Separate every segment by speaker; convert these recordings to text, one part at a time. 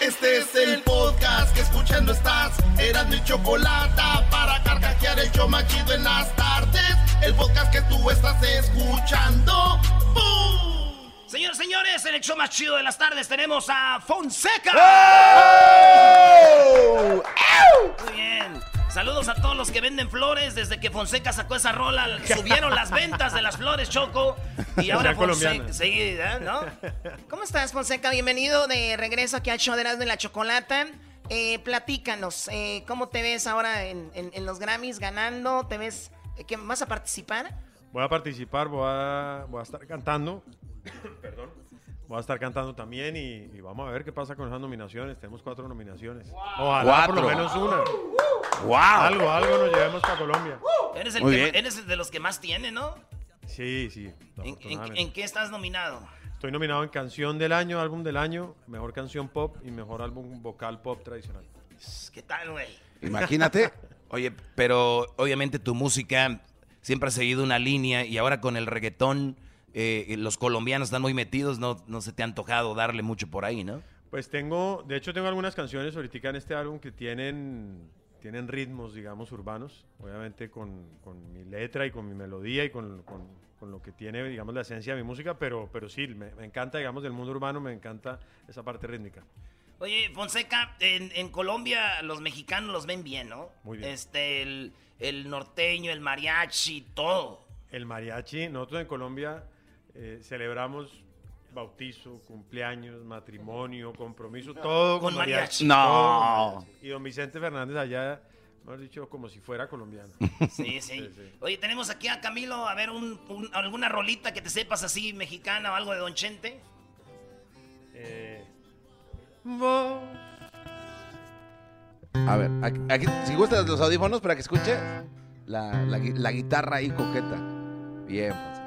Speaker 1: Este es el podcast que escuchando estás. Eran mi chocolate para carcajear el show más chido en las tardes. El podcast que tú estás escuchando. ¡Bum!
Speaker 2: Señores, señores, en el show más chido de las tardes tenemos a Fonseca. Muy bien. Saludos a todos los que venden flores. Desde que Fonseca sacó esa rola, subieron las ventas de las flores, Choco. Y ahora
Speaker 3: Será colombiana.
Speaker 2: Fonseca. Sí, ¿eh? ¿no?
Speaker 4: ¿Cómo estás, Fonseca? Bienvenido de regreso aquí al show de Erasmo y la Chocolata. Eh, platícanos, eh, ¿cómo te ves ahora en, en- en los Grammys ganando? ¿Te ves eh, que vas a participar?
Speaker 3: Voy a participar, voy a, voy a estar cantando. Perdón. Voy a estar cantando también y, y vamos a ver qué pasa con esas nominaciones. Tenemos cuatro nominaciones. Ojalá por lo
Speaker 1: Cuatro.
Speaker 3: menos una.
Speaker 1: ¡Wow!
Speaker 3: Algo, algo nos llevemos para Colombia.
Speaker 2: Eres, el
Speaker 1: Muy
Speaker 2: que-
Speaker 1: bien.
Speaker 2: eres el de los que más tiene, ¿no?
Speaker 3: Sí, sí.
Speaker 2: ¿En, en-
Speaker 3: afortunadamente.
Speaker 2: en qué estás nominado?
Speaker 3: Estoy nominado en Canción del Año, Álbum del Año, Mejor Canción Pop y Mejor Álbum Vocal Pop Tradicional.
Speaker 2: ¿Qué tal, güey?
Speaker 1: Imagínate.
Speaker 5: Oye, pero obviamente tu música siempre ha seguido una línea y ahora con el reggaetón, eh, los colombianos están muy metidos, no, no se te ha antojado darle mucho por ahí, ¿no?
Speaker 3: Pues tengo, de hecho tengo algunas canciones ahorita en este álbum que tienen, tienen ritmos, digamos, urbanos, obviamente con, con mi letra y con mi melodía y con, con- con lo que tiene, digamos, la esencia de mi música, pero, pero sí, me, me encanta, digamos, del mundo urbano, me encanta esa parte rítmica.
Speaker 2: Oye, Fonseca, en, en Colombia los mexicanos los ven bien, ¿no?
Speaker 3: Muy bien.
Speaker 2: Este, el, el norteño, el mariachi, todo.
Speaker 3: El mariachi, nosotros en Colombia eh, celebramos bautizo, cumpleaños, matrimonio, compromiso, todo
Speaker 2: Con
Speaker 3: con mariachi.
Speaker 2: mariachi.
Speaker 1: No.
Speaker 3: todo con mariachi. Y don Vicente Fernández allá, mejor dicho, como si fuera colombiano.
Speaker 2: Sí, sí.
Speaker 3: Sí, sí.
Speaker 2: Oye, tenemos aquí a Camilo, a ver, un- un- alguna rolita que te sepas así, mexicana o algo de Don Chente.
Speaker 3: Eh, vos
Speaker 1: A ver, aquí, aquí, si gustas los audífonos para que escuches la, la gui- la guitarra ahí coqueta. Bien, pues.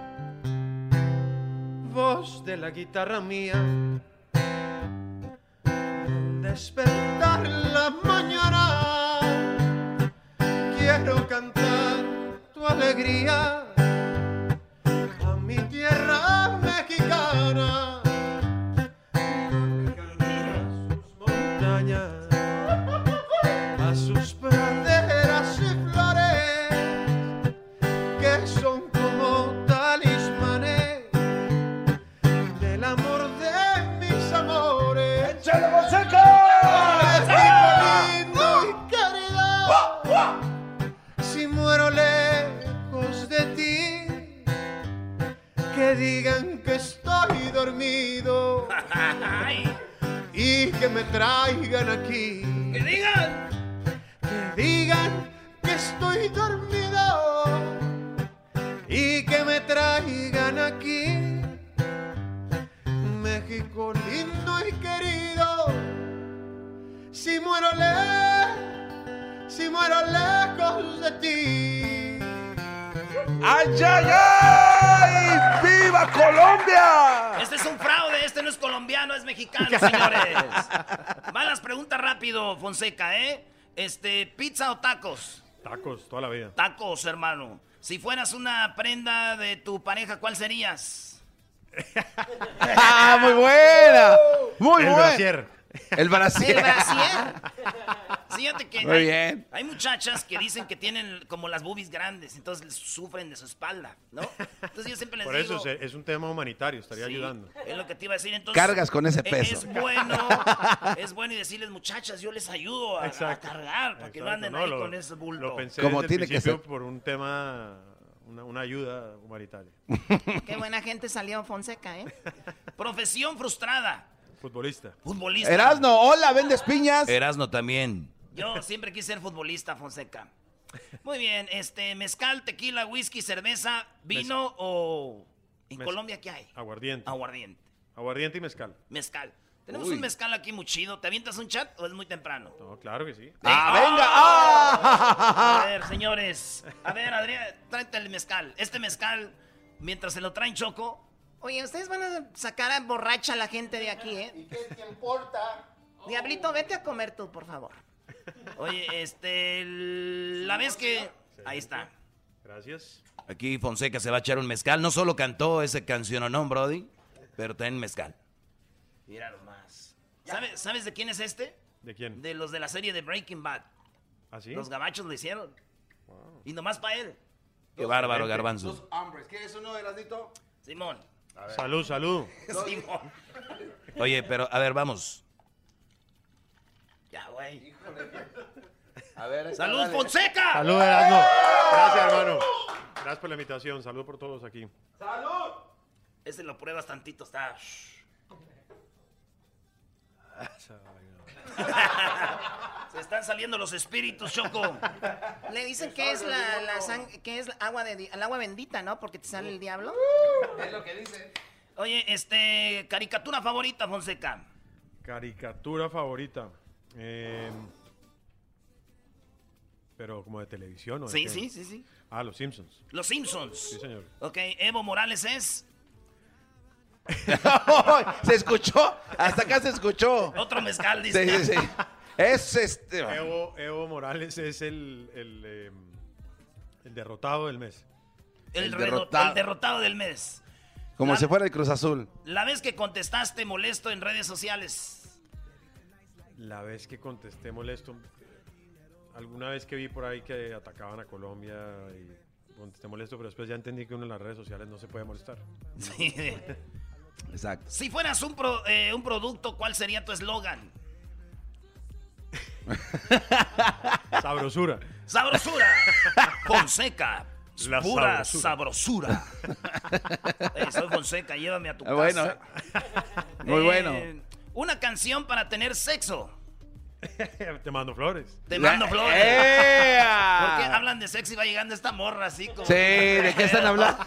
Speaker 3: voz de la guitarra mía. Al Despertar la mañana, quiero cantar tu alegría a mi tierra mexicana. A sus montañas, a sus praderas y flores, que son como talismanes del amor de mis amores. ¡Échale, Fonseca! lindo y querida, si muero lejos de ti, que digan que estoy dormido
Speaker 2: ¡Ay!
Speaker 3: y que me traigan aquí.
Speaker 2: ¡Que digan!
Speaker 3: Que digan que estoy dormido y que me traigan aquí. México lindo y querido, si muero lejos, si muero lejos de ti.
Speaker 6: ¡Ay, ay, ay! ¡Viva
Speaker 1: Ah.
Speaker 6: Colombia!
Speaker 2: Este es un fraude, este no es colombiano, es mexicano, señores. Van las preguntas rápido, Fonseca, ¿eh? Este, ¿pizza o tacos?
Speaker 3: Tacos toda la vida.
Speaker 2: Tacos, hermano. Si fueras una prenda de tu pareja, ¿cuál serías?
Speaker 1: ¡Ah, muy buena! ¡Muy
Speaker 3: El
Speaker 1: buena!
Speaker 3: brasier.
Speaker 1: El brasier.
Speaker 4: ¿El brasier?
Speaker 2: Fíjate que
Speaker 1: Muy
Speaker 2: hay,
Speaker 1: bien.
Speaker 2: hay muchachas que dicen que tienen como las boobies grandes, entonces les sufren de su espalda, ¿no? Entonces yo siempre les
Speaker 3: Por
Speaker 2: digo...
Speaker 3: eso es, es un tema humanitario, estaría
Speaker 2: Sí,
Speaker 3: ayudando.
Speaker 2: Es lo que te iba a decir. Entonces,
Speaker 1: Cargas con ese
Speaker 2: e-
Speaker 1: peso.
Speaker 2: Es bueno, es bueno y decirles, muchachas, yo les ayudo a, a cargar para que no
Speaker 3: Exacto,
Speaker 2: anden
Speaker 3: no,
Speaker 2: ahí
Speaker 3: lo-
Speaker 2: con ese bulto.
Speaker 3: Lo pensé
Speaker 1: Como
Speaker 3: desde el
Speaker 1: tiene que
Speaker 3: principio
Speaker 1: ser.
Speaker 3: por un tema, una, una ayuda humanitaria.
Speaker 4: Qué buena gente salió Fonseca, ¿eh?
Speaker 2: Profesión frustrada.
Speaker 3: Futbolista.
Speaker 2: Futbolista.
Speaker 1: Erasno, hola, vendes piñas.
Speaker 5: Erasno también.
Speaker 2: Yo siempre quise ser futbolista, Fonseca. Muy bien, este, mezcal, tequila, whisky, cerveza, vino o... ¿En
Speaker 3: Mez-
Speaker 2: Colombia qué hay?
Speaker 3: Aguardiente.
Speaker 2: Aguardiente.
Speaker 3: Aguardiente y mezcal.
Speaker 2: Mezcal. Tenemos
Speaker 1: Uy.
Speaker 2: un mezcal aquí muy chido. ¿Te avientas un chat o es muy temprano?
Speaker 3: No, claro que sí.
Speaker 1: ¡Ah,
Speaker 2: ¡Eh!
Speaker 1: venga!
Speaker 2: ¡Ah!
Speaker 1: ¡Ah!
Speaker 2: A ver, señores. A ver, Adrián, tráete el mezcal. Este mezcal, mientras se lo traen Choco,
Speaker 4: Oye, ustedes van a sacar a borracha a la gente de aquí, ¿eh? ¿Y qué te importa? Diablito, vete a comer tú, por favor.
Speaker 2: oye, este, el- la vez que... Ahí está.
Speaker 3: Gracias.
Speaker 5: Aquí Fonseca se va a echar un mezcal. No solo cantó esa canción o no, Brody, pero también mezcal.
Speaker 2: Mira nomás. ¿Sabe- ¿Sabes de quién es este?
Speaker 3: ¿De quién? ¿Ah,
Speaker 2: De los de la serie de Breaking Bad.
Speaker 3: ¿Así?
Speaker 2: Los gabachos lo hicieron. Y nomás para él.
Speaker 5: Qué bárbaro, garbanzo.
Speaker 7: Los hombres. ¿Quieres uno, Erasnito?
Speaker 2: Simón.
Speaker 3: Salud, salud.
Speaker 2: Simón.
Speaker 5: Oye, pero a ver, vamos.
Speaker 2: Ya, güey.
Speaker 7: A ver. esta,
Speaker 2: ¡Salud,
Speaker 7: dale.
Speaker 2: Fonseca!
Speaker 3: Salud, Erasmo. Gracias, hermano. Gracias por la invitación. Salud por todos aquí.
Speaker 7: ¡Salud!
Speaker 2: Este lo pruebas tantito, está. Se están saliendo los espíritus, Choco.
Speaker 4: Le dicen que es la, la sang- que es agua de di- el agua bendita, ¿no? Porque te sale el diablo.
Speaker 7: Es lo que dice.
Speaker 2: Oye, este, caricatura favorita, Fonseca.
Speaker 3: Caricatura favorita. Eh, pero como de televisión, ¿o de
Speaker 2: Sí,
Speaker 3: qué?
Speaker 2: sí, sí, sí.
Speaker 3: Ah, Los Simpsons.
Speaker 2: Los Simpsons.
Speaker 3: Sí, señor.
Speaker 2: Ok, Evo Morales es
Speaker 8: ¿Se escuchó? Hasta acá se escuchó.
Speaker 2: otro mezcal, dice.
Speaker 8: Sí, sí, sí. Es este.
Speaker 3: Evo, Evo Morales es el, el, eh, el derrotado del mes.
Speaker 2: El,
Speaker 8: El
Speaker 2: redo-
Speaker 8: derrotado.
Speaker 2: el derrotado del mes.
Speaker 8: Como
Speaker 2: La-
Speaker 8: si fuera el Cruz Azul.
Speaker 2: La vez que contestaste molesto en redes sociales.
Speaker 3: La vez que contesté molesto, alguna vez que vi por ahí que atacaban a Colombia y contesté molesto, pero después ya entendí que uno en las redes sociales no se puede molestar.
Speaker 2: Sí.
Speaker 8: Exacto.
Speaker 2: Si fueras un, pro- eh, un producto, ¿cuál sería tu eslogan?
Speaker 3: Sabrosura.
Speaker 2: Sabrosura. Fonseca.
Speaker 3: La
Speaker 2: pura
Speaker 3: sabrosura.
Speaker 2: sabrosura. Eh, soy Fonseca, llévame a tu
Speaker 8: Ah,
Speaker 2: casa.
Speaker 8: bueno, eh. Muy
Speaker 2: Eh,
Speaker 8: bueno.
Speaker 2: Una canción para tener sexo.
Speaker 3: Te mando flores.
Speaker 2: Te
Speaker 8: Eh.
Speaker 2: mando flores. ¿Por qué
Speaker 8: ¡Ea!
Speaker 2: hablan de sexo y va llegando esta morra así como?
Speaker 8: Ah. Sí, ¿de qué están hablando?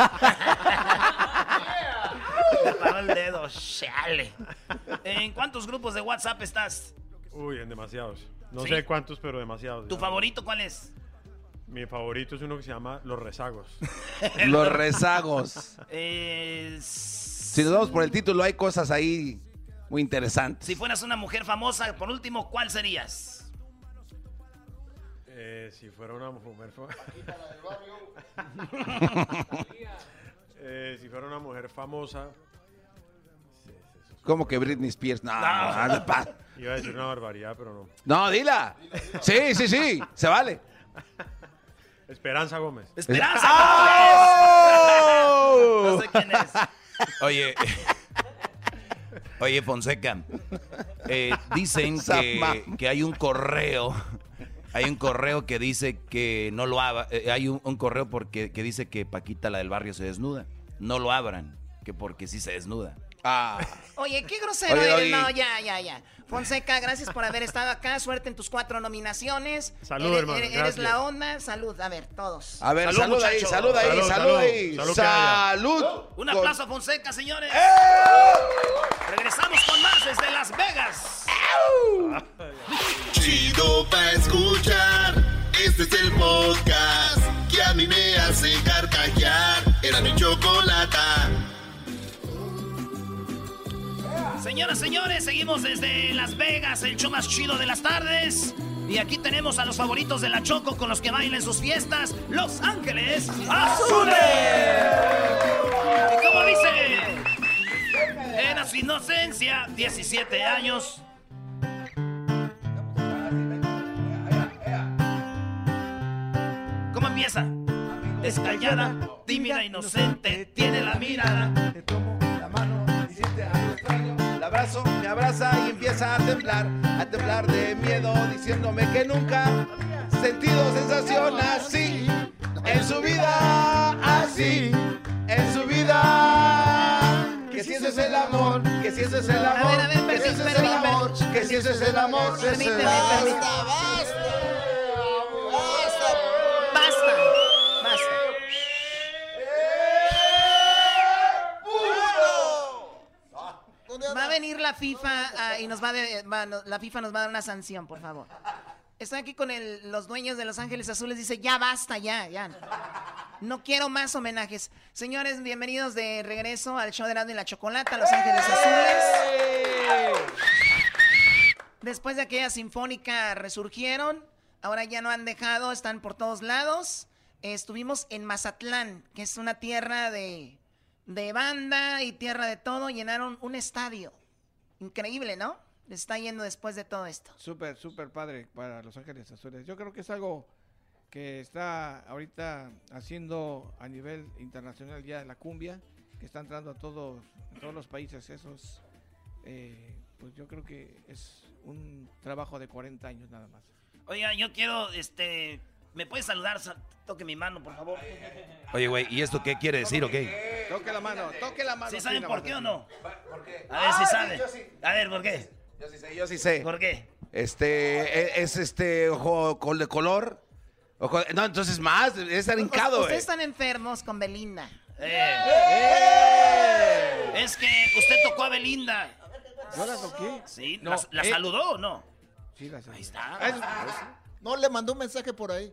Speaker 2: Me paró el dedo, chale. ¿En cuántos grupos de WhatsApp estás?
Speaker 3: Uy, en demasiados. No
Speaker 2: Sí.
Speaker 3: sé cuántos, pero demasiados.
Speaker 2: ¿Tu
Speaker 3: Ya.
Speaker 2: favorito cuál es?
Speaker 3: Mi favorito es uno que se llama Los Rezagos.
Speaker 8: Los rezagos.
Speaker 2: Eh,
Speaker 8: Si
Speaker 2: si,
Speaker 8: nos vamos por el título, hay cosas ahí muy interesantes.
Speaker 2: fueras una mujer famosa, por último, ¿cuál serías?
Speaker 3: Eh, si fuera una mujer famosa. Eh, si fuera una mujer famosa.
Speaker 8: Como que Britney Spears. No,
Speaker 2: No.
Speaker 8: no, no, pa-
Speaker 3: Iba a decir una barbaridad, pero no.
Speaker 8: no, dila. Sí, sí, sí. Se vale.
Speaker 3: Esperanza Gómez.
Speaker 2: Esperanza.
Speaker 8: ¡Oh!
Speaker 2: No sé quién es.
Speaker 5: Oye, oye, Fonseca. eh, dicen que,
Speaker 8: Sama.
Speaker 5: que hay un correo. Hay un correo que dice que no lo abran. hay un, un correo porque, que dice que Paquita, la del barrio, se desnuda. No lo abran, que porque sí se desnuda.
Speaker 8: Ah,
Speaker 4: Oye, qué grosero
Speaker 8: Oye,
Speaker 4: eres.
Speaker 8: oye.
Speaker 4: No, ya, ya, ya. Fonseca, gracias por haber estado acá. Suerte en tus cuatro nominaciones.
Speaker 3: Salud,
Speaker 4: Eres-
Speaker 3: hermano,
Speaker 4: Eres,
Speaker 3: gracias.
Speaker 4: la onda. Salud. A ver, todos.
Speaker 8: a ver,
Speaker 2: Salud,
Speaker 8: salud, ahí,
Speaker 2: muchacho.
Speaker 8: salud ahí,
Speaker 3: Salud,
Speaker 8: salud,
Speaker 3: salud,
Speaker 8: ahí.
Speaker 3: salud
Speaker 8: Salud.
Speaker 3: que haya.
Speaker 2: Un aplauso a Fonseca, señores. Regresamos con más desde Las Vegas.
Speaker 1: Chido pa' escuchar. Este es el podcast que a mí me hace carcajear. Era mi chocolata.
Speaker 2: Señoras, señores, seguimos desde Las Vegas, el show más chido de las tardes. Y aquí tenemos a los favoritos de la Choco con los que bailan sus fiestas, Los Ángeles Azules. Y como dice, era su inocencia, 17 años. ¿Cómo empieza? Es callada, tímida, inocente, tiene la mirada.
Speaker 8: Te tomo la mano, hiciste algo extraño. La abrazo, me abraza y empieza a temblar, a temblar de miedo, diciéndome que nunca he sentido sensación así. En su vida, así. En su vida. Que si eso es el amor, que si eso es el amor.
Speaker 4: ver, a ver,
Speaker 8: que si eso
Speaker 4: permí-
Speaker 8: es el
Speaker 4: permí-
Speaker 8: amor, que si eso es el amor. que si eso es el
Speaker 4: Permíteme,
Speaker 8: amor.
Speaker 4: permíteme. Basta. Basta.
Speaker 8: Eh.
Speaker 4: Va a venir la FIFA ah, y nos va, a de- va- no- la FIFA nos va a dar una sanción, por favor. Está aquí con el- los dueños de Los Ángeles Azules. Dice, ya basta, ya, ya. No quiero más homenajes. Señores, bienvenidos de regreso al show de Erasmo y la Chocolata, Los Ángeles Azules. Después de aquella sinfónica resurgieron, ahora ya no han dejado, están por todos lados. Eh, Estuvimos en Mazatlán, que es una tierra de, de banda y tierra de todo, llenaron un estadio. Increíble, ¿no? le está yendo después de todo esto?
Speaker 7: Súper, súper padre para Los Ángeles Azules. Yo creo que es algo que está ahorita haciendo a nivel internacional ya la cumbia, que está entrando a todos, a todos los países esos. eh, pues yo creo que es un trabajo de 40 años nada más.
Speaker 2: Oiga, yo quiero, este. ¿Me puedes saludar? Sa- Toque mi mano, por favor.
Speaker 5: Oye, güey, ¿y esto qué quiere decir o qué?
Speaker 7: Toque la mano, toque la mano.
Speaker 2: ¿Sí
Speaker 7: sí,
Speaker 2: saben
Speaker 7: la
Speaker 2: por
Speaker 7: mano.
Speaker 2: qué o no?
Speaker 9: ¿Por qué?
Speaker 2: A ver si
Speaker 9: Ah, sí,
Speaker 2: saben.
Speaker 9: Yo sí,
Speaker 2: A ver, ¿por qué?
Speaker 9: yo sí sé, yo sí sé.
Speaker 2: ¿Por qué?
Speaker 8: Este, e- es este ojo col de color. Ojo- no, entonces más, es
Speaker 2: Pues,
Speaker 8: estar hincado, güey.
Speaker 4: Pues, Ustedes están enfermos con Belinda.
Speaker 2: Eh,
Speaker 7: ¡Eh!
Speaker 2: Es que usted tocó a Belinda.
Speaker 7: ¿Yo la toqué?
Speaker 2: ¿Sí?
Speaker 7: No,
Speaker 2: ¿La, la
Speaker 7: eh.
Speaker 2: saludó o no?
Speaker 7: Sí, la saqué.
Speaker 2: Ahí está.
Speaker 10: No, le mandó un mensaje por ahí.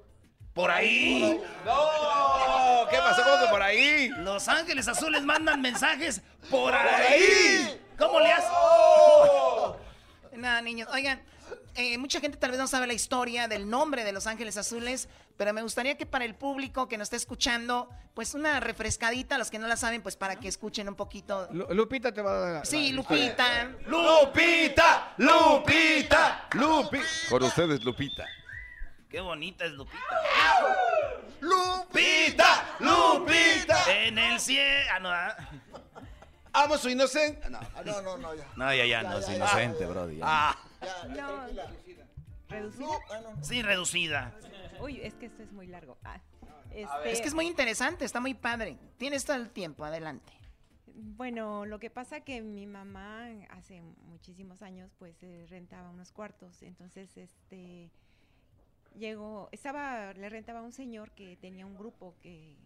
Speaker 2: Por ahí.
Speaker 8: No, Oh, ¿qué pasó? ¿Cómo que por ahí?
Speaker 2: Los Ángeles Azules mandan mensajes por ahí. ¿Cómo le haces?
Speaker 4: Nada, niños. Oigan, eh, mucha gente tal vez no sabe la historia del nombre de Los Ángeles Azules, pero me gustaría que para el público que nos esté escuchando, pues una refrescadita, los que no la saben, pues para que escuchen un poquito.
Speaker 7: Lu- Lupita te va a dar la-
Speaker 4: Sí,
Speaker 7: la-
Speaker 4: Lupita.
Speaker 8: Lupita, Lupita, Lupita. Con ustedes, Lupita.
Speaker 2: Qué bonita es Lupita.
Speaker 8: Lupita, Lupita.
Speaker 2: En el cielo. Ah, no, ah.
Speaker 8: Amo su inocente. No.
Speaker 10: Ah, no, no, no, ya.
Speaker 5: No, ya, ya, no, es inocente, bro. ya.
Speaker 8: Ah,
Speaker 10: Ya, ya, tranquila.
Speaker 11: ¿Reducido?
Speaker 10: No, ah, no, no.
Speaker 2: Sí, reducida.
Speaker 11: Uy, es que esto es muy largo. Ah,
Speaker 4: Es
Speaker 11: este,
Speaker 4: que es muy interesante, está muy padre. Tienes todo el tiempo, adelante.
Speaker 11: Bueno, lo que pasa que mi mamá hace muchísimos años pues eh, rentaba unos cuartos, entonces este llegó, estaba, le rentaba a un señor que tenía un grupo que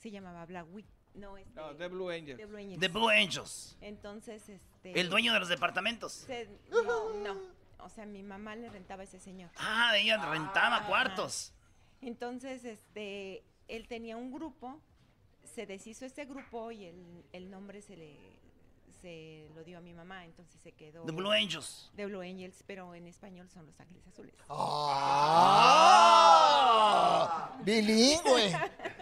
Speaker 11: se llamaba Black Wit- no, este,
Speaker 7: No, The Blue Angels.
Speaker 11: The Blue Angels.
Speaker 2: The Blue Angels.
Speaker 11: Entonces, este,
Speaker 2: El dueño de los departamentos.
Speaker 11: se- no, no, o sea, mi mamá le rentaba a ese señor.
Speaker 2: Ah, ella rentaba cuartos.
Speaker 11: Entonces, este, él tenía un grupo, se deshizo este grupo y el, el nombre se le se lo dio a mi mamá, entonces se quedó
Speaker 2: The Blue Angels.
Speaker 11: The Blue Angels, pero en español son Los Ángeles Azules.
Speaker 10: Ah, bilingüe.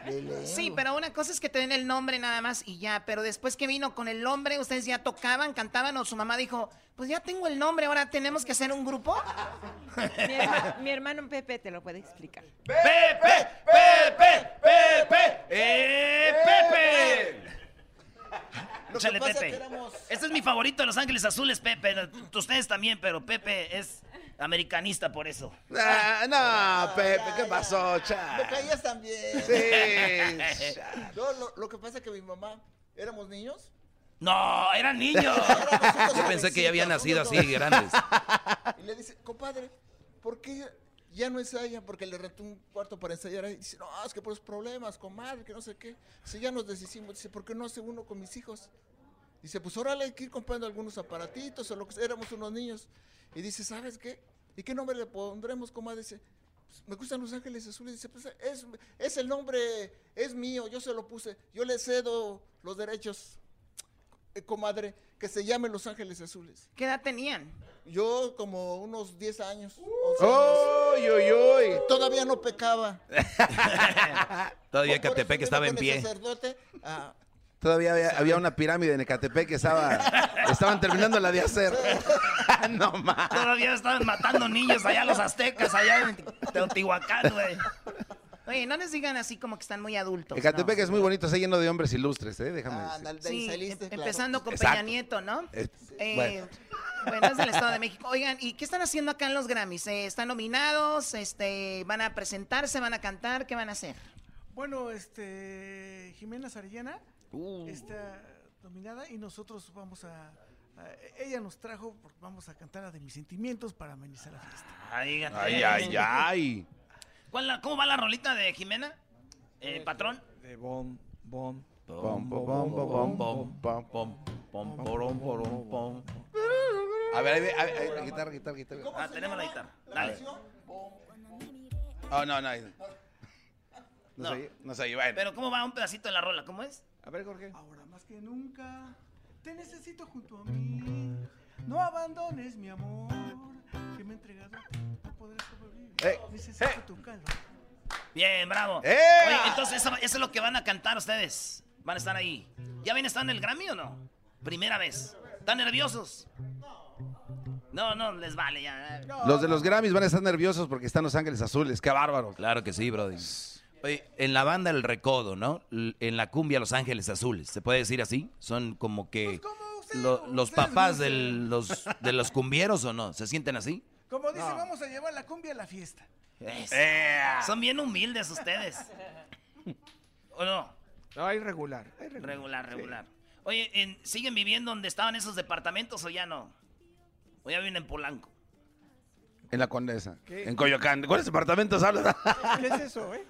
Speaker 10: Bilingüe.
Speaker 4: Sí, pero una cosa es que te den el nombre nada más y ya, pero después que vino con el nombre, ustedes ya tocaban, cantaban o su mamá dijo, pues ya tengo el nombre, ahora tenemos que hacer un grupo.
Speaker 11: Mi, herma- mi hermano Pepe te lo puede explicar.
Speaker 2: Pepe, Pepe, Pepe, eh, Pepe.
Speaker 10: Lo que
Speaker 2: Échale,
Speaker 10: pasa es
Speaker 2: Pepe.
Speaker 10: que éramos-
Speaker 2: Este es mi favorito de Los Ángeles Azules, Pepe. Ustedes también, pero Pepe es americanista por eso.
Speaker 8: ah, no, Pepe,
Speaker 10: Ya,
Speaker 8: ¿qué
Speaker 10: ya.
Speaker 8: pasó,
Speaker 10: Me
Speaker 8: cha?
Speaker 10: caías también.
Speaker 8: Sí, cha.
Speaker 10: No, lo, lo que pasa es que mi mamá, éramos niños.
Speaker 2: No, eran niños.
Speaker 5: Yo
Speaker 10: Yo
Speaker 5: pensé que ya había nacido así, grandes.
Speaker 10: Y le dice, compadre, ¿por qué ya no ensaya? Porque le rentó un cuarto para ensayar. ahí. dice, no, es que por los problemas, comadre, que no sé qué. Si ya nos deshicimos, dice, ¿por qué no hace uno con mis hijos? Dice, pues órale, hay que ir comprando algunos aparatitos o lo que sea. Éramos unos niños. Y dice, ¿sabes qué? ¿Y qué nombre le pondremos, comadre? Dice, "Pues, me gustan los ángeles azules. Dice, pues es, es el nombre, es mío, yo se lo puse. Yo le cedo los derechos, eh, comadre, que se llame Los Ángeles Azules.
Speaker 4: ¿Qué edad tenían?
Speaker 10: Yo como unos 10 años. 11 años.
Speaker 8: Uy, uy, uy.
Speaker 10: Todavía no pecaba.
Speaker 5: Todavía
Speaker 10: Por eso
Speaker 5: Catepec
Speaker 10: vino
Speaker 5: estaba en
Speaker 10: con el
Speaker 5: pie.
Speaker 10: sacerdote a-
Speaker 8: Todavía había, había una pirámide en Ecatepec que estaba, estaban terminando la de hacer. no más.
Speaker 2: Todavía estaban matando niños allá los aztecas, allá en Teotihuacán, güey.
Speaker 4: Oye, no les digan así como que están muy adultos.
Speaker 8: Ecatepec
Speaker 4: ¿no?
Speaker 8: es muy bonito, está lleno de hombres ilustres, ¿eh? Déjame
Speaker 2: Ah,
Speaker 10: a-
Speaker 8: decir.
Speaker 10: andal- de ahí
Speaker 4: Sí,
Speaker 10: saliste,
Speaker 4: em-
Speaker 10: claro.
Speaker 4: empezando con
Speaker 5: Exacto.
Speaker 4: Peña Nieto, ¿no?
Speaker 8: Eh,
Speaker 4: Eh,
Speaker 8: bueno.
Speaker 4: bueno. es del Estado de México. Oigan, ¿y qué están haciendo acá en los Grammys? Eh, ¿Están nominados? Este, ¿Van a presentarse? ¿Van a cantar? ¿Qué van a hacer?
Speaker 12: Bueno, este Jimena Sarellana
Speaker 7: Uh.
Speaker 12: está dominada y nosotros vamos a, a- ella nos trajo porque vamos a cantar la de mis sentimientos para amenizar la fiesta.
Speaker 2: Ay,
Speaker 8: Ay, ay, ay.
Speaker 2: ¿Cuál la- ¿Cómo va la rolita de Jimena? Eh, patrón.
Speaker 7: De bom, bom.
Speaker 8: Pom, pom, pom, pom, pom, pom, pom.
Speaker 5: Pom, porom, porom, pom.
Speaker 8: A ver, ahí ve- ahí- ahí- guitarra, guitarra, guitarra.
Speaker 2: Ah, tenemos la guitarra. Dale.
Speaker 8: Oh, no, no. ahí- No,
Speaker 2: No.
Speaker 8: se oye, no se oye, bueno.
Speaker 2: Pero ¿cómo va un pedacito de la rola? ¿Cómo es?
Speaker 7: A ver, Jorge.
Speaker 12: Ahora más que nunca te necesito junto a mí. No abandones mi amor que me he entregado a ti. No podré sobrevivir.
Speaker 8: Eh,
Speaker 12: necesito
Speaker 8: eh.
Speaker 12: tu calor.
Speaker 2: Bien, bravo.
Speaker 8: ¡Eh!
Speaker 2: Oye, entonces eso, eso es lo que van a cantar ustedes. Van a estar ahí. ¿Ya ven, están en el Grammy o no? Primera vez. ¿Están nerviosos? No, no, les vale ya.
Speaker 7: Los de los Grammys van a estar nerviosos porque están Los Ángeles Azules. ¡Qué bárbaro!
Speaker 5: Claro que sí, Brody. Oye, en la banda El Recodo, ¿no? L- En la cumbia Los Ángeles Azules, ¿se puede decir así? Son como
Speaker 13: Pues,
Speaker 5: que lo- los papás de los, de los cumbieros o no, ¿se sienten así?
Speaker 12: Como dice,
Speaker 5: No.
Speaker 12: vamos a llevar la cumbia a la fiesta.
Speaker 2: Eso.
Speaker 5: Eh,
Speaker 2: Son bien humildes ustedes.
Speaker 7: ¡Eh!
Speaker 2: ¿O no?
Speaker 14: No, hay regular. hay
Speaker 2: Regular, regular. Oye, en- ¿siguen viviendo donde estaban esos departamentos o ya no? O ya viven en Polanco.
Speaker 7: En la Condesa.
Speaker 2: ¿Qué?
Speaker 7: En Coyoacán. ¿De ¿Cuáles departamentos hablas?
Speaker 12: ¿Qué es eso, eh?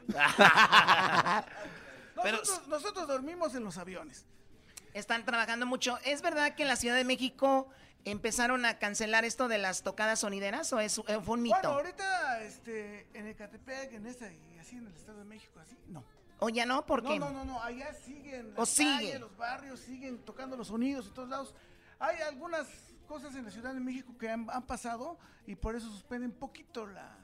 Speaker 2: Pero-
Speaker 12: Nosotros, nosotros dormimos en los aviones.
Speaker 4: Están trabajando mucho. ¿Es verdad que en la Ciudad de México empezaron a cancelar esto de las tocadas sonideras o es, eh, fue un mito?
Speaker 12: Bueno, ahorita este, en Ecatepec, en esta y así en el Estado de México, así, no.
Speaker 4: ¿O ya no? ¿Por
Speaker 12: no,
Speaker 4: qué?
Speaker 12: No, no, no, allá siguen.
Speaker 4: ¿O
Speaker 12: las
Speaker 4: sigue?
Speaker 12: calles, los barrios siguen tocando los sonidos y todos lados. Hay algunas cosas en la Ciudad de México que han, han pasado y por eso suspenden poquito la,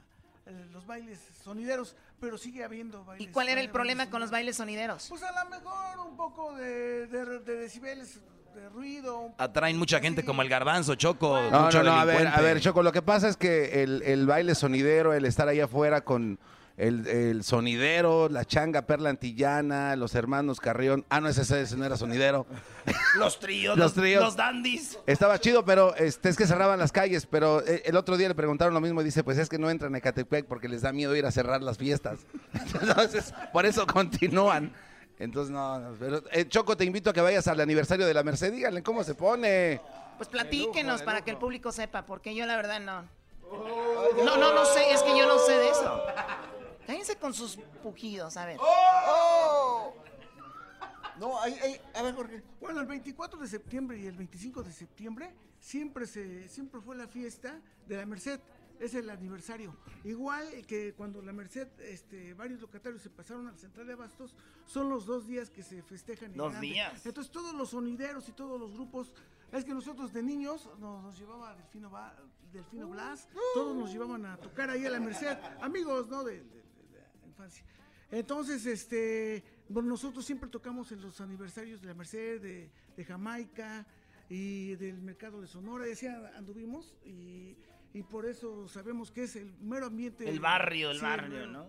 Speaker 12: eh, los bailes sonideros, pero sigue habiendo bailes.
Speaker 4: ¿Y cuál era el
Speaker 12: todavía
Speaker 4: problema con los bailes sonideros?
Speaker 12: Pues a lo mejor un poco de, de- de decibeles, de ruido, un
Speaker 5: Atraen mucha gente como el garbanzo, Choco,
Speaker 7: No,
Speaker 5: mucho
Speaker 7: no, no, a ver,
Speaker 5: delincuente.
Speaker 7: a ver, Choco, lo que pasa es que el, el baile sonidero, el estar ahí afuera con el, el sonidero, la changa perla antillana, los hermanos Carrión. Ah, no, ese, ese no era sonidero.
Speaker 2: Los tríos,
Speaker 7: Los tríos.
Speaker 2: los dandies.
Speaker 7: Estaba chido, pero este, es que cerraban las calles. Pero eh, el otro día le preguntaron lo mismo y dice, pues es que no entran a Ecatepec porque les da miedo ir a cerrar las fiestas. Entonces, por eso continúan. Entonces, no, no, pero eh, Choco, te invito a que vayas al aniversario de la Merced. Díganle cómo se pone.
Speaker 4: Pues platíquenos para que el público sepa, porque yo la verdad no. No, no, no sé, es que yo no sé de eso. Cállense con sus pujidos, a ver.
Speaker 15: No, ahí, ahí, a ver, Jorge.
Speaker 12: Bueno, el 24 de septiembre y el 25 de septiembre siempre se siempre fue la fiesta de la Merced. Es el aniversario. Igual que cuando la Merced, este, varios locatarios se pasaron a la central de abastos, son los dos días que se festejan. en
Speaker 2: Dos
Speaker 12: grande.
Speaker 2: días.
Speaker 12: Entonces todos los sonideros y todos los grupos, es que nosotros de niños nos, nos llevaba Delfino, Ba- Delfino
Speaker 15: Uh.
Speaker 12: Blas, todos nos llevaban a tocar ahí a la Merced, amigos, ¿no? De- de- la infancia. Entonces, este, bueno, nosotros siempre tocamos en los aniversarios de la Merced, de, de Jamaica y del mercado de Sonora, y así a- anduvimos y, y por eso sabemos que es el mero ambiente.
Speaker 2: El barrio, el
Speaker 12: Este, Sí,
Speaker 2: barrio,
Speaker 12: mero-
Speaker 2: ¿no?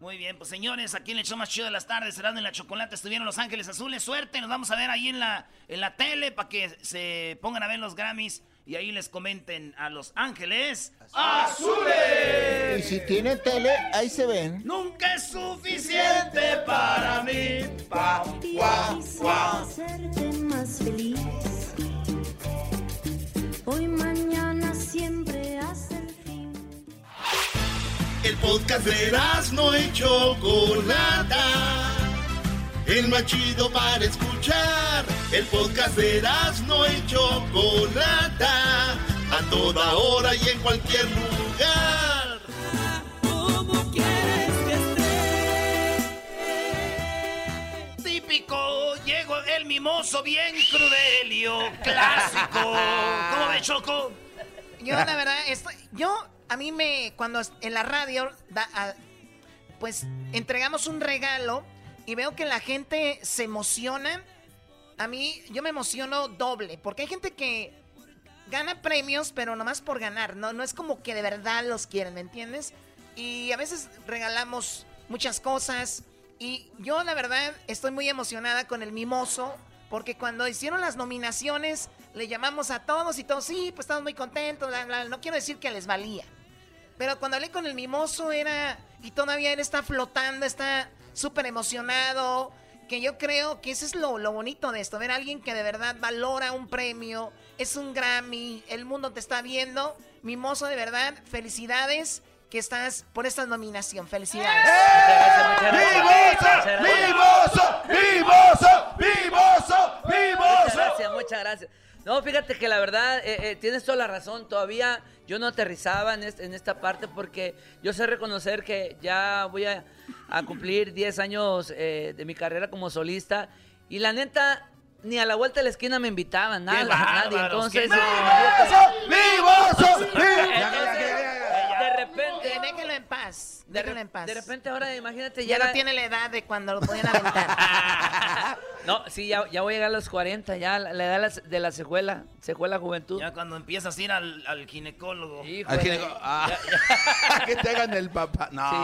Speaker 2: Muy bien, pues señores, aquí en el show más chido de las tardes, cerrando en la chocolate, estuvieron Los Ángeles Azules. Suerte, nos vamos a ver ahí en la, en la tele para que se pongan a ver los Grammys y ahí les comenten a Los Ángeles
Speaker 15: Y si tiene tele, ahí se ven.
Speaker 2: Nunca es suficiente para mí. Pa,
Speaker 16: guau, guau. hacerte más feliz. Hoy, mañana, siempre hasta el fin.
Speaker 1: El podcast de no y Chocolata. El más chido para escuchar. El podcast de no y Chocolata. A toda hora y en cualquier lugar.
Speaker 2: Típico, llego el mimoso bien crudelio, clásico. ¿Cómo ve, Choco?
Speaker 4: Yo la verdad, estoy, yo a mí me, cuando es- en la radio, da- a- pues entregamos un regalo y veo que la gente se emociona. A mí, yo me emociono doble, porque hay gente que gana premios, pero nomás por ganar, no, no es como que de verdad los quieren, ¿me entiendes? Y a veces regalamos muchas cosas y yo la verdad estoy muy emocionada con el mimoso porque cuando hicieron las nominaciones le llamamos a todos y todos, sí, pues estamos muy contentos, bla, bla, bla". no quiero decir que les valía, pero cuando hablé con el mimoso era, y todavía él está flotando, está súper emocionado, que yo creo que eso es lo, lo bonito de esto, ver a alguien que de verdad valora un premio, es un Grammy, el mundo te está viendo. Mimoso, de verdad, felicidades que estás por esta nominación, felicidades.
Speaker 7: ¡Eh!
Speaker 13: gracias.
Speaker 7: ¡Vivoso! ¡Vivoso! ¡Vivoso!
Speaker 13: Muchas gracias, muchas gracias. No, fíjate que la verdad, eh, eh, tienes toda la razón. Todavía yo no aterrizaba en, este- en esta parte porque yo sé reconocer que ya voy a, a cumplir 10 años eh, de mi carrera como solista. Y la neta, ni a la vuelta de la esquina me invitaban, nada, nadie.
Speaker 16: bárbaros, qué
Speaker 13: Entonces, pues,
Speaker 16: bárbaros!
Speaker 13: ¡Vivoso! ¡Eh!
Speaker 16: ¡Vivoso!
Speaker 13: De repente.
Speaker 4: déjenlo Eh, en paz.
Speaker 13: De
Speaker 4: Déjala en paz.
Speaker 13: de repente ahora imagínate
Speaker 4: ya
Speaker 13: ya
Speaker 4: no
Speaker 13: era-
Speaker 4: tiene la edad de cuando lo podían aventar.
Speaker 13: No, sí, ya, ya voy a llegar a los 40, ya la la edad de la se- de la secuela, secuela juventud.
Speaker 2: Ya cuando empiezas a ir al, al ginecólogo.
Speaker 13: Al ginecólogo,
Speaker 7: que te hagan el papá. No.
Speaker 13: Sí.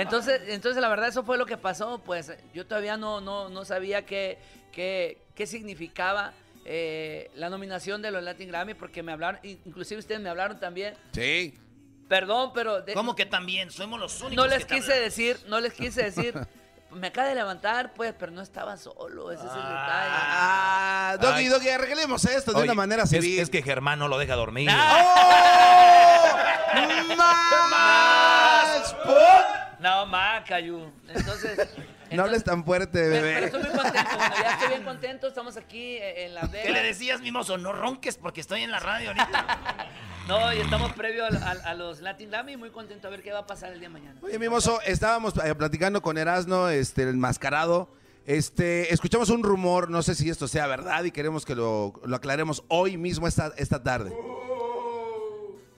Speaker 13: Entonces, entonces la verdad eso fue lo que pasó, pues yo todavía no, no, no sabía qué, qué, qué significaba eh, la nominación de los Latin Grammy, porque me hablaron, in- inclusive ustedes me hablaron también.
Speaker 5: Sí.
Speaker 13: Perdón, pero... de-
Speaker 2: ¿Cómo que también? Somos los únicos
Speaker 13: No les
Speaker 2: que te
Speaker 13: quise
Speaker 2: hablan.
Speaker 13: decir, no les quise decir. Me acaba de levantar, pues, pero no estaba solo, ese es el detalle.
Speaker 7: Ah, Doggy, Doggy, arreglemos esto de
Speaker 5: Oye,
Speaker 7: una manera civil.
Speaker 5: Es, es que Germán no lo deja dormir.
Speaker 7: ¡Más! ¡Pum!
Speaker 13: No, más, Cayu.
Speaker 17: Então
Speaker 13: Entonces,
Speaker 7: No hables tan fuerte,
Speaker 13: pero,
Speaker 7: bebé.
Speaker 13: pero estoy muy contento, bueno, ya estoy bien contento, estamos aquí eh, en Las Vegas.
Speaker 2: ¿Qué le decías, mimoso? No ronques porque estoy en la radio ahorita.
Speaker 13: No, y estamos previo al- al- a, los Latin Grammy, muy contento a ver qué va a pasar el día de mañana.
Speaker 7: Oye, Mimoso, estábamos eh, platicando con Erasno, este, el mascarado. Este, escuchamos un rumor, no sé si esto sea verdad y queremos que lo, lo aclaremos hoy mismo, esta, esta tarde.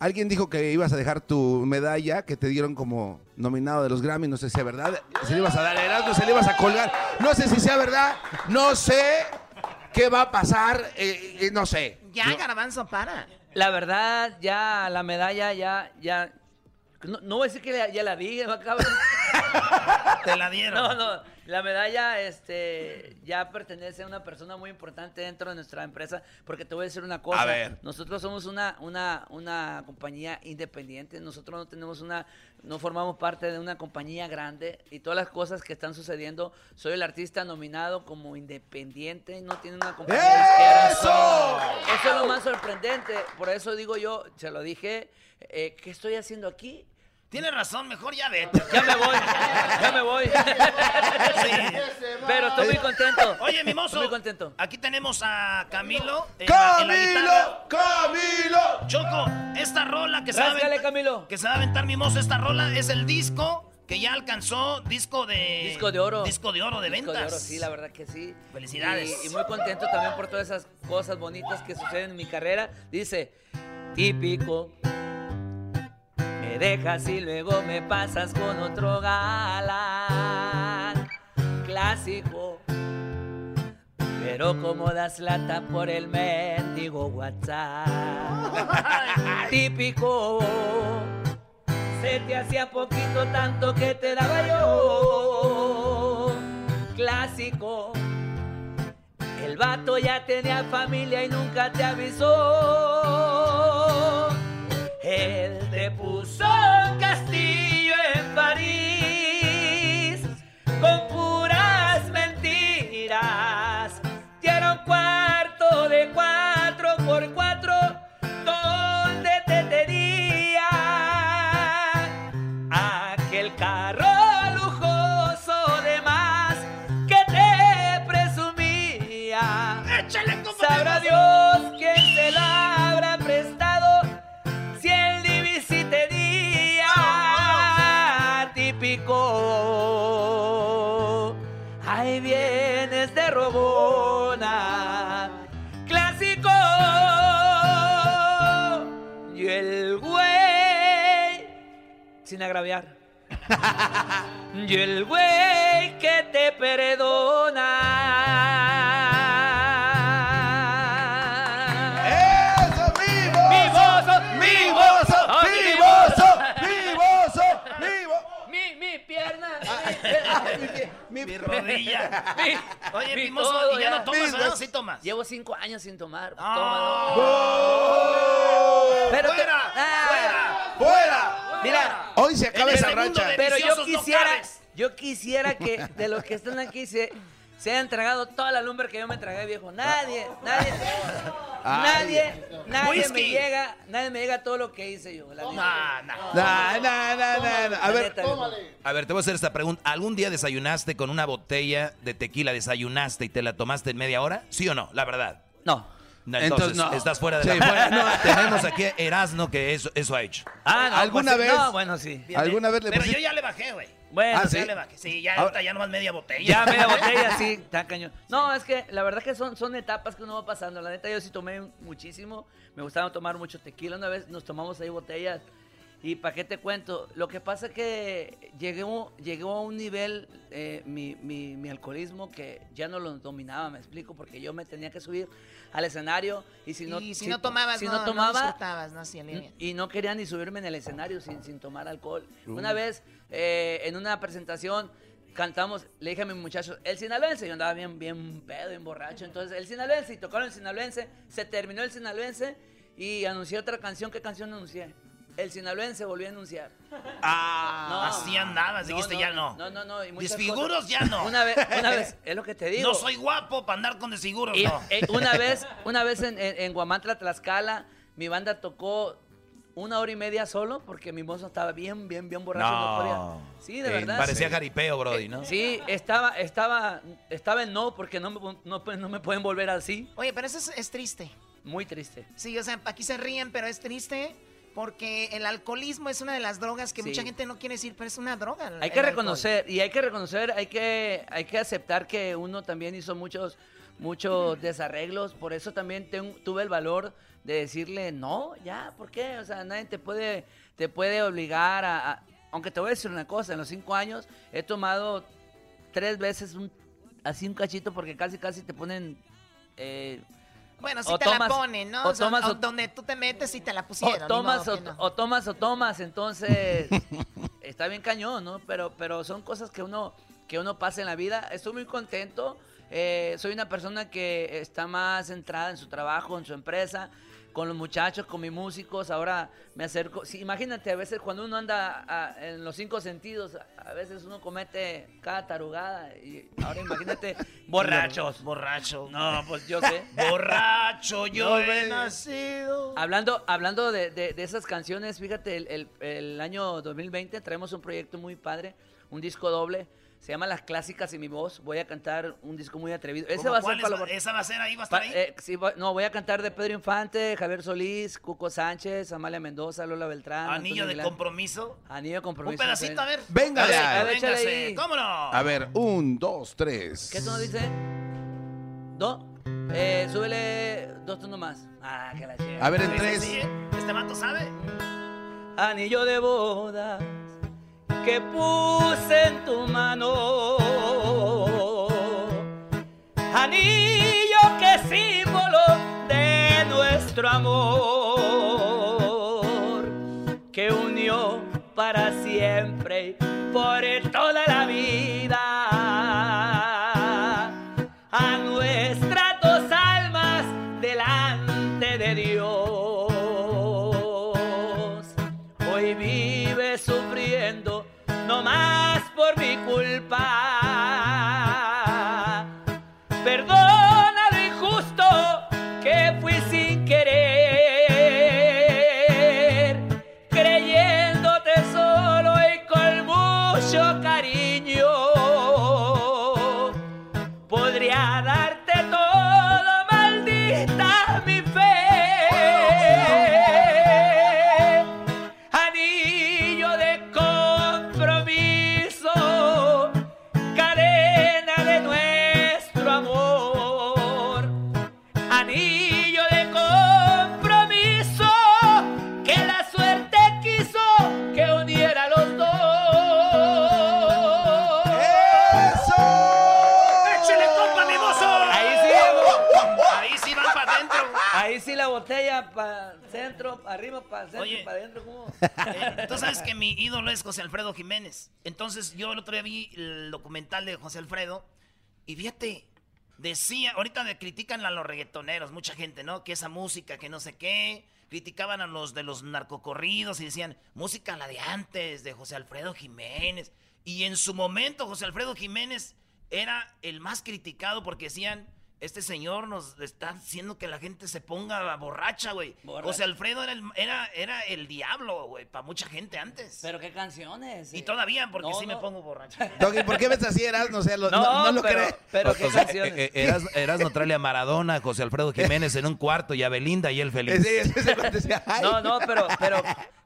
Speaker 7: Alguien dijo que ibas a dejar tu medalla que te dieron como nominado de los Grammy, no sé si es verdad. Se le ibas a dar a Erasno, se le ibas a colgar. No sé si sea verdad, no sé qué va a pasar, eh, eh, no sé.
Speaker 4: ya, Garbanzo, para.
Speaker 13: La verdad, ya la medalla, ya, ya. No, no voy a decir que ya, ya la vi, ¿no, cabrón?
Speaker 2: Te la dieron.
Speaker 13: No, no. La medalla, este, ya pertenece a una persona muy importante dentro de nuestra empresa, porque te voy a decir una cosa.
Speaker 5: A ver.
Speaker 13: Nosotros somos una, una, una compañía independiente. Nosotros no tenemos una, no formamos parte de una compañía grande y todas las cosas que están sucediendo. Soy el artista nominado como independiente. No tiene una compañía. disquera.
Speaker 7: ¡Eso!
Speaker 13: Eso es lo más sorprendente. Por eso digo yo, se lo dije, eh, ¿qué estoy haciendo aquí?
Speaker 2: Tienes razón, mejor ya vete.
Speaker 13: Ya me voy, ya me voy. Pero estoy muy contento.
Speaker 2: Oye, mimoso.
Speaker 13: Estoy muy contento.
Speaker 2: Aquí tenemos a Camilo. en la- en la guitarra.
Speaker 7: ¡Camilo! ¡Camilo!
Speaker 2: Choco, esta rola que se, va a
Speaker 13: Ráscale,
Speaker 2: aventar,
Speaker 13: Camilo.
Speaker 2: que se va a aventar mimoso, esta rola es el disco que ya alcanzó disco de.
Speaker 13: Disco de oro.
Speaker 2: Disco de oro de
Speaker 13: Disco
Speaker 2: ventas.
Speaker 13: oro, sí, la verdad que sí.
Speaker 2: Felicidades.
Speaker 13: Y, y muy contento también por todas esas cosas bonitas que suceden en mi carrera. Dice, típico, me dejas y luego me pasas con otro galán. Clásico, pero como das lata por el mendigo WhatsApp. Típico. Se te hacía poquito tanto que te daba yo. Clásico. El vato ya tenía familia y nunca te avisó. Él te puso un castillo en París con puras mentiras. Dieron cuarto de cuatro por cuatro donde te tenía aquel carro lujoso de más que te presumía. Sabrá Dios quién se la habrá prestado si el divisitería típico. Ahí vienes de robona, clásico. Y el güey, sin agraviar. Y el güey que te perdona.
Speaker 7: ¡Eso,
Speaker 13: ¡Vivoso!
Speaker 7: ¡Vivoso!
Speaker 13: ¡Ah, sí,
Speaker 7: ¡Vivoso! ¡Vivoso! ¡Vivo! Ah,
Speaker 13: Mi, mi pierna.
Speaker 7: Mi-
Speaker 2: Mi rodilla.
Speaker 13: mi-
Speaker 2: Oye,
Speaker 13: mi
Speaker 2: mimoso,
Speaker 13: todo,
Speaker 2: ¿y ya, no tomas,
Speaker 7: Mis
Speaker 2: ¿verdad?
Speaker 7: dos-
Speaker 2: Sí tomas.
Speaker 13: Llevo cinco años sin tomar.
Speaker 7: ¡Oh!
Speaker 13: Pero te-
Speaker 2: ¡Fuera!
Speaker 13: Ah.
Speaker 2: ¡Fuera!
Speaker 7: ¡Fuera!
Speaker 13: Toma, no. Mira,
Speaker 7: Hoy se acaba
Speaker 2: En el
Speaker 7: esa
Speaker 2: segundo
Speaker 7: racha.
Speaker 2: de-
Speaker 13: pero yo
Speaker 2: Deliciosos no
Speaker 13: quisiera,
Speaker 2: cabes.
Speaker 13: yo quisiera que de los que están aquí se, se hayan tragado toda la lumbre que yo me tragué, viejo. Nadie, nadie, nadie, nadie me
Speaker 2: Whisky.
Speaker 13: llega, nadie me llega a todo lo que hice yo. la neta.
Speaker 2: Nah, nah.
Speaker 7: Na, na, na, na, na. A
Speaker 13: La
Speaker 7: ver,
Speaker 13: neta, viejo.
Speaker 5: A ver, te voy a hacer esta pregunta. ¿Algún día desayunaste con una botella de tequila? ¿Desayunaste y te la tomaste en media hora? ¿Sí o no? La verdad.
Speaker 13: No.
Speaker 5: No,
Speaker 7: Entonces,
Speaker 5: Entonces,
Speaker 7: no.
Speaker 5: estás fuera de
Speaker 7: Sí,
Speaker 5: la
Speaker 7: fuera, no.
Speaker 5: Tenemos aquí a Erasmo que eso, eso ha hecho.
Speaker 13: Ah, no,
Speaker 7: ¿Alguna
Speaker 13: pues,
Speaker 7: vez?
Speaker 13: No, bueno, sí.
Speaker 7: ¿alguna vez le
Speaker 2: Pero
Speaker 7: pusiste-
Speaker 2: yo ya le bajé, güey.
Speaker 13: Bueno,
Speaker 7: Ah,
Speaker 2: Ya
Speaker 7: ¿sí?
Speaker 2: le bajé. Sí, ya,
Speaker 7: Ahora-
Speaker 2: ya nomás media botella.
Speaker 13: Ya media botella, sí, está cañón. No, es que la verdad que son, son etapas que uno va pasando. La neta, yo sí tomé muchísimo. Me gustaba tomar mucho tequila. Una vez nos tomamos ahí botellas Y para qué te cuento, lo que pasa que llegó, llegó a un nivel eh, mi, mi- mi alcoholismo que ya no lo dominaba, me explico, porque yo me tenía que subir al escenario y si no,
Speaker 4: y si, no tomabas,
Speaker 13: si
Speaker 4: no,
Speaker 13: no
Speaker 4: no
Speaker 13: tomaba, mm.
Speaker 4: disfrutabas, no hacía línea.
Speaker 13: y no quería ni subirme en el escenario sin, sin tomar alcohol.
Speaker 2: Mm.
Speaker 4: Uh.
Speaker 13: Una vez, eh, en una presentación, cantamos, le dije a mis muchachos, el sinaloense, yo andaba bien, bien pedo, bien borracho, entonces el sinaloense, y tocaron el sinaloense, se terminó el sinaloense, y anuncié otra canción, ¿qué canción anuncié? El sinaloense volvió a anunciar.
Speaker 2: Ah,
Speaker 13: No,
Speaker 2: así andabas,
Speaker 13: no,
Speaker 2: dijiste
Speaker 13: no,
Speaker 2: ya no.
Speaker 13: No, no, no. y muchas
Speaker 2: Desfiguros
Speaker 13: cosas.
Speaker 2: ya no.
Speaker 13: Una vez, una vez, es lo que te digo.
Speaker 2: No soy guapo para andar con desfiguros,
Speaker 13: Y,
Speaker 2: no.
Speaker 13: eh, una vez, una vez en, en- en Guamantla, Tlaxcala, mi banda tocó una hora y media solo porque mi mozo estaba bien, bien, bien borracho. No,
Speaker 5: No.
Speaker 13: podía. Sí, de
Speaker 5: Eh,
Speaker 13: verdad.
Speaker 5: Parecía
Speaker 13: Sí. Eh,
Speaker 5: jaripeo, Brody, ¿no?
Speaker 13: Sí, estaba, estaba, estaba en no porque no me, no, no me pueden volver así.
Speaker 4: Oye, pero eso es, es triste.
Speaker 13: Muy triste.
Speaker 4: Sí, o sea, aquí se ríen, pero es triste porque el alcoholismo es una de las drogas que
Speaker 13: Sí.
Speaker 4: mucha gente no quiere decir, pero es una droga.
Speaker 13: Hay
Speaker 4: el- el
Speaker 13: que
Speaker 4: alcohol.
Speaker 13: reconocer, y hay que reconocer, hay que, hay que aceptar que uno también hizo muchos,
Speaker 4: Mm.
Speaker 13: muchos desarreglos. Por eso también ten- tuve el valor de decirle no, ya, ¿por qué? O sea, nadie te puede, te puede obligar a, a- Aunque te voy a decir una cosa, en los cinco años he tomado tres veces un, así un cachito porque casi casi te ponen. eh,
Speaker 4: Bueno, si
Speaker 13: o
Speaker 4: te
Speaker 13: tomas-
Speaker 4: la ponen, ¿no?
Speaker 13: o
Speaker 4: O sea,
Speaker 13: tomas
Speaker 4: o
Speaker 13: o-
Speaker 4: donde tú te metes y te la
Speaker 13: o
Speaker 4: pusieron. ni
Speaker 13: tomas
Speaker 4: modo
Speaker 13: o,
Speaker 4: que no.
Speaker 13: o tomas o tomas, entonces está bien cañón, ¿no? Pero, pero son cosas que uno, que uno pasa en la vida. Estoy muy contento. eh, soy una persona que está más centrada en su trabajo, en su empresa, con los muchachos, con mis músicos. Ahora me acerco. sí, imagínate, a veces cuando uno anda a- en los cinco sentidos, a- a veces uno comete cada tarugada. Y ahora imagínate, borrachos.
Speaker 2: Borrachos.
Speaker 13: No, pues yo sé.
Speaker 2: Borracho, yo
Speaker 13: No,
Speaker 2: he
Speaker 13: eh.
Speaker 2: nacido.
Speaker 13: Hablando, hablando de, de- de esas canciones, fíjate, el, el- el año 2020 traemos un proyecto muy padre, un disco doble. Se llama Las Clásicas y mi voz. Voy a cantar un disco muy atrevido. Ese
Speaker 2: ¿Cómo
Speaker 13: va a
Speaker 2: cuál
Speaker 13: ser
Speaker 2: es?
Speaker 13: para la-
Speaker 2: ¿Esa va a ser ahí? ¿Va a estar
Speaker 13: pa-
Speaker 2: ahí?
Speaker 13: eh, sí, voy- no, voy a cantar de Pedro Infante, Javier Solís, Cuco Sánchez, Amalia Mendoza, Lola Beltrán.
Speaker 2: Anillo
Speaker 13: Antonio
Speaker 2: de
Speaker 13: Aguilar.
Speaker 2: compromiso.
Speaker 13: Anillo de compromiso.
Speaker 2: Un pedacito, a
Speaker 13: A
Speaker 2: ver.
Speaker 13: ver,
Speaker 2: Eh, Véngase,
Speaker 13: a ver, échale
Speaker 2: véngase.
Speaker 13: ahí.
Speaker 2: ¿Cómo no?
Speaker 7: A ver, un, dos, tres.
Speaker 13: ¿Qué tono dice? ¿Do? Eh, súbele dos tonos más. Ah, que la chingada.
Speaker 7: A ver, en
Speaker 13: Sí, sí,
Speaker 7: tres.
Speaker 13: sí, eh.
Speaker 2: ¿Este mato sabe?
Speaker 13: anillo de bodas que puse en tu mano. Anillo que es símbolo de nuestro amor, que unió para siempre y por toda la vida a nuestras dos almas delante de Dios. Hoy vive sufriendo, no más por mi culpa. Perdona lo injusto que fui sin querer, creyéndote solo y con mucho cariño. Podría darte todo, maldita mi fe. Anillo de compromiso, cadena de nuestro amor. Anillo de compromiso, que la suerte quiso que uniera a los dos.
Speaker 2: ¡Échale compa, mi mozo!
Speaker 13: Ahí sí, vamos.
Speaker 2: Ahí sí van para adentro.
Speaker 7: ah,
Speaker 13: Ahí sí la botella para centro, pa' arriba, para centro,
Speaker 2: Oye.
Speaker 13: para adentro. ¿cómo?
Speaker 2: Eh, Tú sabes que mi ídolo es José Alfredo Jiménez. Entonces yo el otro día vi el documental de José Alfredo y fíjate, decía, ahorita de, critican a los reggaetoneros, mucha gente, ¿no? Que esa música, que no sé qué. Criticaban a los de los narcocorridos y decían, música la de antes, de José Alfredo Jiménez. Y en su momento José Alfredo Jiménez era el más criticado porque decían, este señor nos está haciendo que la gente se ponga borracha, güey.
Speaker 13: Borracha.
Speaker 2: José Alfredo era el, era, era el diablo, güey, para mucha gente antes.
Speaker 13: Pero qué canciones.
Speaker 2: Y
Speaker 13: eh.
Speaker 2: todavía, porque
Speaker 13: No,
Speaker 2: sí me
Speaker 13: no.
Speaker 2: pongo borracha.
Speaker 7: Doggy, ¿por qué ves así, Eras? No, sé, lo- no, no lo
Speaker 13: pero,
Speaker 7: crees.
Speaker 13: pero
Speaker 5: O
Speaker 13: qué
Speaker 5: sea,
Speaker 13: canciones.
Speaker 5: eh, eh, Eras- Erasmo traerle a Maradona, a José Alfredo Jiménez en un cuarto y a Belinda y él feliz.
Speaker 7: Sí, sí, sí, cuando decía, ay.
Speaker 13: No, no, pero, pero,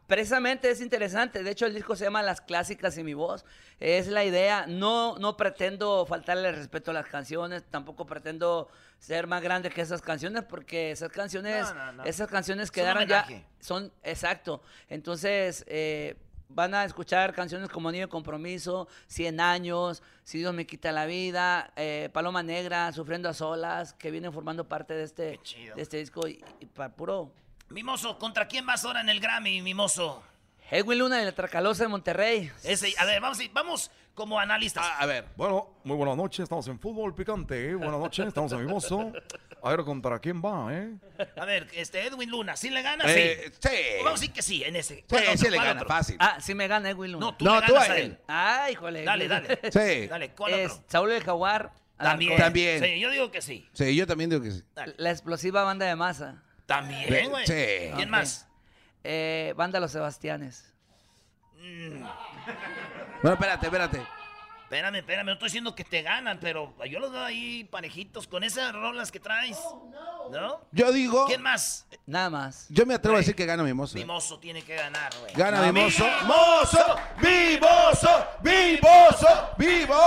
Speaker 13: precisamente es interesante. De hecho, el disco se llama Las Clásicas y mi voz. Es la idea. No, no pretendo faltarle el respeto a las canciones, tampoco pretendo ser más grande que esas canciones, porque esas canciones,
Speaker 2: No, no, no.
Speaker 13: esas canciones
Speaker 2: Es un
Speaker 13: quedaron ya.
Speaker 2: homenaje.
Speaker 13: Son, exacto. Entonces, eh, van a escuchar canciones como Niño de Compromiso, 100 años, Si Dios me quita la vida, eh, Paloma Negra, Sufriendo a Solas, que vienen formando parte de este, de este disco y, y para puro.
Speaker 2: Mimoso, ¿contra quién vas ahora en el Grammy, Mimoso?
Speaker 13: Edwin Luna Eh, de la Tracalosa de Monterrey.
Speaker 2: Ese, a ver, vamos, vamos como analistas.
Speaker 3: Ah, A ver. Bueno, muy buenas noches, estamos en Fútbol Picante, ¿eh? Buenas noches, estamos en Mimoso. A ver contra quién va, ¿eh?
Speaker 2: A ver, este Edwin Luna, ¿sí le gana?
Speaker 3: Eh,
Speaker 2: sí.
Speaker 3: sí.
Speaker 2: Vamos a decir que sí, en ese.
Speaker 3: Sí, sí le gana, fácil.
Speaker 13: Ah, sí me gana Edwin Luna.
Speaker 2: No, tú le ganas a él.
Speaker 13: Ah, híjole.
Speaker 2: Dale, dale.
Speaker 13: Sí.
Speaker 2: Dale, ¿cuál otro?
Speaker 13: Es Saúl de Jaguar.
Speaker 2: También.
Speaker 13: Alarcón.
Speaker 2: Sí, yo digo que sí.
Speaker 7: Sí, yo también digo que sí.
Speaker 13: La explosiva banda de masa.
Speaker 2: También, güey. Sí. ¿Quién más?
Speaker 13: Eh, banda Los Sebastianes.
Speaker 2: Mm.
Speaker 7: Bueno, espérate, espérate.
Speaker 2: Espérame, espérame, no estoy diciendo que te ganan, pero yo los veo ahí parejitos con esas rolas que traes. no.
Speaker 7: Yo digo.
Speaker 2: ¿Quién más?
Speaker 13: Nada más.
Speaker 7: Yo me atrevo a decir que gana Mimoso. ¿eh?
Speaker 2: Mimoso tiene que ganar, güey.
Speaker 7: Gana
Speaker 2: No,
Speaker 7: Mimoso.
Speaker 2: Mimoso.
Speaker 7: ¡Mimoso! ¡Mimoso! ¡Vivo!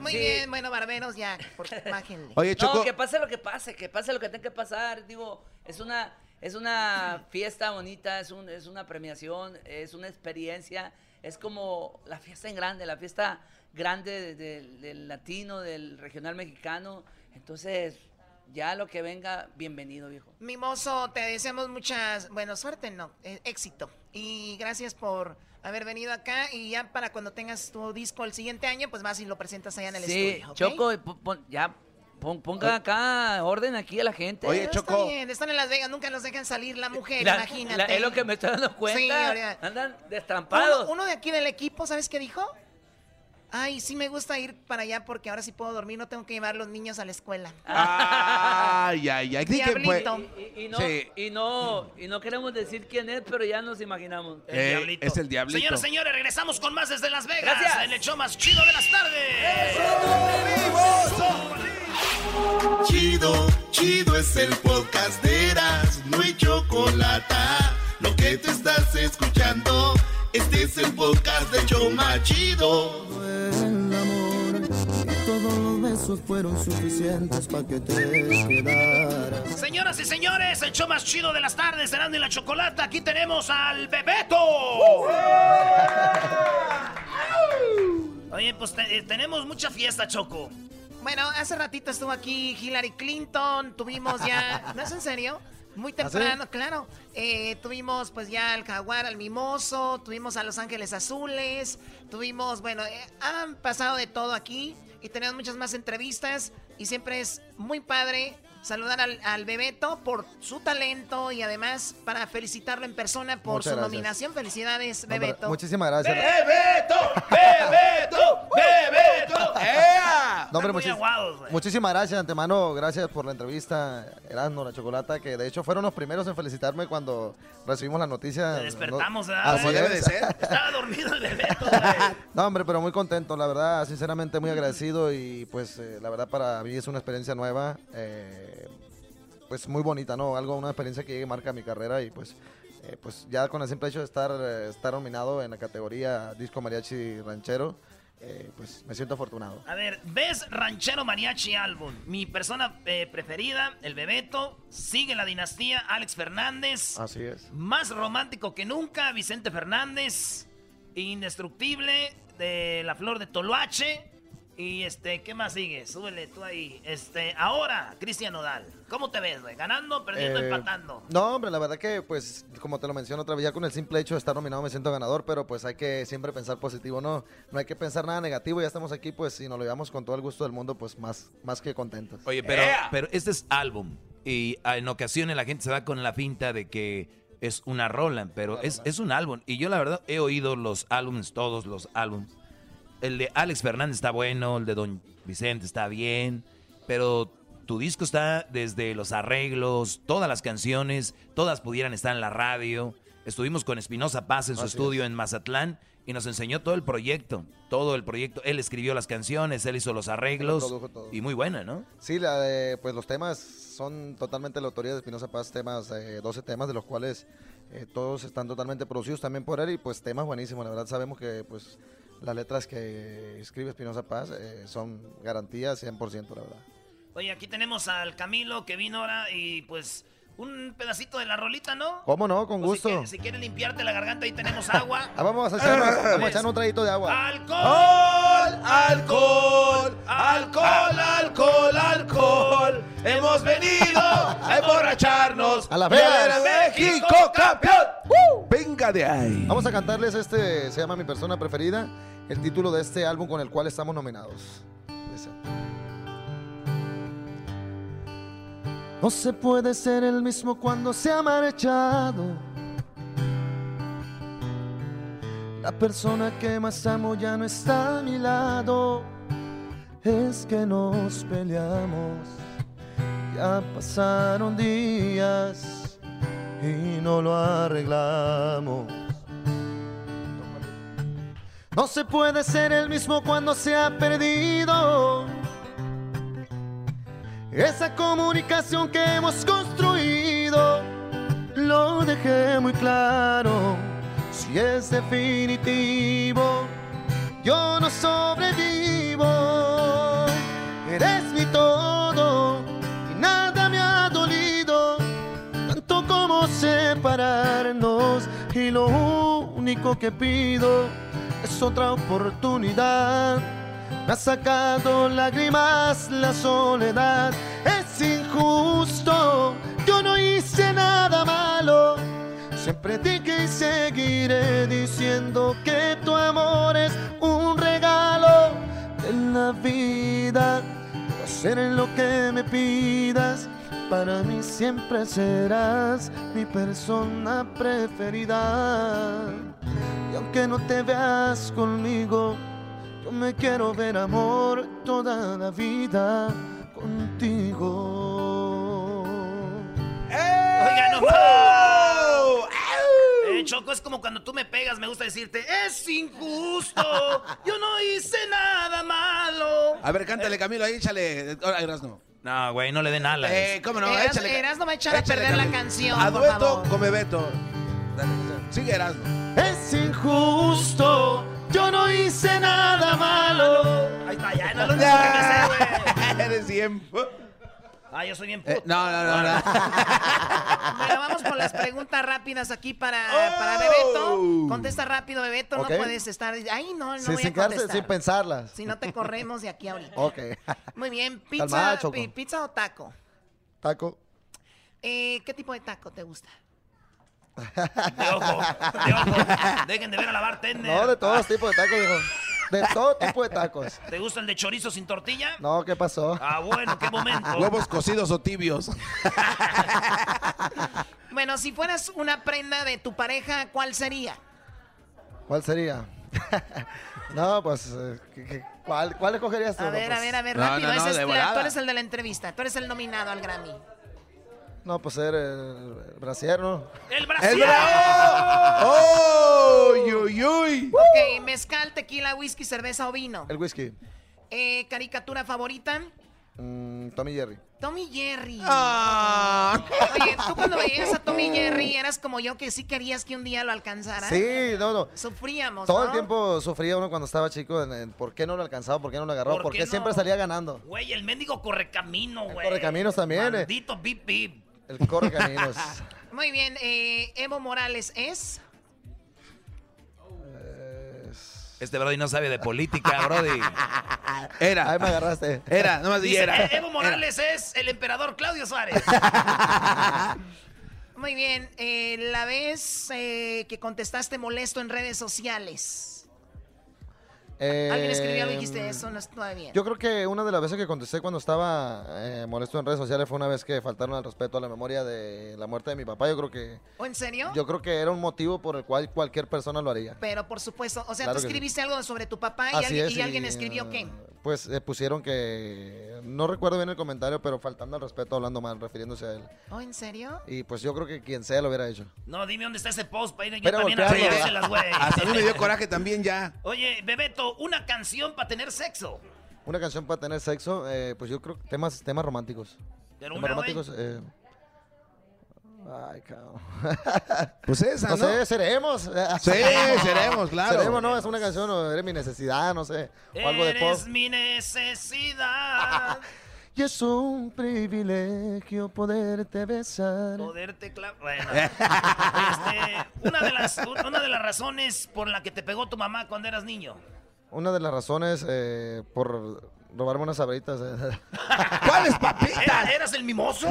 Speaker 4: Muy
Speaker 13: Sí.
Speaker 4: bien, bueno, barberos, ya, por, bájenle.
Speaker 7: Oye, Choco.
Speaker 13: No, que pase lo que pase, que pase lo que tenga que pasar. Digo, es una, es una fiesta bonita, es, un, es una premiación, es una experiencia. Es como la fiesta en grande, la fiesta grande de- de- del latino, del regional mexicano. Entonces, ya lo que venga, bienvenido, viejo.
Speaker 4: Mimoso, te deseamos muchas, bueno, suerte, no, eh, éxito. Y gracias por haber venido acá y ya para cuando tengas tu disco el siguiente año, pues vas y lo presentas allá en el
Speaker 13: sí,
Speaker 4: estudio. ¿ok?
Speaker 13: Choco, y pon- pon- ya pon- ponga acá orden aquí a la gente.
Speaker 4: Pero Está bien, están en Las Vegas, nunca nos dejan salir la mujer,
Speaker 13: Eh, La-
Speaker 4: imagínate.
Speaker 13: la- es lo que me estoy dando
Speaker 4: Sí,
Speaker 13: cuenta.
Speaker 4: ahora-
Speaker 13: Andan
Speaker 4: uno,
Speaker 13: destrampados.
Speaker 4: uno de aquí del equipo, ¿sabes qué dijo? Ay, sí me gusta ir para allá porque ahora sí puedo dormir, no tengo que llevar los niños a la escuela.
Speaker 7: Ay, ay, ay. Di que
Speaker 18: pues,
Speaker 7: fue-
Speaker 4: Diablito.
Speaker 13: Y, y- y no,
Speaker 7: Sí.
Speaker 13: y, no, y no queremos decir quién es, pero ya nos imaginamos.
Speaker 7: Eh, es el diablito.
Speaker 2: Señoras y señores, regresamos con más desde Las Vegas.
Speaker 13: Gracias.
Speaker 2: El hecho más chido de las tardes.
Speaker 1: Chido, chido es el podcast de Eras, no hay chocolate. Lo que te estás escuchando, este es el podcast de Choma Chido.
Speaker 19: el amor y todos los besos fueron suficientes para que te quedaras.
Speaker 2: Señoras y señores, el show más chido de las tardes, Serán y la Chocolata. Aquí tenemos al Bebeto. Oye, pues te- eh, tenemos mucha fiesta, Choco.
Speaker 4: Bueno, hace ratito estuvo aquí Hillary Clinton, tuvimos ya, ¿no es en serio? Muy
Speaker 19: ¿Ah,
Speaker 4: temprano, claro. Eh, tuvimos pues ya al jaguar, al mimoso, tuvimos a Los Ángeles Azules, tuvimos, bueno, eh, han pasado de todo aquí y tenemos muchas más entrevistas y siempre es muy padre saludar al, al Bebeto por su talento y además para felicitarlo en persona por
Speaker 19: Muchas
Speaker 4: su
Speaker 19: gracias.
Speaker 4: nominación. Felicidades,
Speaker 19: No, pero
Speaker 4: Bebeto.
Speaker 19: Muchísimas gracias.
Speaker 2: ¡Bebeto! ¡Bebeto!
Speaker 19: No,
Speaker 2: Están
Speaker 19: hombre,
Speaker 2: muy
Speaker 19: muchis-
Speaker 2: aguados, güey.
Speaker 19: muchísimas gracias, antemano. Gracias por la entrevista, Erasmo, la chocolata, que de hecho fueron los primeros en felicitarme cuando recibimos la noticia.
Speaker 2: Te despertamos,
Speaker 19: No-
Speaker 2: ¿verdad?
Speaker 19: Así
Speaker 2: güey?
Speaker 19: es.
Speaker 2: Estaba dormido el Bebeto.
Speaker 19: No, hombre, pero muy contento, la verdad, sinceramente muy agradecido y pues eh, la verdad para mí es una experiencia nueva, eh, pues muy bonita, ¿no? Algo, una experiencia que marca mi carrera y pues, eh, pues ya con el simple hecho de estar, eh, estar nominado en la categoría Disco Mariachi Ranchero, eh, pues me siento afortunado.
Speaker 2: A ver, ves Ranchero Mariachi Álbum. Mi persona eh, preferida, el Bebeto. Sigue la dinastía, Alex Fernández.
Speaker 19: Así es.
Speaker 2: Más romántico que nunca, Vicente Fernández. Indestructible, de la flor de Toloache. Y este, ¿qué más sigue? Súbele tú ahí. Este, ahora, Cristian Odal. ¿Cómo te ves, güey? ¿Ganando, perdiendo,
Speaker 19: Eh,
Speaker 2: empatando?
Speaker 19: No, hombre, la verdad que, pues, como te lo menciono otra vez, ya con el simple hecho de estar nominado me siento ganador, pero pues hay que siempre pensar positivo, ¿no? No hay que pensar nada negativo, ya estamos aquí, pues, si nos lo llevamos con todo el gusto del mundo, pues, más, más que contentos.
Speaker 5: Oye, pero, pero este es álbum. Y ah, en ocasiones la gente se va con la finta de que es una rola, pero es, es un álbum. Y yo la verdad he oído los álbumes, todos los álbumes. El de Alex Fernández está bueno, el de Don Vicente está bien, pero tu disco está desde los arreglos, todas las canciones, todas pudieran estar en la radio. Estuvimos con Espinosa Paz en su
Speaker 19: Así
Speaker 5: estudio en Mazatlán y nos enseñó todo el proyecto, todo el proyecto. Él escribió las canciones, él hizo los arreglos
Speaker 19: produjo todo.
Speaker 5: y muy buena, ¿no?
Speaker 19: Sí, la de, pues los temas son totalmente la autoría de Espinosa Paz, temas, eh, 12 temas, de los cuales Eh, todos están totalmente producidos también por él y pues temas buenísimos. La verdad sabemos que pues las letras que escribe Espinosa Paz eh, son garantía 100%, la verdad.
Speaker 2: Oye, aquí tenemos al Camilo que vino ahora y pues un pedacito de la rolita, ¿no?
Speaker 19: ¿Cómo no? Con
Speaker 2: Pues, si
Speaker 19: gusto.
Speaker 2: quiere- Si quieres limpiarte la garganta, ahí tenemos agua.
Speaker 19: Ah, vamos a echar, vamos a echar un traguito de agua. ¡Oh!
Speaker 2: ¡Alcohol!
Speaker 7: ¡Alcohol! ¡Alcohol! ¡Alcohol! ¡Alcohol! Hemos venido a emborracharnos.
Speaker 19: ¡A la Vegas!
Speaker 7: ¡Ver a México campeón!
Speaker 19: Venga de ahí. Vamos a cantarles este, se llama Mi Persona Preferida, el título de este álbum con el cual estamos nominados. Ese.
Speaker 20: No se puede ser el mismo cuando se ha marchado. La persona que más amo ya no está a mi lado. Es que nos peleamos. Ya pasaron días y no lo arreglamos.
Speaker 21: No se puede ser el mismo cuando se ha perdido
Speaker 20: Esa comunicación que hemos construido lo dejé muy claro. Si es definitivo, yo no sobrevivo. Eres mi todo y nada me ha dolido. Tanto como separarnos y lo único que pido es otra oportunidad. Me ha sacado lágrimas la soledad. Es injusto, yo no hice nada malo. Siempre dije y seguiré diciendo que tu amor es un regalo de la vida. Voy a Hacer lo que me pidas, para mí siempre serás mi persona preferida. Y aunque no te veas conmigo, yo me quiero ver amor toda la vida contigo.
Speaker 2: Oigan, no más. Eh, Choco, es como cuando tú me pegas, me gusta decirte, es injusto, yo no hice nada malo.
Speaker 7: A ver, cántale, Camilo, ahí échale. Ahora, Erasmo.
Speaker 5: No, güey, no le den alas.
Speaker 7: Eh, cómo no,
Speaker 4: Eras-
Speaker 7: échale.
Speaker 4: Erasmo va a echar a
Speaker 7: échale,
Speaker 4: perder la
Speaker 7: Camilo.
Speaker 19: Ah,
Speaker 4: canción,
Speaker 7: A
Speaker 4: por
Speaker 7: dueto
Speaker 4: favor.
Speaker 7: come Beto. Dale, dale. Sigue Erasmo.
Speaker 20: Es injusto, yo no hice nada malo.
Speaker 2: Ahí está, ya, no lo único que me
Speaker 7: Ya.
Speaker 2: sé, güey.
Speaker 7: Eres bien.
Speaker 2: Ah, yo soy bien puto.
Speaker 7: Eh, no, no, no, no.
Speaker 4: Bueno, vamos por las preguntas rápidas aquí para, para Bebeto. Contesta rápido, Bebeto.
Speaker 19: Ok.
Speaker 4: No puedes estar. Ay, no, no
Speaker 19: sin,
Speaker 4: voy a
Speaker 19: sin quedarse-
Speaker 4: contestar.
Speaker 19: sin pensarlas.
Speaker 4: Si no te corremos de aquí ahorita.
Speaker 19: Ok.
Speaker 4: Muy bien,
Speaker 19: Calmada,
Speaker 4: pizza,
Speaker 19: Choco.
Speaker 4: pi- pizza o taco.
Speaker 19: Taco.
Speaker 4: Eh, ¿Qué tipo de taco te gusta?
Speaker 2: Oh, Dejen de ver a la bartender.
Speaker 19: No, de todos tipos de tacos, viejo. De todo tipo de tacos.
Speaker 2: ¿Te gusta el de chorizo sin tortilla?
Speaker 19: No, ¿qué pasó?
Speaker 2: Ah, bueno, qué momento.
Speaker 7: Huevos cocidos o tibios.
Speaker 4: Bueno, si fueras una prenda de tu pareja, ¿cuál sería?
Speaker 19: ¿Cuál sería? no, pues, eh, ¿qué- qué- ¿cuál, ¿cuál escogerías tú?
Speaker 4: A
Speaker 19: No,
Speaker 4: ver, a
Speaker 19: pues-
Speaker 4: ver, a ver, rápido. Ese es la- tú eres el de la entrevista. Tú eres el nominado al Grammy.
Speaker 19: No, pues ser el, el brasier, ¿no?
Speaker 4: ¡El
Speaker 19: brasier!
Speaker 7: ¡Oh! ¡Uy, uy, uy!
Speaker 4: Ok, mezcal, tequila, whisky, cerveza o vino.
Speaker 19: El whisky.
Speaker 4: Eh, caricatura favorita,
Speaker 19: Mm, Tommy Jerry.
Speaker 4: Tommy Jerry.
Speaker 19: Ah.
Speaker 4: Oye, tú cuando veías a Tommy Jerry eras como yo que sí querías que un día lo alcanzara.
Speaker 19: Ah. Sí, no, no.
Speaker 4: Sufríamos,
Speaker 19: Todo
Speaker 4: ¿no?
Speaker 19: el tiempo sufría uno cuando estaba chico en, en por qué no lo alcanzaba, por qué no lo agarró,
Speaker 2: ¿Por
Speaker 19: por,
Speaker 2: qué
Speaker 19: qué,
Speaker 2: no?
Speaker 19: siempre salía ganando.
Speaker 2: Güey, el mendigo correcamino, güey.
Speaker 19: correcaminos también, eh.
Speaker 2: Maldito bip bip.
Speaker 19: El correcaminos.
Speaker 4: Muy bien, eh, Evo Morales es.
Speaker 5: Este Brody no sabe de política, Brody.
Speaker 7: Era.
Speaker 19: Ahí me agarraste.
Speaker 7: Era, nomás
Speaker 2: Dice, "Eh, Evo Morales es el emperador Claudio Suárez.
Speaker 4: Muy bien, eh, la vez eh, que contestaste molesto en redes sociales.
Speaker 19: Eh,
Speaker 4: Alguien escribió algo y dijiste
Speaker 19: Em,
Speaker 4: eso, no está bien.
Speaker 19: Yo creo que una de las veces que contesté cuando estaba eh, molesto en redes sociales fue una vez que faltaron al respeto a la memoria de la muerte de mi papá. Yo creo que
Speaker 4: ¿O en serio?
Speaker 19: yo creo que era un motivo por el cual cualquier persona lo haría.
Speaker 4: Pero por supuesto, o sea,
Speaker 19: Claro
Speaker 4: tú
Speaker 19: que sí.
Speaker 4: escribiste algo sobre tu papá y,
Speaker 19: Así
Speaker 4: alguien,
Speaker 19: es,
Speaker 4: y alguien
Speaker 19: y,
Speaker 4: escribió qué.
Speaker 19: Pues eh, pusieron que no recuerdo bien el comentario, pero faltando al respeto, hablando mal, refiriéndose a él.
Speaker 4: ¿O ¿Oh, en serio?
Speaker 19: Y pues yo creo que quien sea lo hubiera hecho.
Speaker 2: No, dime dónde está ese post para ir yo
Speaker 19: Pero
Speaker 2: también a
Speaker 19: golpearlo.
Speaker 2: hacérselas, güey.
Speaker 7: Hasta a mí me dio coraje también ya.
Speaker 2: Oye, Bebeto, una canción para tener sexo.
Speaker 19: Una canción para tener sexo, eh, pues yo creo que temas, temas románticos.
Speaker 2: Pero
Speaker 19: temas
Speaker 2: una,
Speaker 19: románticos. eh, Ay, cabrón.
Speaker 20: Pues esa,
Speaker 19: No
Speaker 20: ¿no?
Speaker 19: sé, seremos.
Speaker 20: Sí, seremos, claro.
Speaker 19: Seremos, no, es una canción, o eres mi necesidad, no sé. O algo de pop.
Speaker 2: Eres mi necesidad.
Speaker 20: Y es un privilegio poderte besar.
Speaker 2: Poderte clavar. Bueno. Este, una, de las, una de las razones por la que te pegó tu mamá cuando eras niño.
Speaker 19: Una de las razones eh, por robarme unas sabritas. eh.
Speaker 2: ¿Cuáles papitas? ¿E-, ¿Eras el mimoso?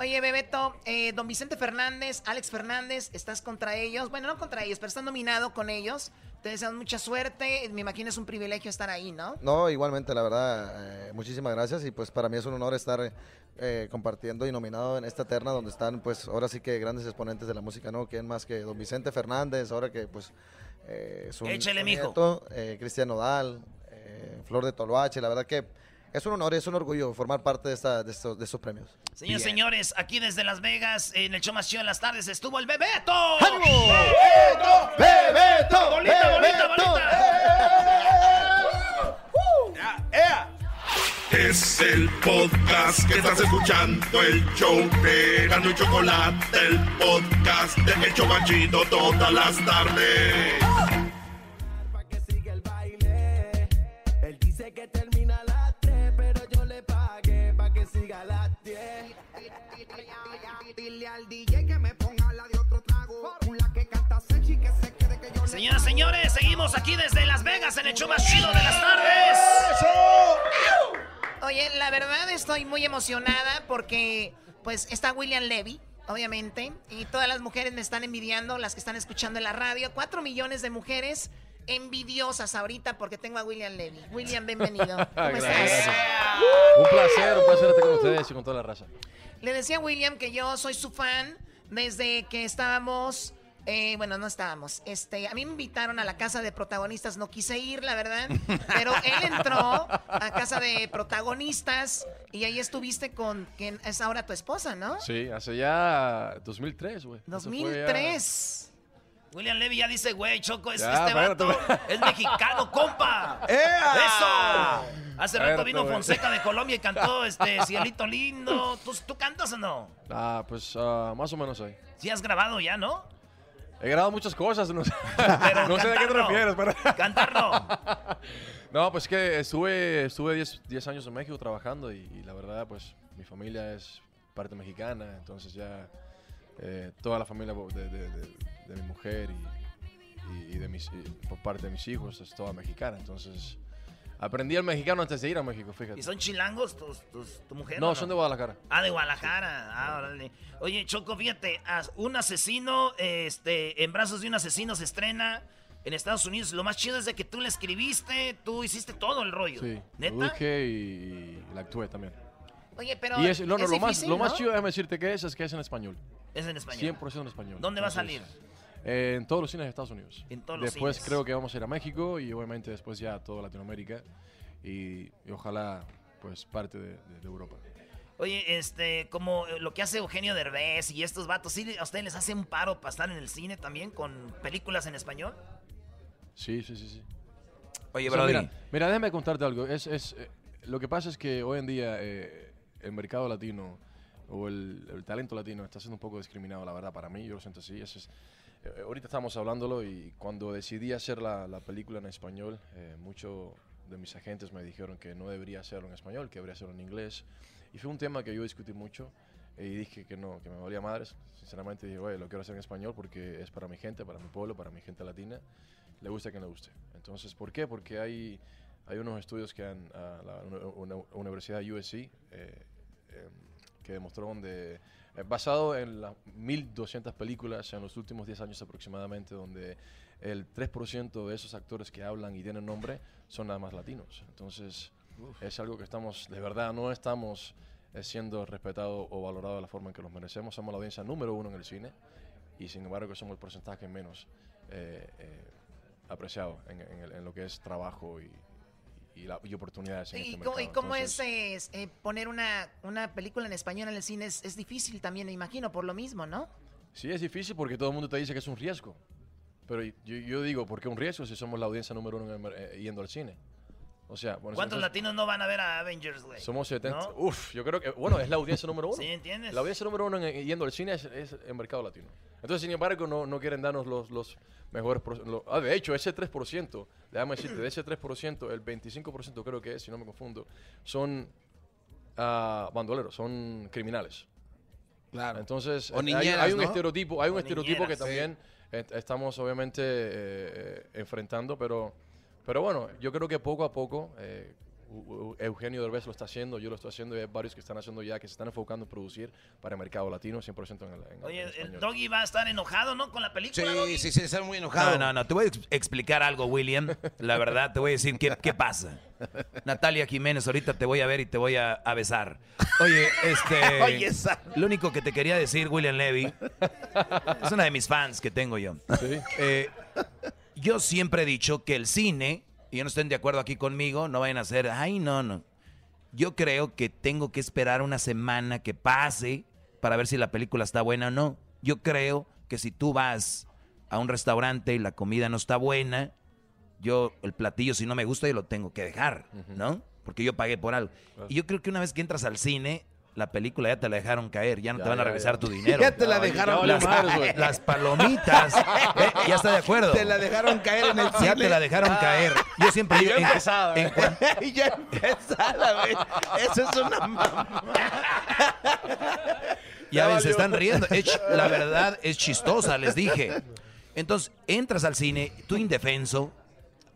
Speaker 4: Oye, Bebeto, eh, don Vicente Fernández, Alex Fernández, estás contra ellos. Bueno, no contra ellos, pero estás nominado con ellos. Te desean mucha suerte. Me imagino es un privilegio estar ahí, ¿no?
Speaker 19: No, igualmente, la verdad, eh, muchísimas gracias y pues para mí es un honor estar eh, compartiendo y nominado en esta terna donde están pues ahora sí que grandes exponentes de la música, ¿no? ¿Quién más que don Vicente Fernández? Ahora que pues eh, es un
Speaker 2: Échele,
Speaker 19: un
Speaker 2: mijo.
Speaker 19: nieto, eh, Cristian Nodal, eh, Flor de Toloache, la verdad que es un honor y es un orgullo formar parte de, esta, de, estos, de estos premios.
Speaker 2: Señores, señores, aquí desde Las Vegas, en el show más chido de las tardes, estuvo el Bebeto.
Speaker 20: ¡Bebeto! ¡Bebeto!
Speaker 2: ¡Bolita, bolita,
Speaker 20: ¡Bebeto!
Speaker 1: Es el podcast que estás escuchando, el show de Erasmo y Chocolate, el podcast de El Chocachito todas las tardes.
Speaker 22: Él dice que termina a las 3, pero yo le pagué pa' que siga a las 10. Dile al DJ que me ponga la de otro trago. La que canta Sechi que se quede que yo le
Speaker 2: Señoras, señores, seguimos aquí desde Las Vegas, en el show más chido de las tardes.
Speaker 4: Oye, la verdad estoy muy emocionada porque pues está William Levy, obviamente, y todas las mujeres me están envidiando, las que están escuchando en la radio, cuatro millones de mujeres envidiosas ahorita porque tengo a William Levy. William, bienvenido. ¿Cómo
Speaker 23: Ah, Gracias,
Speaker 4: estás?
Speaker 23: gracias. Un placer, un placer estar con ustedes y con toda la raza.
Speaker 4: Le decía a William que yo soy su fan desde que estábamos. eh, bueno, no estábamos. Este, a mí me invitaron a la casa de protagonistas. No quise ir, la verdad. Pero él entró a casa de protagonistas y ahí estuviste con quien es ahora tu esposa, ¿no?
Speaker 23: Sí, hace ya 2003, güey. Eso fue ya-
Speaker 4: 2003.
Speaker 2: William Levy ya dice, güey, Choco, es
Speaker 23: Ya,
Speaker 2: este
Speaker 23: espérate,
Speaker 2: vato es mexicano, compa.
Speaker 23: ¡Ea!
Speaker 2: ¡Eso! Hace
Speaker 23: Espérate,
Speaker 2: rato vino
Speaker 23: güey.
Speaker 2: Fonseca de Colombia y cantó este Cielito Lindo. ¿Tú, tú cantas o no?
Speaker 23: Ah, pues ah, más o menos ahí.
Speaker 2: Sí has grabado ya, ¿no?
Speaker 23: He grabado muchas cosas, no sé, no sé de qué te
Speaker 2: cantar no.
Speaker 23: refieres, pero... no. pues que estuve, estuve 10 10 años en México trabajando y, y la verdad, pues mi familia es parte mexicana, entonces ya eh, toda la familia de, de- de- de mi mujer y, y- y de mis, y por parte de mis hijos es toda mexicana, entonces aprendí el mexicano antes de ir a México, fíjate.
Speaker 2: ¿Y son chilangos tus, tus- tu mujer?
Speaker 23: No,
Speaker 2: o
Speaker 23: son de Guadalajara.
Speaker 2: Ah, de Guadalajara. Ah, órale. Oye, Choco, fíjate, as- un asesino, este, en brazos de un asesino se estrena en Estados Unidos. Lo más chido es de que tú le escribiste, tú hiciste todo el rollo.
Speaker 23: Sí,
Speaker 2: ¿Neta?
Speaker 23: lo dije y, y la actué también.
Speaker 4: Oye, pero.
Speaker 23: y es, no, no,
Speaker 4: es
Speaker 23: lo, más,
Speaker 4: difícil,
Speaker 23: lo más
Speaker 4: ¿no?
Speaker 23: chido, déjame decirte que es, es que es en español.
Speaker 2: Es en español.
Speaker 23: 100% en español.
Speaker 2: ¿Dónde va a
Speaker 23: eh, en todos los cines de Estados Unidos. En
Speaker 2: todos los
Speaker 23: Después
Speaker 2: cines.
Speaker 23: creo que vamos a ir a México y obviamente después ya a toda Latinoamérica y, y ojalá pues parte de, de- de Europa.
Speaker 2: Oye, este, como eh, lo que hace Eugenio Derbez y estos vatos, ¿sí a ustedes les hace un paro para estar en el cine también con películas en español?
Speaker 23: Sí, sí, sí, sí.
Speaker 5: Oye,
Speaker 23: pero
Speaker 5: Brody.
Speaker 23: Mira, mira, déjame contarte algo. Es, es, eh, lo que pasa es que hoy en día eh, el mercado latino o el, el talento latino está siendo un poco discriminado, la verdad, para mí. Yo lo siento así. Eso es, eh, ahorita estamos hablándolo y cuando decidí hacer la, la película en español, eh, muchos de mis agentes me dijeron que no debería hacerlo en español, que debería hacerlo en inglés. Y fue un tema que yo discutí mucho eh, y dije que no, que me valía madres. Sinceramente dije, "Oye, lo quiero hacer en español porque es para mi gente, para mi pueblo, para mi gente latina le gusta que le guste. Entonces, ¿por qué? Porque hay, hay unos estudios que han, ah, la uni- uni- Universidad USC, eh, em, que demostró donde, eh, basado en las 1.200 películas en los últimos 10 años aproximadamente, donde el 3% de esos actores que hablan y tienen nombre son nada más latinos. Entonces,
Speaker 3: Uf.
Speaker 23: es algo que estamos, de verdad, no estamos eh, siendo respetados o valorados de la forma en que los merecemos. Somos la audiencia número uno en el cine y sin embargo somos el porcentaje menos eh, eh, apreciado en, en el- en lo que es trabajo y, y la- y oportunidades. En
Speaker 4: ¿Y,
Speaker 23: este
Speaker 4: cómo, y
Speaker 23: mercado.
Speaker 4: cómo
Speaker 23: Entonces,
Speaker 4: es eh, eh, poner una, una película en español en el cine? Es, es difícil también, me imagino, por lo mismo, ¿no?
Speaker 23: Sí, es difícil porque todo el mundo te dice que es un riesgo. Pero yo, yo digo, ¿por qué un riesgo si somos la audiencia número uno en el mer- eh, yendo al cine? O sea, bueno,
Speaker 2: ¿Cuántos
Speaker 23: somos-
Speaker 2: latinos no van a ver a Avengers, güey?
Speaker 23: Somos 70.
Speaker 2: ¿No?
Speaker 23: Uf, yo creo que, bueno, es la audiencia número uno.
Speaker 2: Sí, ¿entiendes?
Speaker 23: La audiencia número uno en- en- yendo al cine es, es el mercado latino. Entonces, sin embargo, no, no quieren darnos los, los mejores... pro- lo- ah, de hecho, ese 3%, déjame decirte, de ese 3%, el 25% creo que es, si no me confundo, son ah, bandoleros, son criminales. Claro. Entonces, eh,
Speaker 5: O
Speaker 23: hay-
Speaker 5: niñeras,
Speaker 23: hay, un
Speaker 5: ¿no?
Speaker 23: estereotipo, hay un
Speaker 5: O
Speaker 23: estereotipo que
Speaker 5: niñeras, sí.
Speaker 23: también est- estamos obviamente eh, eh, enfrentando, pero, pero bueno, yo creo que poco a poco eh, U- U- Eugenio Derbez lo está haciendo, yo lo estoy haciendo y hay varios que están haciendo ya, que se están enfocando en producir para el mercado latino 100% en el... en-
Speaker 2: Oye, el doggy va a estar enojado, ¿no? Con la película. Doggy.
Speaker 5: Sí, sí, sí, están muy enojados. No, no, no, te voy a ex- explicar algo, William. La verdad, te voy a decir qué, qué pasa. Natalia Jiménez, ahorita te voy a ver y te voy a, a besar. Oye, este...
Speaker 20: Oye, esa.
Speaker 5: Lo único que te quería decir, William Levy, es una de mis fans que tengo yo. Eh, yo siempre he dicho que el cine, y no estén de acuerdo aquí conmigo, no vayan a hacer, ay, no, no. Yo creo que tengo que esperar una semana que pase para ver si la película está buena o no. Yo creo que si tú vas a un restaurante y la comida no está buena, yo el platillo si no me gusta yo lo tengo que dejar, ¿no? Porque yo pagué por algo. Y yo creo que una vez que entras al cine, la película ya te la dejaron caer, ya no te van a
Speaker 23: ya,
Speaker 5: regresar
Speaker 23: ya.
Speaker 5: tu dinero.
Speaker 23: Ya te la Ya, dejaron ya valió
Speaker 5: las,
Speaker 23: madres, güey.
Speaker 5: las palomitas. ¿eh? Ya está de acuerdo.
Speaker 20: Te la dejaron caer en el
Speaker 5: Ya
Speaker 20: cine.
Speaker 5: te la dejaron
Speaker 8: Ah.
Speaker 7: Ah.
Speaker 5: caer. Yo siempre
Speaker 20: Y
Speaker 5: digo,
Speaker 20: ya
Speaker 5: en-
Speaker 20: empezaba,
Speaker 7: eh.
Speaker 5: en cuan-
Speaker 20: Y ya empezada, güey. Eso es una mamá.
Speaker 5: Ya
Speaker 20: Ya
Speaker 5: ven, se
Speaker 20: valió.
Speaker 5: están riendo. Es ch- la verdad es chistosa, les dije. Entonces, entras al cine, tú indefenso,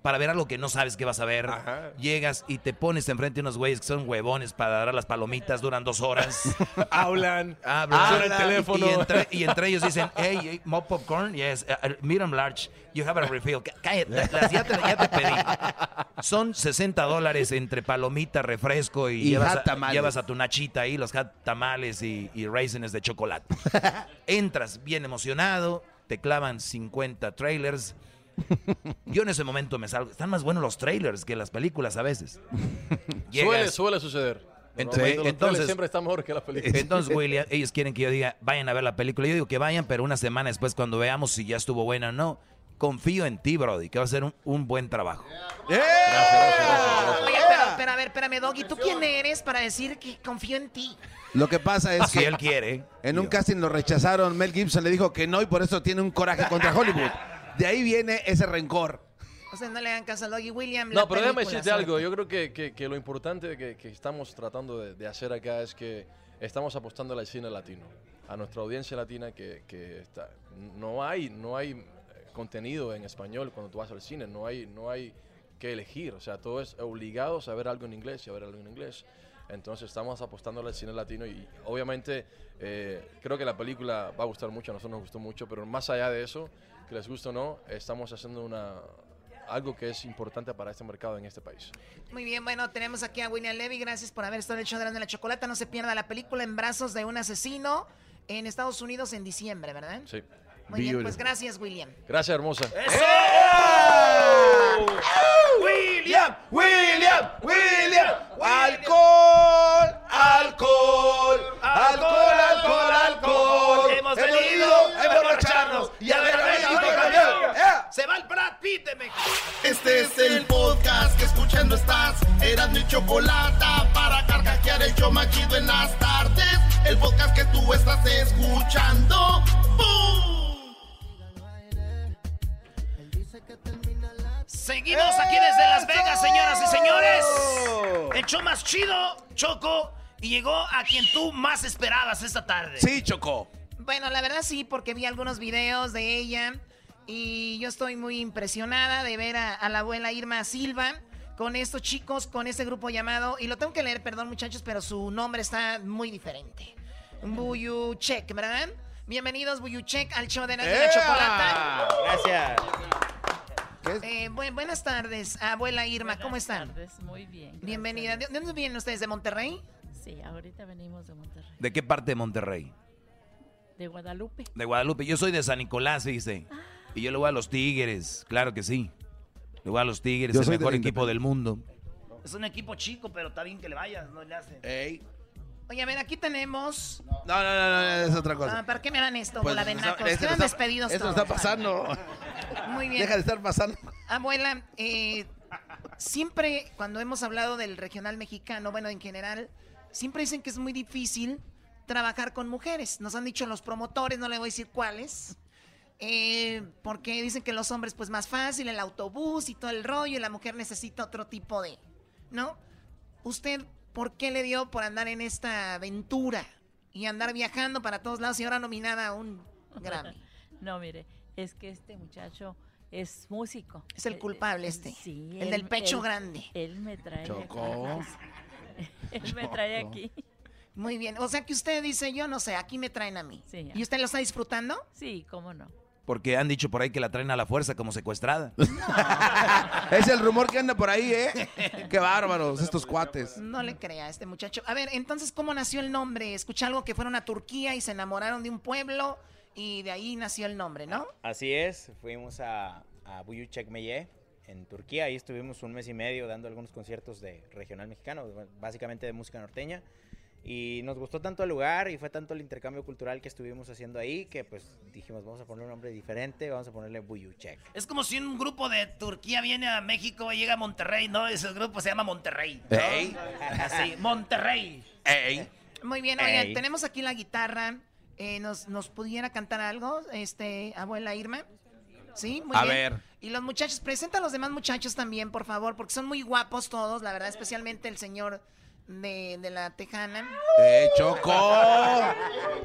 Speaker 5: para ver algo que no sabes que vas a ver. Llegas y te pones enfrente de unos güeyes que son huevones para dar a las palomitas, duran dos horas.
Speaker 23: Hablan.
Speaker 5: Hablan.
Speaker 23: Suena el teléfono.
Speaker 5: Y, entre, y entre ellos dicen, hey, hey, more popcorn, yes, uh, uh, medium large, you have a refill. Cá- Cállate, las- ya te, ya te pedí. Son 60 dólares entre palomita, refresco y,
Speaker 20: Y
Speaker 5: llevas,
Speaker 20: hot
Speaker 5: a,
Speaker 20: tamales.
Speaker 5: llevas a tu nachita ahí, los hot tamales y, y raisins de chocolate. Entras bien emocionado, te clavan 50 trailers. Yo en ese momento me salgo. Están más buenos los trailers que las películas a veces.
Speaker 23: Suele,
Speaker 5: Llegas-
Speaker 23: suele suceder.
Speaker 5: Ent-
Speaker 23: Normalmente los
Speaker 5: entonces-
Speaker 23: trailers siempre está mejor que las
Speaker 8: Este,
Speaker 23: películas.
Speaker 8: eh,
Speaker 5: entonces, William, ellos quieren que yo diga, vayan a ver la película. Yo digo que vayan, pero una semana después, cuando veamos si ya estuvo buena o no, confío en ti, Brody, que va a ser un, un buen trabajo. ¿Eh?
Speaker 4: Oye, pero, pero a ver, espérame, Doggy, ¿tú quién eres para decir que confío en ti?
Speaker 7: Lo que pasa es que.
Speaker 5: Si él quiere.
Speaker 7: En un casting lo rechazaron. Mel Gibson le dijo que no y por eso tiene un coraje contra Hollywood. De ahí viene ese rencor.
Speaker 4: O sea, no le hagan caso al Doggy William.
Speaker 23: No,
Speaker 4: la
Speaker 23: pero déjame
Speaker 4: película,
Speaker 23: decirte
Speaker 4: sobre
Speaker 23: algo. Yo creo que, que- que lo importante que, que estamos tratando de, de hacer acá es que estamos apostando al cine latino, a nuestra audiencia latina que, que está, no hay no hay eh, contenido en español cuando tú vas al cine, no hay no hay que elegir, o sea, todo es obligado a ver algo en inglés y a ver algo en inglés. Entonces estamos apostando al cine latino y obviamente eh, creo que la película va a gustar mucho, a nosotros nos gustó mucho, pero más allá de eso, que les guste o no, estamos haciendo una, algo que es importante para este mercado en este país.
Speaker 4: Muy bien, bueno, tenemos aquí a William Levy. Gracias por haber estado en el show de Erasmo y la chocolata. No se pierda la película En brazos de un asesino en Estados Unidos en diciembre, ¿verdad?
Speaker 23: Sí.
Speaker 4: Muy bien, pues gracias, William.
Speaker 23: Gracias, hermosa.
Speaker 20: William, William, William. Alcohol, alcohol, alcohol, alcohol, alcohol.
Speaker 2: Hemos venido a emborracharnos y a ver a México campeón.
Speaker 1: Se va el Brad Pitt de México. Este es el podcast que escuchando estás. Eran mi chocolate para carcajear el yo machido en las tardes. El podcast que tú estás escuchando. ¡Bum!
Speaker 2: Seguimos aquí desde Las Vegas, señoras y señores. El show más chido, Choco, y llegó a quien tú más esperabas esta tarde.
Speaker 7: Sí, Chocó.
Speaker 4: Bueno, la verdad sí, porque vi algunos videos de ella y yo estoy muy impresionada de ver a, a la abuela Irma Silva con estos chicos, con este grupo llamado, y lo tengo que leer, perdón muchachos, pero su nombre está muy diferente. Buyuchek, ¿verdad? Bienvenidos Buyuchek al show de la, de la
Speaker 20: ¡Ea!
Speaker 4: chocolata.
Speaker 20: Gracias.
Speaker 4: Eh, bu- buenas tardes, abuela Irma, ¿cómo están?
Speaker 24: Muy bien.
Speaker 4: Bienvenida. ¿De de dónde vienen ustedes? ¿De Monterrey?
Speaker 24: Sí, ahorita venimos de Monterrey.
Speaker 5: ¿De qué parte de Monterrey?
Speaker 24: De Guadalupe.
Speaker 5: De Guadalupe. Yo soy de San Nicolás, dice. Y yo le voy a los Tigres, claro que sí. Le voy a los Tigres,
Speaker 20: Yo
Speaker 5: el
Speaker 20: soy
Speaker 5: mejor
Speaker 20: del
Speaker 5: equipo del mundo.
Speaker 2: Es un equipo chico, pero está bien que le vayas, no le hacen.
Speaker 4: Oye, a ver, aquí tenemos...
Speaker 7: No, no, no, no, es otra cosa.
Speaker 4: Ah, ¿Para qué me dan esto,
Speaker 7: Pues,
Speaker 4: bola de
Speaker 7: eso
Speaker 4: nacos?
Speaker 7: está- eso
Speaker 4: Quedan
Speaker 7: está-
Speaker 4: despedidos
Speaker 7: Eso
Speaker 4: todos.
Speaker 7: está pasando.
Speaker 4: Muy bien.
Speaker 7: Deja de estar pasando.
Speaker 4: Abuela, eh, siempre cuando hemos hablado del regional mexicano, bueno, en general, siempre dicen que es muy difícil trabajar con mujeres. Nos han dicho los promotores, no le voy a decir cuáles. eh, porque dicen que los hombres, pues más fácil, el autobús y todo el rollo, y la mujer necesita otro tipo de. ¿No? ¿Usted por qué le dio por andar en esta aventura y andar viajando para todos lados y ahora nominada a un Grammy?
Speaker 24: no, mire, es que este muchacho es músico.
Speaker 4: Es el
Speaker 24: Eh,
Speaker 4: culpable
Speaker 24: eh,
Speaker 4: este,
Speaker 24: sí,
Speaker 4: el del pecho grande.
Speaker 24: Él me trae.
Speaker 4: Chocó.
Speaker 24: aquí. él me trae
Speaker 4: Chocó.
Speaker 24: aquí.
Speaker 4: Muy bien. O sea que usted dice, yo no sé, aquí me traen a mí. ¿Y usted lo está disfrutando?
Speaker 24: Sí, cómo no.
Speaker 5: Porque han dicho por ahí que la traen a la fuerza como secuestrada.
Speaker 8: Es el rumor que anda por ahí, ¿eh? Qué bárbaros estos cuates.
Speaker 4: No le crea a este muchacho. A ver, entonces, ¿cómo nació el nombre? Escuché algo que fueron a Turquía y se enamoraron de un pueblo y de ahí nació el nombre, ¿no?
Speaker 14: Así es, fuimos a, a Buyu Çekmece, en Turquía, ahí estuvimos un mes y medio dando algunos conciertos de regional mexicano, básicamente de música norteña, y nos gustó tanto el lugar y fue tanto el intercambio cultural que estuvimos haciendo ahí que pues dijimos vamos a ponerle un nombre diferente, vamos a ponerle Buyu Çek.
Speaker 2: Es como si un grupo de Turquía viene a México y llega a Monterrey, ¿no? Ese grupo se llama Monterrey. ¿no?
Speaker 14: Ey.
Speaker 2: Así, Monterrey.
Speaker 4: Muy bien, oigan,
Speaker 14: Ey.
Speaker 4: tenemos aquí la guitarra. Eh, nos, ¿Nos pudiera cantar algo, este, abuela Irma? Sí, muy
Speaker 5: A
Speaker 4: bien.
Speaker 5: ver.
Speaker 4: Y los muchachos, presenta a los demás muchachos también, por favor, porque son muy guapos todos, la verdad, especialmente el señor de, de la Tejana.
Speaker 8: ¡Eh, Choco!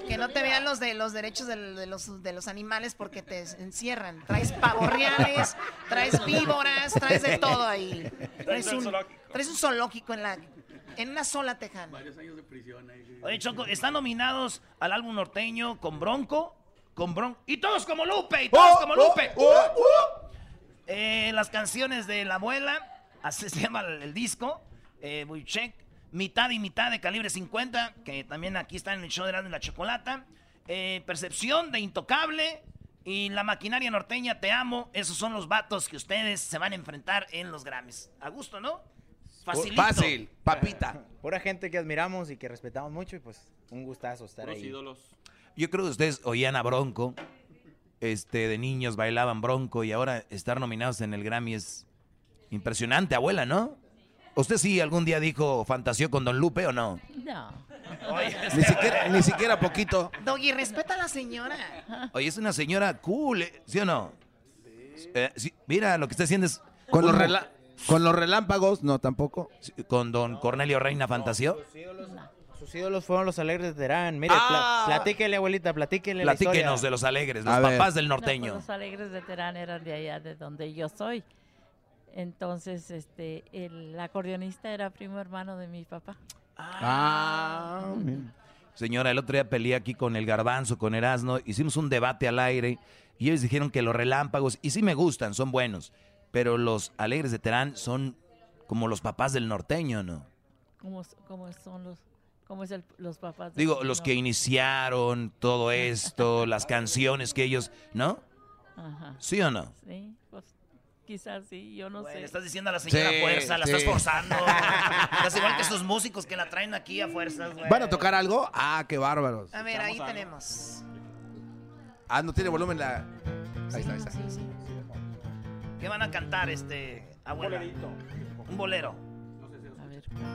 Speaker 4: Que no te vean los de los derechos del- de, los, de los animales porque te encierran. Traes pavorreales, traes víboras, traes de todo ahí. Traes un, traes un zoológico en la en una sola tejana.
Speaker 7: años de prisión ahí.
Speaker 2: Oye, Choco, están nominados al álbum norteño con Bronco, con Bronco. Y todos como Lupe, y todos
Speaker 7: Oh,
Speaker 2: como
Speaker 7: oh,
Speaker 2: Lupe.
Speaker 7: oh,
Speaker 2: Eh, las canciones de la abuela, así se llama el, el disco, eh, Muy Check, mitad y mitad de calibre 50, que también aquí está en el show de Erasmo y la Chocolata. Eh, Percepción de Intocable y la maquinaria norteña Te Amo. Esos son los vatos que ustedes se van a enfrentar en los Grammys. A gusto, ¿no? Facilito.
Speaker 14: papita. Pura gente que admiramos y que respetamos mucho y pues un gustazo estar
Speaker 25: Puros
Speaker 14: ahí.
Speaker 25: ídolos.
Speaker 5: Yo creo que ustedes oían a Bronco, este, de niños bailaban Bronco y ahora estar nominados en el Grammy es impresionante, abuela, ¿no? ¿Usted sí algún día dijo fantaseó con Don Lupe o no?
Speaker 24: No.
Speaker 5: Ni siquiera,
Speaker 8: ni siquiera poquito.
Speaker 4: Doggy, respeta a la señora.
Speaker 5: Oye, es una señora cool, ¿eh? ¿sí o no? Eh, sí, mira, lo que está haciendo es...
Speaker 8: Con los,
Speaker 5: un-
Speaker 8: rela- con los relámpagos, no, tampoco.
Speaker 5: ¿Con Don Cornelio Reina fantaseó?
Speaker 14: Sus ídolos fueron los alegres de Terán. Mire, pla- platíquele, abuelita, platíquele la historia.
Speaker 5: Ah. Platíquenos de los alegres, los papás del norteño.
Speaker 24: No, pues los alegres de Terán eran de allá, de donde yo soy. Entonces, este, el acordeonista era primo hermano de mi papá.
Speaker 5: Ah, Señora, el otro día peleé aquí con el garbanzo, con Erasno, hicimos un debate al aire y ellos dijeron que los relámpagos, y sí me gustan, son buenos, pero los alegres de Terán son como los papás del norteño, ¿no?
Speaker 24: ¿Cómo, s- cómo son los, cómo es el- los papás? de-
Speaker 5: Digo, los que
Speaker 24: no.
Speaker 5: iniciaron todo esto, las canciones que ellos, ¿no?
Speaker 24: Ajá.
Speaker 5: ¿Sí o no?
Speaker 24: Sí, pues quizás sí, yo no sé.
Speaker 2: Le estás diciendo a la señora
Speaker 8: Sí,
Speaker 2: a fuerza, la estás
Speaker 8: sí.
Speaker 2: forzando. estás igual que esos músicos que la traen aquí a fuerzas, güey.
Speaker 8: ¿Van a tocar algo? Ah, qué bárbaros.
Speaker 4: A ver, ahí tenemos.
Speaker 8: Ah, no tiene volumen la. Ahí está, ahí está.
Speaker 2: ¿Qué van a cantar, este, abuela? Un bolero.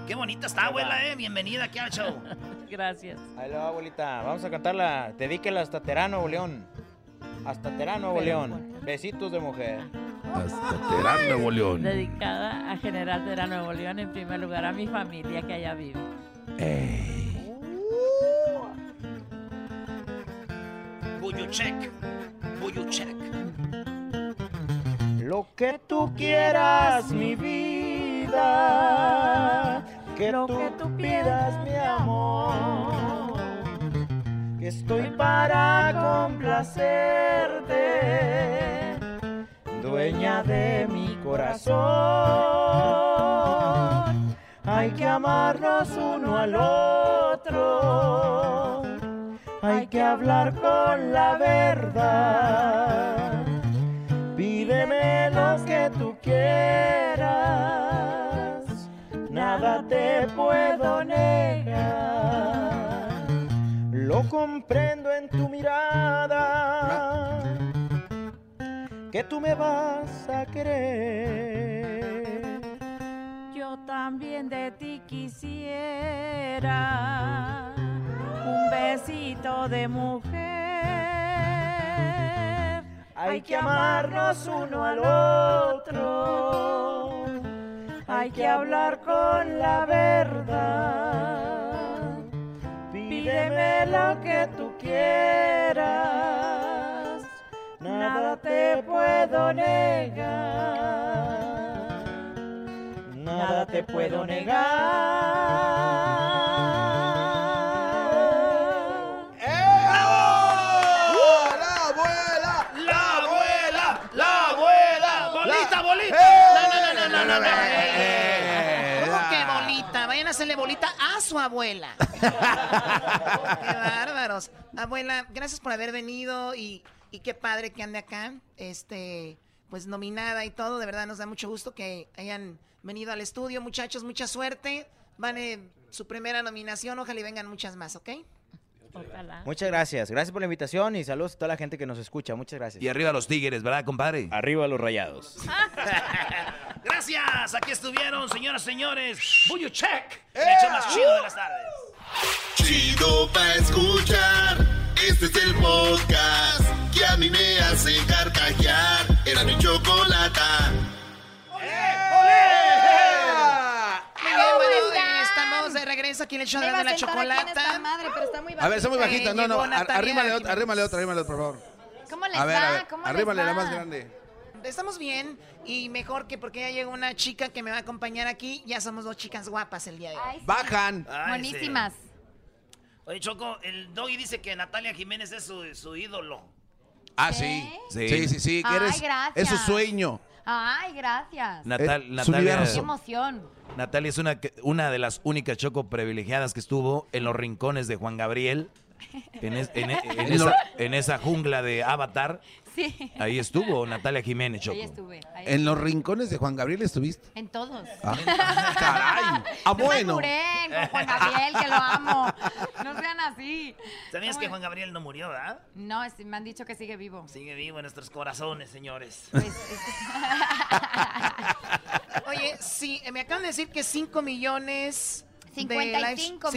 Speaker 2: Qué bonita está, abuela, eh. Bienvenida aquí al show.
Speaker 24: Gracias.
Speaker 14: Ahí le va, abuelita. Vamos a cantarla. Dedíquela hasta Terán, Nuevo León. Hasta Terán, Nuevo León. Besitos de mujer. Hasta
Speaker 26: Terán, Nuevo
Speaker 24: Dedicada a General de la Nuevo León, en primer lugar a mi familia que allá vive.
Speaker 2: Buyuchek. Buyuchek.
Speaker 14: Lo que tú quieras, mi vida. Que tú, pidas, mi amor. Que estoy para complacerte. Dueña de mi corazón. Hay que amarnos uno al otro. Hay que hablar con la verdad. Pídeme lo que tú quieras, nada te puedo negar. Lo comprendo en tu mirada, que tú me vas a querer. yo también de ti quisiera un besito de mujer. Hay que amarnos uno al otro, hay que hablar con la verdad. Pídeme lo que tú quieras, nada te puedo negar nada te puedo
Speaker 8: ¡La
Speaker 14: negar.
Speaker 8: abuela!
Speaker 2: ¡La abuela! ¡La abuela! ¡Bolita, bolita!
Speaker 8: Eh,
Speaker 2: No, no, no, no, no, no, no.
Speaker 4: ¿Cómo que bolita? Vayan a hacerle bolita a su abuela. qué bárbaros. Abuela, gracias por haber venido y, y qué padre que ande acá. Este, pues nominada y todo. De verdad nos da mucho gusto que hayan venido al estudio. Muchachos, mucha suerte. Van eh, su primera nominación. Ojalá y vengan muchas más, ¿ok?
Speaker 27: Ojalá.
Speaker 26: Muchas gracias. Gracias por la invitación y saludos a toda la gente que nos escucha. Muchas gracias.
Speaker 5: Y arriba los tigres, ¿verdad, compadre?
Speaker 26: Arriba los rayados.
Speaker 2: Gracias, aquí estuvieron, señoras y señores. Buyu Check,
Speaker 8: ¡Eh!
Speaker 2: el show más chido de las tardes.
Speaker 1: Chido pa' escuchar. Este es el podcast que a mí me hace carcajear. Era mi chocolata.
Speaker 4: Muy bien, bueno, eh, estamos de regreso aquí en el show
Speaker 28: Me
Speaker 4: de
Speaker 28: iba a
Speaker 4: la
Speaker 28: sentar aquí en
Speaker 4: chocolata. Eh,
Speaker 28: madre, pero está muy
Speaker 8: A ver, somos bajitas. No,
Speaker 4: llegó
Speaker 8: no. ar-
Speaker 4: Natalia
Speaker 8: Arrímale
Speaker 4: Jiménez.
Speaker 8: otra, arrímale otra, arrímale otra, por favor.
Speaker 28: ¿Cómo les
Speaker 8: A ver,
Speaker 28: va?
Speaker 8: a ver.
Speaker 28: ¿Cómo les
Speaker 8: Arrímale la
Speaker 28: va?
Speaker 8: más grande.
Speaker 4: Estamos bien y mejor que porque ya llegó una chica que me va a acompañar aquí. Ya somos dos chicas guapas el día de hoy.
Speaker 8: Bajan.
Speaker 2: Ay, sí. Oye, Choco, el Doggy dice que Natalia Jiménez es su, su ídolo.
Speaker 8: Ah, sí.
Speaker 28: ¿Eh?
Speaker 8: Sí, sí, sí. que
Speaker 28: Ah.
Speaker 29: Ay,
Speaker 8: eres,
Speaker 29: gracias.
Speaker 8: es su sueño. Eh,
Speaker 29: Ay, gracias.
Speaker 5: Natal-
Speaker 29: Qué
Speaker 5: Natalia,
Speaker 29: emoción.
Speaker 5: Natalia es una, que- una de las únicas choco privilegiadas que estuvo en los rincones de Juan Gabriel. En, es- en- en esa, en esa jungla de Avatar.
Speaker 29: Sí.
Speaker 5: Ahí estuvo Natalia Jiménez, Choco.
Speaker 29: Ahí estuve. ahí
Speaker 8: En los
Speaker 29: estuve.
Speaker 8: rincones de Juan Gabriel estuviste.
Speaker 29: En todos.
Speaker 8: Ah, caray. Ah,
Speaker 29: No
Speaker 8: bueno.
Speaker 29: me juren con Juan Gabriel, que lo amo. No sean así.
Speaker 2: ¿Sabías
Speaker 29: ¿Cómo
Speaker 2: que
Speaker 29: es?
Speaker 2: Juan Gabriel no murió, verdad?
Speaker 29: No, es- me han dicho que sigue vivo. Pues,
Speaker 2: Sigue vivo en nuestros corazones, señores.
Speaker 4: Oye, sí, eh, me acaban de decir que 5 millones. de
Speaker 29: 55
Speaker 4: live-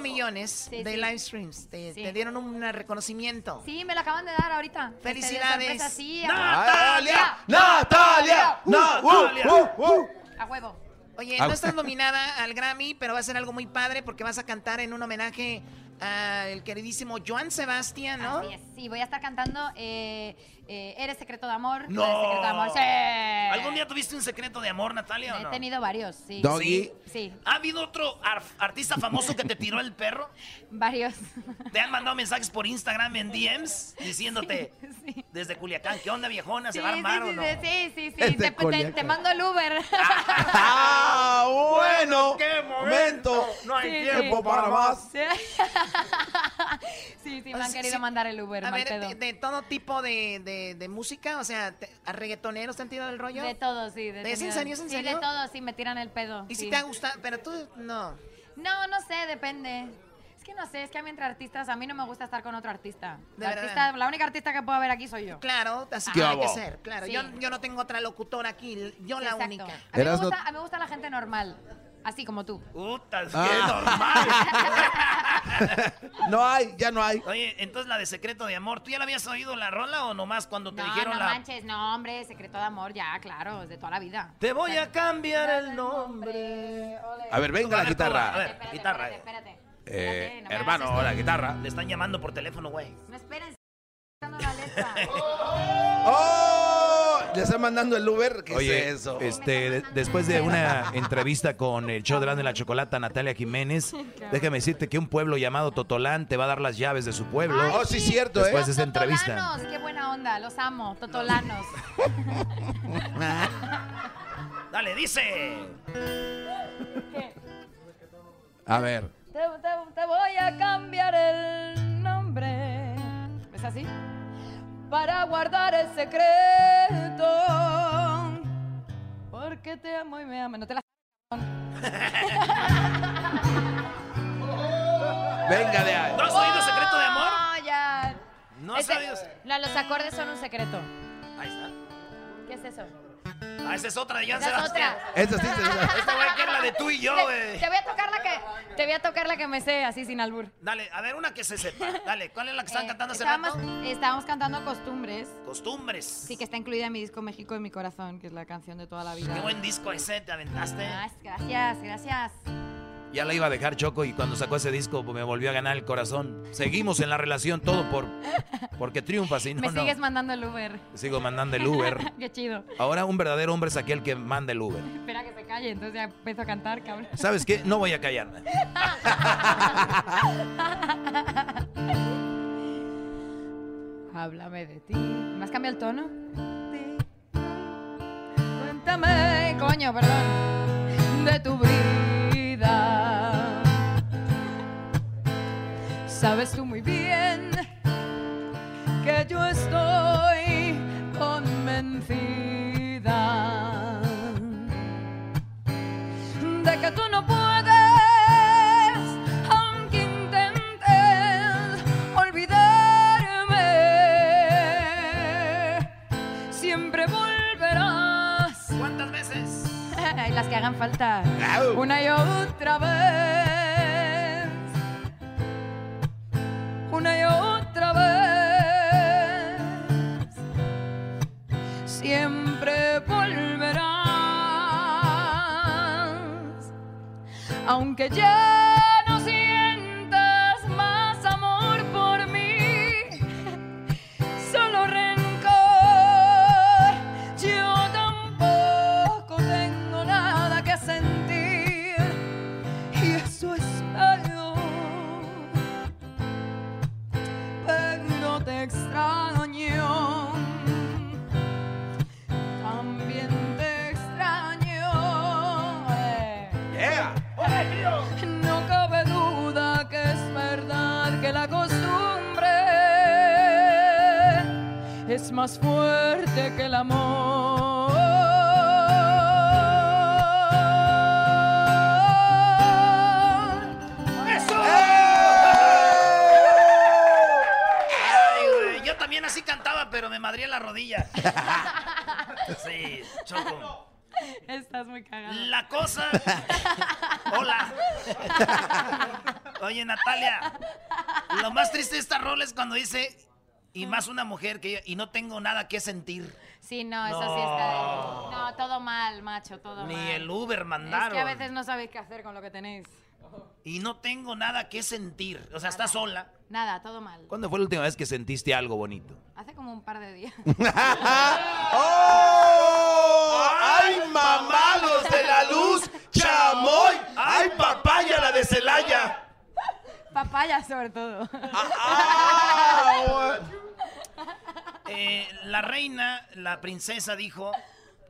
Speaker 29: millones.
Speaker 4: millones
Speaker 29: Sí,
Speaker 4: de
Speaker 29: sí.
Speaker 4: live streams. Te, te dieron un reconocimiento.
Speaker 29: Sí, me lo acaban de dar ahorita.
Speaker 4: Felicidades.
Speaker 29: Este, de sorpresa, sí,
Speaker 4: ¡Natalia!
Speaker 8: ¡Natalia! ¡No! ¡Uh! ¡Uh! ¡Uh!
Speaker 29: A huevo.
Speaker 4: Oye,
Speaker 8: Ah,
Speaker 4: no estás nominada al Grammy, pero va a ser algo muy padre porque vas a cantar en un homenaje al queridísimo Joan Sebastián, ¿no?
Speaker 29: Así es. Sí, voy a estar cantando eh, eh, Eres secreto de amor.
Speaker 2: ¡No!
Speaker 29: Eres secreto de amor. Sí.
Speaker 2: ¿Algún día tuviste un secreto de amor, Natalia, o
Speaker 29: He
Speaker 2: no?
Speaker 29: tenido varios, sí.
Speaker 2: Doggy.
Speaker 29: Sí,
Speaker 2: ¿Ha habido otro ar- artista famoso que te tiró el perro?
Speaker 29: varios.
Speaker 2: ¿Te han mandado mensajes por Instagram en DMs diciéndote desde Culiacán, ¿qué onda viejona? ¿Se va a armar o no?
Speaker 29: sí, sí, sí, sí,
Speaker 2: Es de
Speaker 29: Te, te,
Speaker 2: Culiacán.
Speaker 29: te mando el Uber.
Speaker 8: ¡Ah, bueno!
Speaker 2: ¡Qué
Speaker 8: momento! No hay
Speaker 29: Sí,
Speaker 8: tiempo
Speaker 29: sí.
Speaker 8: para más.
Speaker 29: Sí, sí, sí, me han
Speaker 4: Sí,
Speaker 29: querido
Speaker 4: sí.
Speaker 29: mandar el Uber,
Speaker 4: A
Speaker 29: mal
Speaker 4: ver,
Speaker 29: pedo.
Speaker 4: de, de todo tipo de, de- de música, o sea, te- ¿a reggaetoneros te han tirado el rollo?
Speaker 29: De todo, sí. De
Speaker 4: ¿Es en
Speaker 29: todo.
Speaker 4: serio, es en
Speaker 29: Sí,
Speaker 4: serio?
Speaker 29: de todo, sí, me tiran el pedo.
Speaker 4: ¿Y
Speaker 29: sí.
Speaker 4: si te ha gustado? Pero tú, no.
Speaker 29: No, no sé, depende. Es que no sé, es que a mí entre artistas, a mí no me gusta estar con otro artista.
Speaker 4: De
Speaker 29: la,
Speaker 4: verdad.
Speaker 29: artista- la única artista que puedo ver aquí soy yo.
Speaker 4: Claro, así
Speaker 29: Ah,
Speaker 4: tiene
Speaker 29: sí,
Speaker 4: que ser, claro.
Speaker 29: Sí.
Speaker 4: Yo, yo no tengo otra locutora aquí, yo la
Speaker 29: exacto.
Speaker 4: única.
Speaker 29: A mí, me
Speaker 8: Eras no-
Speaker 29: gusta, a mí me gusta la gente normal, así como tú.
Speaker 2: Puta, es
Speaker 8: Ah.
Speaker 2: que normal.
Speaker 8: No hay, ya no hay.
Speaker 2: Oye, entonces la de secreto de amor, ¿tú ya la habías oído la rola o nomás cuando te
Speaker 29: No,
Speaker 2: dijeron
Speaker 29: no
Speaker 2: la.
Speaker 29: manches, no, hombre, secreto de amor, ya, claro, es de toda la vida.
Speaker 2: Te voy a cambiar el
Speaker 29: nombre.
Speaker 8: A ver, venga la guitarra.
Speaker 2: A ver, guitarra. eh.
Speaker 29: Espérate,
Speaker 8: Eh,
Speaker 29: no me hagas
Speaker 8: hermano,
Speaker 29: esto.
Speaker 8: la guitarra.
Speaker 2: Le están llamando por teléfono, güey.
Speaker 29: no esperen, estoy buscando la letra.
Speaker 8: ¡Oh! Le están mandando el Uber. ¿Qué
Speaker 5: Oye,
Speaker 8: es eso?
Speaker 5: este, de- después de una entrevista con el show de la, de la chocolata Natalia Jiménez, déjame decirte que un pueblo llamado Totolán te va a dar las llaves de su pueblo.
Speaker 29: Ay,
Speaker 8: Oh, sí, cierto, ¿eh?
Speaker 5: Después de esa entrevista.
Speaker 29: Totolanos, qué buena onda, los amo, totolanos.
Speaker 2: Dale, dice.
Speaker 8: A ver.
Speaker 29: Te, te- te voy a cambiar el nombre. ¿Es así? Para guardar el secreto. Porque te amo y me amas. No te la
Speaker 8: Venga de ahí.
Speaker 2: ¿No has oído secreto de amor?
Speaker 29: No, ya.
Speaker 2: No has
Speaker 29: Ese-
Speaker 2: oído.
Speaker 29: No, los acordes son un secreto.
Speaker 2: Ahí está.
Speaker 29: ¿Qué es eso?
Speaker 2: Ah, esa es otra de Joan
Speaker 30: Esa es
Speaker 2: Sebastián.
Speaker 30: otra.
Speaker 2: Esa sí se Esta güey que es la de tú y yo,
Speaker 30: Te-
Speaker 2: güey.
Speaker 30: Te, voy a tocar la que, te voy a tocar la que me sé, así sin albur.
Speaker 2: Dale, a ver, una que se sepa. Dale, ¿cuál es la que están cantando hace
Speaker 30: Estábamos,
Speaker 2: rato?
Speaker 30: estábamos cantando Costumbres.
Speaker 2: Costumbres.
Speaker 30: Sí, que está incluida en mi disco México en mi corazón, que es la canción de toda la vida.
Speaker 2: Qué buen disco ese, te aventaste.
Speaker 30: Ah, Gracias, gracias.
Speaker 5: Ya la iba a dejar Choco y cuando sacó ese disco pues, me volvió a ganar el corazón. Seguimos en la relación todo por porque triunfa, si no,
Speaker 30: me
Speaker 5: no.
Speaker 30: sigues mandando el Uber.
Speaker 5: Sigo mandando el Uber.
Speaker 30: Qué chido.
Speaker 5: Ahora un verdadero hombre es aquel que manda el Uber.
Speaker 30: Espera que se calle, entonces ya empiezo a cantar, cabrón.
Speaker 5: ¿Sabes qué? No voy a callarme.
Speaker 30: Háblame de ti. ¿Me has cambiado el tono? Cuéntame, coño, perdón, de tu vida. Sabes tú muy bien que yo estoy convencida de que tú no puedes, aunque intentes olvidarme. Siempre volverás.
Speaker 2: ¿Cuántas veces?
Speaker 30: Las que hagan falta. Una y otra vez. Una y otra vez. Siempre volverás. Aunque ya no sientas más amor por mí, solo rencor. Yo tampoco tengo nada que sentir y eso es algo. Pero te extraño, también te extraño. eh.
Speaker 8: Oh,
Speaker 30: No cabe duda que es verdad que la costumbre es más fuerte que el amor.
Speaker 2: ¡Eso! Ay, güey, yo también así cantaba, pero me madría la rodilla. Sí, Choco.
Speaker 30: Estás muy cagada.
Speaker 2: La cosa. Hola. Oye, Natalia. Lo más triste de esta rola es cuando dice. Y más una mujer que ella, y no tengo nada que sentir.
Speaker 30: Sí, no, eso sí está. de- No, todo mal, macho, todo mal.
Speaker 2: Ni el Uber
Speaker 30: Es
Speaker 2: mandaron.
Speaker 30: que a veces no sabéis qué hacer con lo que tenéis.
Speaker 2: Y no tengo nada que sentir. O sea, está sola.
Speaker 30: Nada, todo mal.
Speaker 5: ¿Cuándo fue la última vez que sentiste algo bonito?
Speaker 30: Hace como un par de días.
Speaker 8: Ah,
Speaker 1: ¡Oh! ¡Ay, mamá, los de la luz! ¡Chamoy! ¡Ay, papaya, la de Celaya!
Speaker 30: Papaya, sobre todo.
Speaker 2: Eh, la reina, la princesa dijo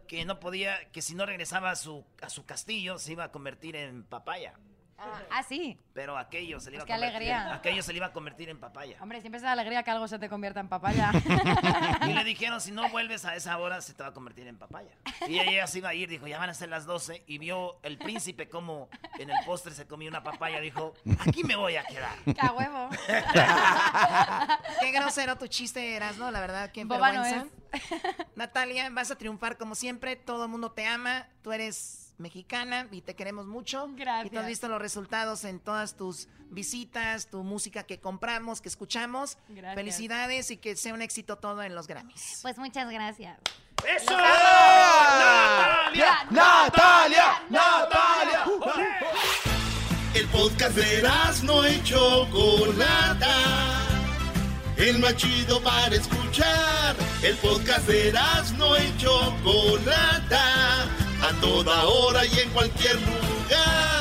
Speaker 2: que no podía, que si no regresaba a su, a su castillo se iba a convertir en papaya.
Speaker 30: ah, sí.
Speaker 2: Pero aquello se le iba
Speaker 30: Pues qué
Speaker 2: a convertir. en-
Speaker 30: alegría.
Speaker 2: aquello se le iba a convertir en papaya.
Speaker 30: Hombre, siempre es la alegría que algo se te convierta en papaya.
Speaker 2: Y le dijeron, si no vuelves a esa hora, se te va a convertir en papaya. Y ella se iba a ir, dijo, ya van a ser las 12. Y vio el príncipe como en el postre se comía una papaya. Dijo, aquí me voy a quedar.
Speaker 30: ¡Qué huevo!
Speaker 4: Qué grosero tu chiste eras, ¿no? La verdad, qué
Speaker 30: Boba no
Speaker 4: vergüenza. Natalia, vas a triunfar como siempre. Todo el mundo te ama. Tú eres mexicana y te queremos mucho. Gracias. Y tú has visto los resultados en todas tus visitas, tu música que compramos, que escuchamos.
Speaker 30: Gracias.
Speaker 4: Felicidades y que sea un éxito todo en los Grammys.
Speaker 30: Pues muchas gracias.
Speaker 2: ¡Eso!
Speaker 1: ¡Natalia! ¡Natalia!
Speaker 2: ¡Natalia!
Speaker 1: El podcast de no y Chocolata. El más chido para escuchar. El podcast de no y Chocolata. A toda hora y en cualquier lugar.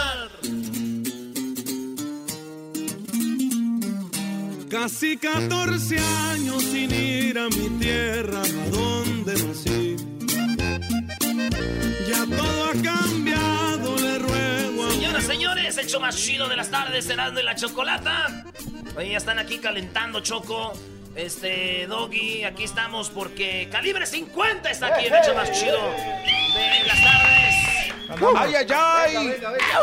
Speaker 14: Casi 14 años sin ir a mi tierra, a donde nací. Ya todo ha cambiado, le ruego a
Speaker 2: Señoras, señores, el show más chido de las tardes, Erasmo y la Chocolata. Oye, ya están aquí calentando, Choco. Este, Doggy, aquí estamos porque Calibre 50 está aquí, el hecho más chido de las tardes.
Speaker 7: ¡Ay, ay, ay! Venga, venga, venga.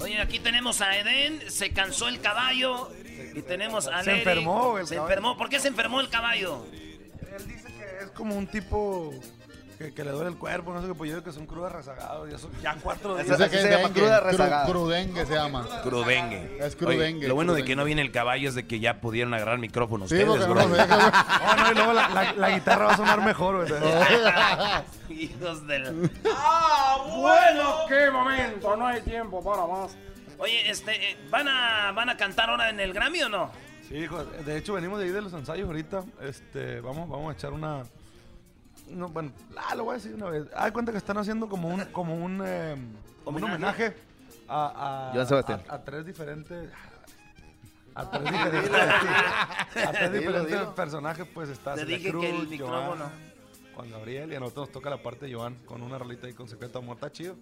Speaker 2: Oye, aquí tenemos a Edén, se cansó el caballo. Y tenemos a
Speaker 25: Se
Speaker 2: Neri.
Speaker 25: enfermó el
Speaker 2: Se
Speaker 25: caballo.
Speaker 2: enfermó. ¿Por qué se enfermó el caballo?
Speaker 25: Es como un tipo
Speaker 15: que, que le duele el cuerpo, no sé qué, pues yo digo que son crudas rezagados, ya son ya cuatro días.
Speaker 25: Esa- Esa que se llama
Speaker 15: cruda
Speaker 25: cru-
Speaker 15: rezagada.
Speaker 25: crudengue se llama.
Speaker 5: Crudengue.
Speaker 25: Es crudengue,
Speaker 5: Oye, lo bueno de
Speaker 25: crudengue.
Speaker 5: que no viene el caballo es de que ya pudieron agarrar micrófono
Speaker 25: Sí,
Speaker 5: ustedes,
Speaker 25: porque no
Speaker 5: bro.
Speaker 25: nos deja, güey.
Speaker 15: Oh, no, y luego la, la- la guitarra va a sonar mejor, güey.
Speaker 5: Hijos de la-
Speaker 15: ¡Ah, bueno! ¡Qué momento! No hay tiempo para más.
Speaker 2: Oye, este, eh, ¿van, a, ¿van a cantar ahora en el Grammy o no?
Speaker 15: Sí, hijo, de hecho venimos de ahí de los ensayos ahorita. Este, vamos, vamos a echar una. No, bueno, ah, lo voy a decir una vez. Ah, cuenta que están haciendo como un, como un, eh, como un homenaje a, a,
Speaker 7: Joan Sebastián.
Speaker 15: a, a tres diferentes. A tres diferentes, a tres
Speaker 7: Dilo,
Speaker 15: diferentes
Speaker 7: dilo.
Speaker 15: personajes, pues está
Speaker 7: Te
Speaker 15: Celia
Speaker 7: dije que el
Speaker 15: Cruz,
Speaker 7: micrófono.
Speaker 15: Joan, Juan Gabriel, y a nosotros nos toca la parte de Joan con una rolita ahí con secreto de amor, está chido.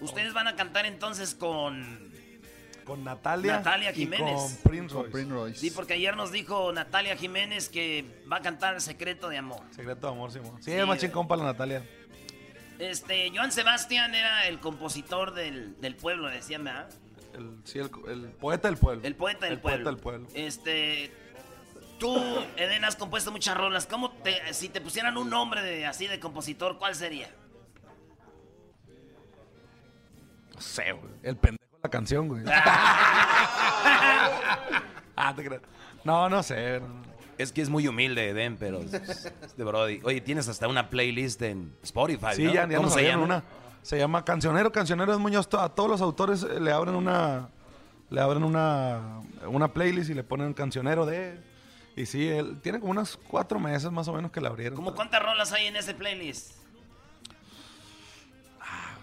Speaker 2: Ustedes van a cantar entonces con
Speaker 15: Con Natalia,
Speaker 2: Natalia
Speaker 15: y
Speaker 2: Jiménez.
Speaker 15: con Prince Royce.
Speaker 2: Sí, porque ayer nos dijo Natalia Jiménez que va a cantar Secreto de Amor.
Speaker 15: Secreto de amor, Simón. Sí,
Speaker 2: Sí,
Speaker 15: es más
Speaker 2: eh.
Speaker 15: chingón para la Natalia.
Speaker 2: Este, Joan Sebastián era el compositor del, del pueblo, decían, ¿verdad?
Speaker 15: El, sí, el, el poeta del pueblo.
Speaker 2: El poeta del
Speaker 15: El
Speaker 2: pueblo.
Speaker 15: poeta del pueblo.
Speaker 2: Este, tú, Eden, has compuesto muchas rolas. ¿Cómo te, si te pusieran un nombre de, así de compositor, cuál sería? Eh,
Speaker 15: No sé, güey. El pendejo de la canción, güey. ah, te creas. No, no sé.
Speaker 5: Es que es muy humilde, Edén, pero es- es de Brody. Oye, tienes hasta una playlist en Spotify,
Speaker 15: Sí,
Speaker 5: ¿no?
Speaker 15: ya, ya
Speaker 5: ¿Cómo
Speaker 15: nos
Speaker 5: se
Speaker 15: abrieron
Speaker 5: llama?
Speaker 15: una. Se llama Cancionero. Cancionero es Muñoz. To- A todos los autores eh, le abren una. Le abren una, una playlist y le ponen cancionero de. Y sí, él, tiene como unas cuatro meses más o menos que la abrieron.
Speaker 2: ¿Cómo cuántas rolas hay en ese playlist?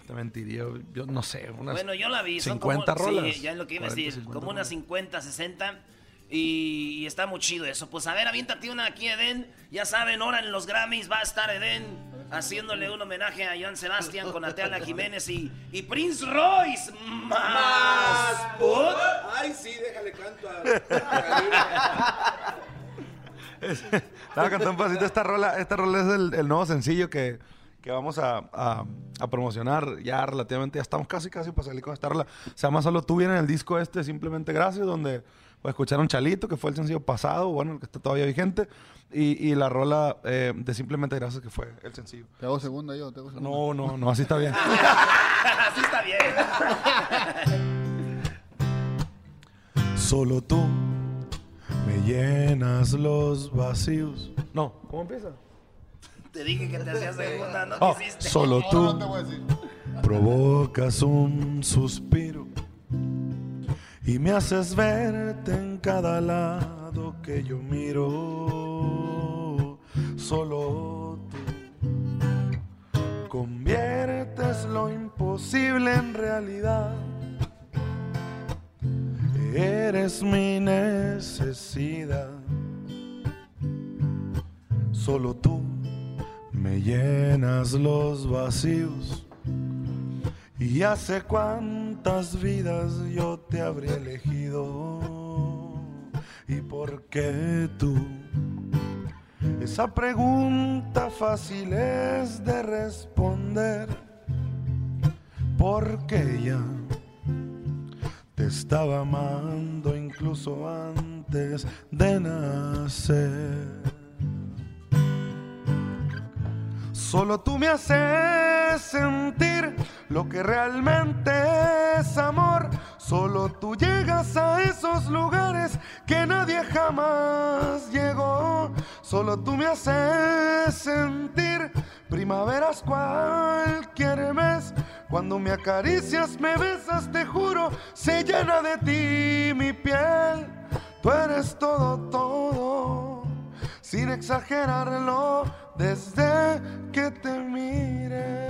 Speaker 15: Te mentiría, yo no sé. Unas
Speaker 2: bueno, yo la vi. son
Speaker 15: 50
Speaker 2: como,
Speaker 15: rolas.
Speaker 2: Sí, ya es lo que iba a
Speaker 15: 40,
Speaker 2: decir.
Speaker 15: 50
Speaker 2: como unas 50, 60. Y, y está muy chido eso. Pues a ver, aviéntate una aquí, Eden. Ya saben, ahora en los Grammys va a estar Eden haciéndole un homenaje a Joan Sebastián con Natalia Jiménez y, y Prince Royce. Más. put.
Speaker 8: Ay, sí, déjale canto a.
Speaker 15: Estaba cantando un pasito. Esta rola, esta rola es el, el nuevo sencillo que, que vamos a, a- a promocionar ya relativamente. Ya estamos casi, casi para salir con esta rola. Se llama Solo tú viene en el disco este, simplemente gracias, donde pues, escucharon Chalito, que fue el sencillo pasado, bueno, el que está todavía vigente. Y, y la rola eh, de Simplemente Gracias, que fue el sencillo.
Speaker 25: Te hago segunda yo, te hago segunda.
Speaker 15: No, no, no, así está bien.
Speaker 2: Así está bien.
Speaker 15: Solo tú me llenas los vacíos. No, ¿cómo empieza?
Speaker 2: Te dije que te hacía segunda, no
Speaker 15: Oh,
Speaker 2: quisiste.
Speaker 15: solo tú provocas un suspiro y me haces verte en cada lado que yo miro. Solo tú conviertes lo imposible en realidad. Eres mi necesidad. Solo tú me llenas los vacíos. Y hace cuántas vidas yo te habría elegido. ¿Y por qué tú? Esa pregunta fácil es de responder. Porque ya te estaba amando incluso antes de nacer. Solo tú me haces sentir lo que realmente es amor. Solo tú llegas a esos lugares que nadie jamás llegó. Solo tú me haces sentir primaveras cualquier mes. Cuando me acaricias, me besas, te juro, se llena de ti mi piel. Tú eres todo, todo sin exagerarlo, desde que te mire.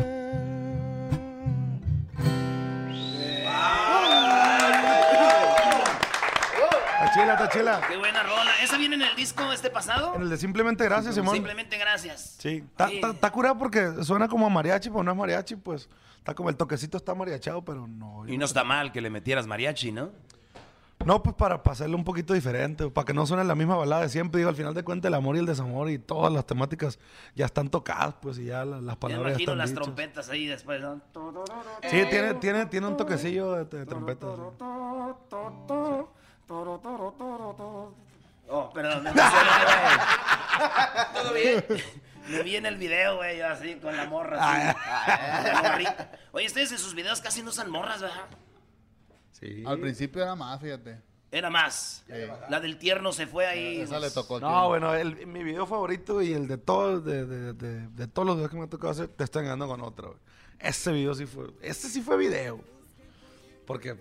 Speaker 15: Tachila, tachila.
Speaker 2: Qué buena rola. ¿Esa viene en el disco este pasado?
Speaker 15: En el de Simplemente Gracias, Simón.
Speaker 2: Simplemente gracias.
Speaker 15: Sí, está, está- está curada porque suena como a mariachi, pero no es mariachi, pues está como el toquecito está mariachado, pero no.
Speaker 5: Y no está mal que le metieras mariachi, ¿no?
Speaker 15: No, pues para, para hacerlo un poquito diferente, para que no suene la misma balada de siempre. Digo, al final de cuentas, el amor y el desamor y todas las temáticas ya están tocadas, pues, y ya la- las
Speaker 2: Me
Speaker 15: palabras ya
Speaker 2: imagino
Speaker 15: están
Speaker 2: las
Speaker 15: dichas.
Speaker 2: trompetas ahí después, ¿no?
Speaker 15: Sí, tiene, tiene, tiene un toquecillo de, de trompeta. sí.
Speaker 2: Oh, perdón. me emocioné, güey. ¿Todo bien? Me vi en el video, güey, yo así, con la morra. así. La morrita. Oye, ustedes en sus videos casi no usan morras, ¿verdad?
Speaker 25: Al principio era más, fíjate.
Speaker 2: Era más. La del tierno se fue ahí.
Speaker 25: Esa le tocó al
Speaker 15: No, bueno, el- mi video favorito y el de todos, de, de- de- de todos los videos que me ha tocado hacer, te estoy engañando con otro. güey. Ese video sí fue, ese Este sí fue video. Porque,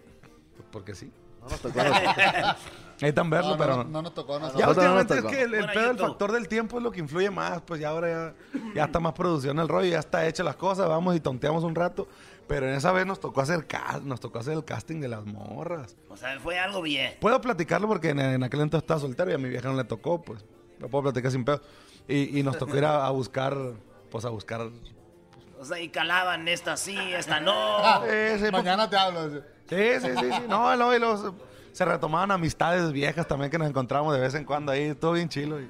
Speaker 15: porque sí. No nos
Speaker 25: tocó a nosotros.
Speaker 15: Necesitan verlo,
Speaker 25: No, no,
Speaker 15: pero
Speaker 25: no, no nos tocó a nosotros.
Speaker 15: Ya
Speaker 25: No, no nos
Speaker 15: últimamente es
Speaker 25: tocó.
Speaker 15: que el, el
Speaker 25: Bueno,
Speaker 15: pedo del
Speaker 25: YouTube.
Speaker 15: factor del tiempo es lo que influye más, pues ya ahora ya, ya está más producción el rollo, ya está hecha las cosas, vamos y tonteamos un rato. Pero en esa vez nos tocó hacer ca- nos tocó hacer el casting de las morras.
Speaker 2: O sea, fue algo bien.
Speaker 15: Puedo platicarlo porque en, en aquel entonces estaba soltero y a mi vieja no le tocó, pues. Lo puedo platicar sin pedo. Y, y nos tocó ir a, a buscar, pues a buscar.
Speaker 2: O sea, y calaban esta sí, esta no.
Speaker 15: Mañana te hablo. Sí, sí, sí. sí. No, no, y luego se- se retomaban amistades viejas también que nos encontrábamos de vez en cuando ahí, todo bien chilo. Y,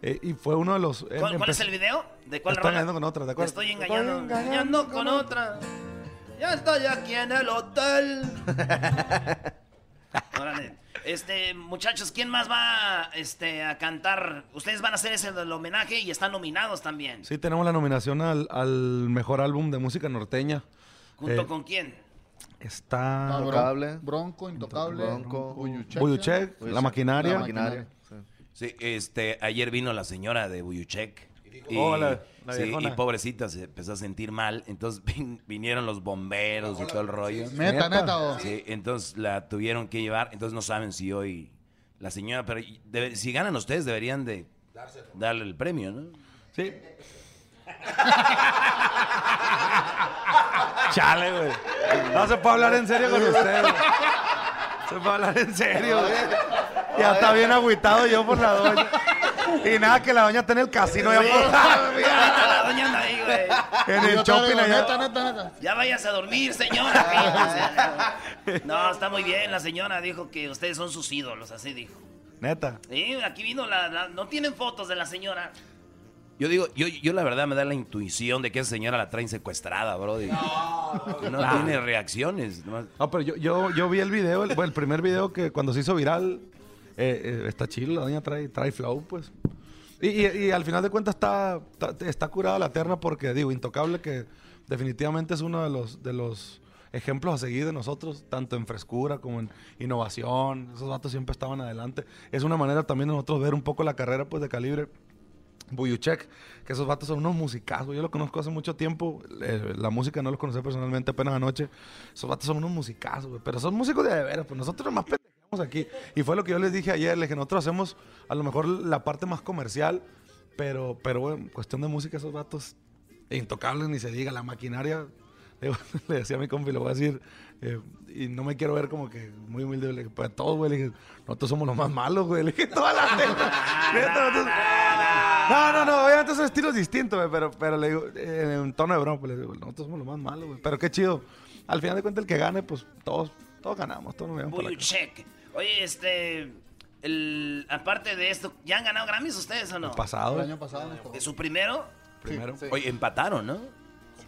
Speaker 15: eh, y fue uno de los. em-
Speaker 2: ¿Cuál, cuál
Speaker 15: empezó-
Speaker 2: es el video? ¿De cuál
Speaker 15: Estoy
Speaker 2: rola?
Speaker 15: engañando con otra, ¿de
Speaker 2: Te
Speaker 15: acuerdo?
Speaker 2: Estoy engañando,
Speaker 15: Estoy engañando
Speaker 2: engañando con otra. Ya estoy aquí en el hotel. Órale. Este, muchachos, ¿quién más va este, a cantar? Ustedes van a hacer ese del homenaje y están nominados también.
Speaker 15: Sí, tenemos la nominación al, al mejor álbum de música norteña.
Speaker 2: ¿Junto
Speaker 15: Eh,
Speaker 2: con quién?
Speaker 15: Está.
Speaker 25: Ah, Bron-
Speaker 15: Intocable.
Speaker 25: Bronco, intocable. Bronco. Uyuchek.
Speaker 15: Buyuchek, La Maquinaria.
Speaker 25: La maquinaria.
Speaker 5: Sí, este, ayer vino la señora de Buyuchek. Y,
Speaker 15: Hola, "Oh, la
Speaker 5: sí,
Speaker 15: viejona.
Speaker 5: y pobrecita se empezó a sentir mal. Entonces vin- vinieron los bomberos y todo el rollo.
Speaker 25: sí. Neta, Neta. neta, o.
Speaker 5: Sí, entonces la tuvieron que llevar. Entonces no saben si hoy la señora, pero y- debe- si ganan ustedes deberían de darle el premio, ¿no?
Speaker 15: Sí. Chale, güey. No se puede hablar en serio con usted. güey. Se puede hablar en serio, güey. Ya está bien agüitado yo por la doña. Y nada, que la doña está en el casino ya por-
Speaker 2: La doña anda ahí, güey.
Speaker 15: En el shopping allá.
Speaker 2: Ya vayas a dormir, señora. no, está muy bien. La señora dijo que ustedes son sus ídolos, así dijo.
Speaker 15: Neta.
Speaker 2: Sí, aquí vino la- la... No tienen fotos de la señora.
Speaker 5: Yo digo, yo, yo la verdad me da la intuición de que esa señora la traen secuestrada, bro. No,
Speaker 15: no.
Speaker 5: tiene reacciones. nomás-
Speaker 15: No, pero yo, yo, yo vi el video, el, bueno, el primer video que cuando se hizo viral, eh, eh, está chido, la doña trae, trae flow, pues. Y, y- y al final de cuentas está, está, está curada la terna porque, digo, Intocable, que definitivamente es uno de los, de los ejemplos a seguir de nosotros, tanto en frescura como en innovación. Esos datos siempre estaban adelante. Es una manera también de nosotros ver un poco la carrera, pues, de calibre. Buyuchek, que esos vatos son unos musicazos. Yo los conozco hace mucho tiempo. eh, la música no los conocí personalmente apenas anoche. Esos vatos son unos musicazos, güey, Pero son músicos de, de veras. Pues nosotros nomás pendejamos aquí. Y fue lo que yo les dije ayer. Les dije, nosotros hacemos a lo mejor la parte más comercial. Pero, pero en cuestión de música, esos vatos intocables, ni se diga. La maquinaria, le, le decía a mi compi, le voy a decir, eh, y no me quiero ver como que muy humilde. Le dije, pues todos, güey. Le dije, nosotros somos los más malos, güey. Le dije, toda la no, no, no, obviamente son estilos distintos, güey, pero, pero le digo, eh, en tono de broma, pues le digo, nosotros somos los más malos, güey. Pero qué chido. Al final de cuentas, el que gane, pues todos, todos ganamos, todos nos vemos por acá.
Speaker 2: Buyuchek. Oye, este. el- aparte de esto, ¿ya han ganado Grammys ustedes o no?
Speaker 15: El pasado.
Speaker 25: El año pasado nos tocó.
Speaker 2: ¿De su primero?
Speaker 15: Primero. Sí, sí.
Speaker 5: Oye, empataron, ¿no?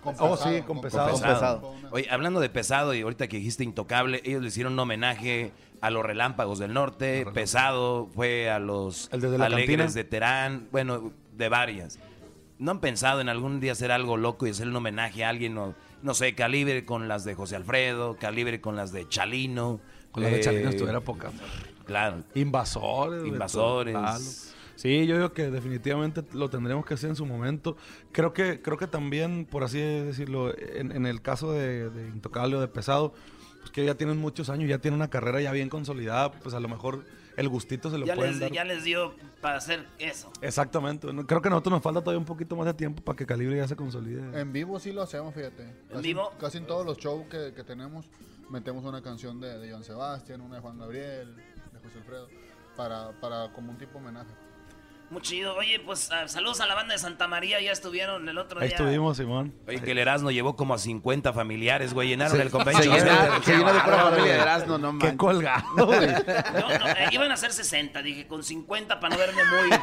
Speaker 25: Con
Speaker 15: Oh,
Speaker 25: pesado,
Speaker 15: sí, con pesado.
Speaker 5: Con Oye, hablando de pesado y ahorita que dijiste intocable, ellos le hicieron un homenaje a los relámpagos del norte. Pesado fue a los
Speaker 15: desde la
Speaker 5: alegres
Speaker 15: cantina.
Speaker 5: de Terán, bueno, de varias. ¿No han pensado en algún día hacer algo loco y hacer un homenaje a alguien? O, no sé, calibre con las de José Alfredo, calibre con las de Chalino.
Speaker 15: Con las de
Speaker 5: eh,
Speaker 15: Chalino estuviera poca.
Speaker 5: Claro.
Speaker 15: Invasores. güey,
Speaker 5: Invasores.
Speaker 15: todo el palo. Sí, yo digo que definitivamente lo tendremos que hacer en su momento. Creo que, creo que también, por así decirlo, en, en el caso de, de Intocable o de Pesado, pues que ya tienen muchos años, ya tienen una carrera ya bien consolidada, pues a lo mejor el gustito se lo
Speaker 2: Ya
Speaker 15: pueden
Speaker 2: les,
Speaker 15: dar.
Speaker 2: ya les dio para hacer eso.
Speaker 15: Exactamente. No, Creo que a nosotros nos falta todavía un poquito más de tiempo para que Calibre ya se consolide.
Speaker 25: En vivo sí lo hacemos, fíjate. ¿En
Speaker 2: vivo?
Speaker 25: Casi en todos los shows que, que tenemos metemos una canción de, de Joan Sebastián, una de Juan Gabriel, de José Alfredo, para, para como un tipo homenaje.
Speaker 2: Muy chido. Oye, pues ah, saludos a la banda de Santa María. Pues Ya estuvieron el otro
Speaker 5: Ahí
Speaker 2: día.
Speaker 15: Estuvimos, Simón.
Speaker 5: Oye, que el Erasmo llevó como a 50 familiares, güey, llenaron
Speaker 15: Se-
Speaker 5: el convention.
Speaker 15: se llena-
Speaker 5: Center.
Speaker 15: se llena de pura
Speaker 5: Qué
Speaker 15: familia de
Speaker 5: bárbaro,
Speaker 15: Erasmo,
Speaker 5: güey.
Speaker 15: no Qué manches. colgado, güey.
Speaker 2: No, no, eh, iban a ser 60. Dije, con 50 para no verme muy.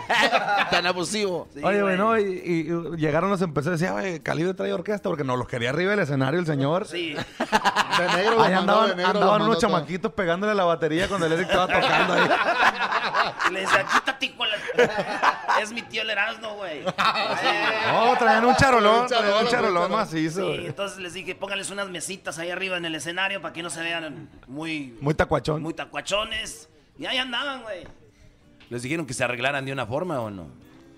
Speaker 8: Tan abusivo.
Speaker 15: Oye, güey, no, y, y- y llegaron los empresarios y decían, güey, Calibre trae orquesta porque nos los quería arriba del escenario el señor.
Speaker 2: Sí.
Speaker 25: De negro los
Speaker 15: Ahí
Speaker 25: mandó,
Speaker 15: andaban,
Speaker 25: de negro los
Speaker 15: andaban
Speaker 25: mandó
Speaker 15: unos
Speaker 25: todo.
Speaker 15: chamaquitos pegándole la batería cuando el Eric estaba tocando ahí.
Speaker 2: Les decía, quítate, hijo de la- es mi tío el Erasmo, güey.
Speaker 15: No, traían un charolón,
Speaker 2: Un charolón,
Speaker 15: traían un
Speaker 2: un
Speaker 15: charolón
Speaker 2: charolón.
Speaker 15: macizo.
Speaker 2: Sí, entonces les dije, pónganles unas mesitas ahí arriba en el escenario para que no se vean muy,
Speaker 15: Muy tacuachón.
Speaker 2: muy tacuachones. Y ahí andaban, güey.
Speaker 5: ¿Les dijeron que se arreglaran de una forma o no?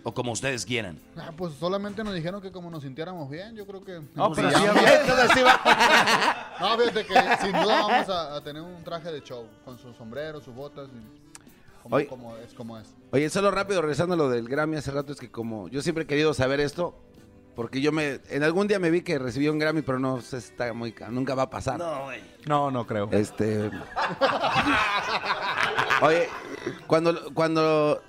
Speaker 5: O como ustedes quieran.
Speaker 25: Ah, pues solamente nos dijeron que como nos sintiéramos bien, yo creo que...
Speaker 5: No, pero
Speaker 25: ya.
Speaker 5: sí había- Entonces sí
Speaker 25: No, fíjate que sin duda vamos a, a tener un traje de show, con su sombrero, sus botas, y como,
Speaker 8: Oye.
Speaker 25: como es, como es.
Speaker 8: Oye, solo rápido, regresando a lo del Grammy hace rato, es que como yo siempre he querido saber esto, porque yo me, en algún día me vi que recibió un Grammy, pero no, se está muy, ca- nunca va a pasar.
Speaker 2: No, güey.
Speaker 15: No, no creo.
Speaker 8: Este. Oye, cuando, cuando,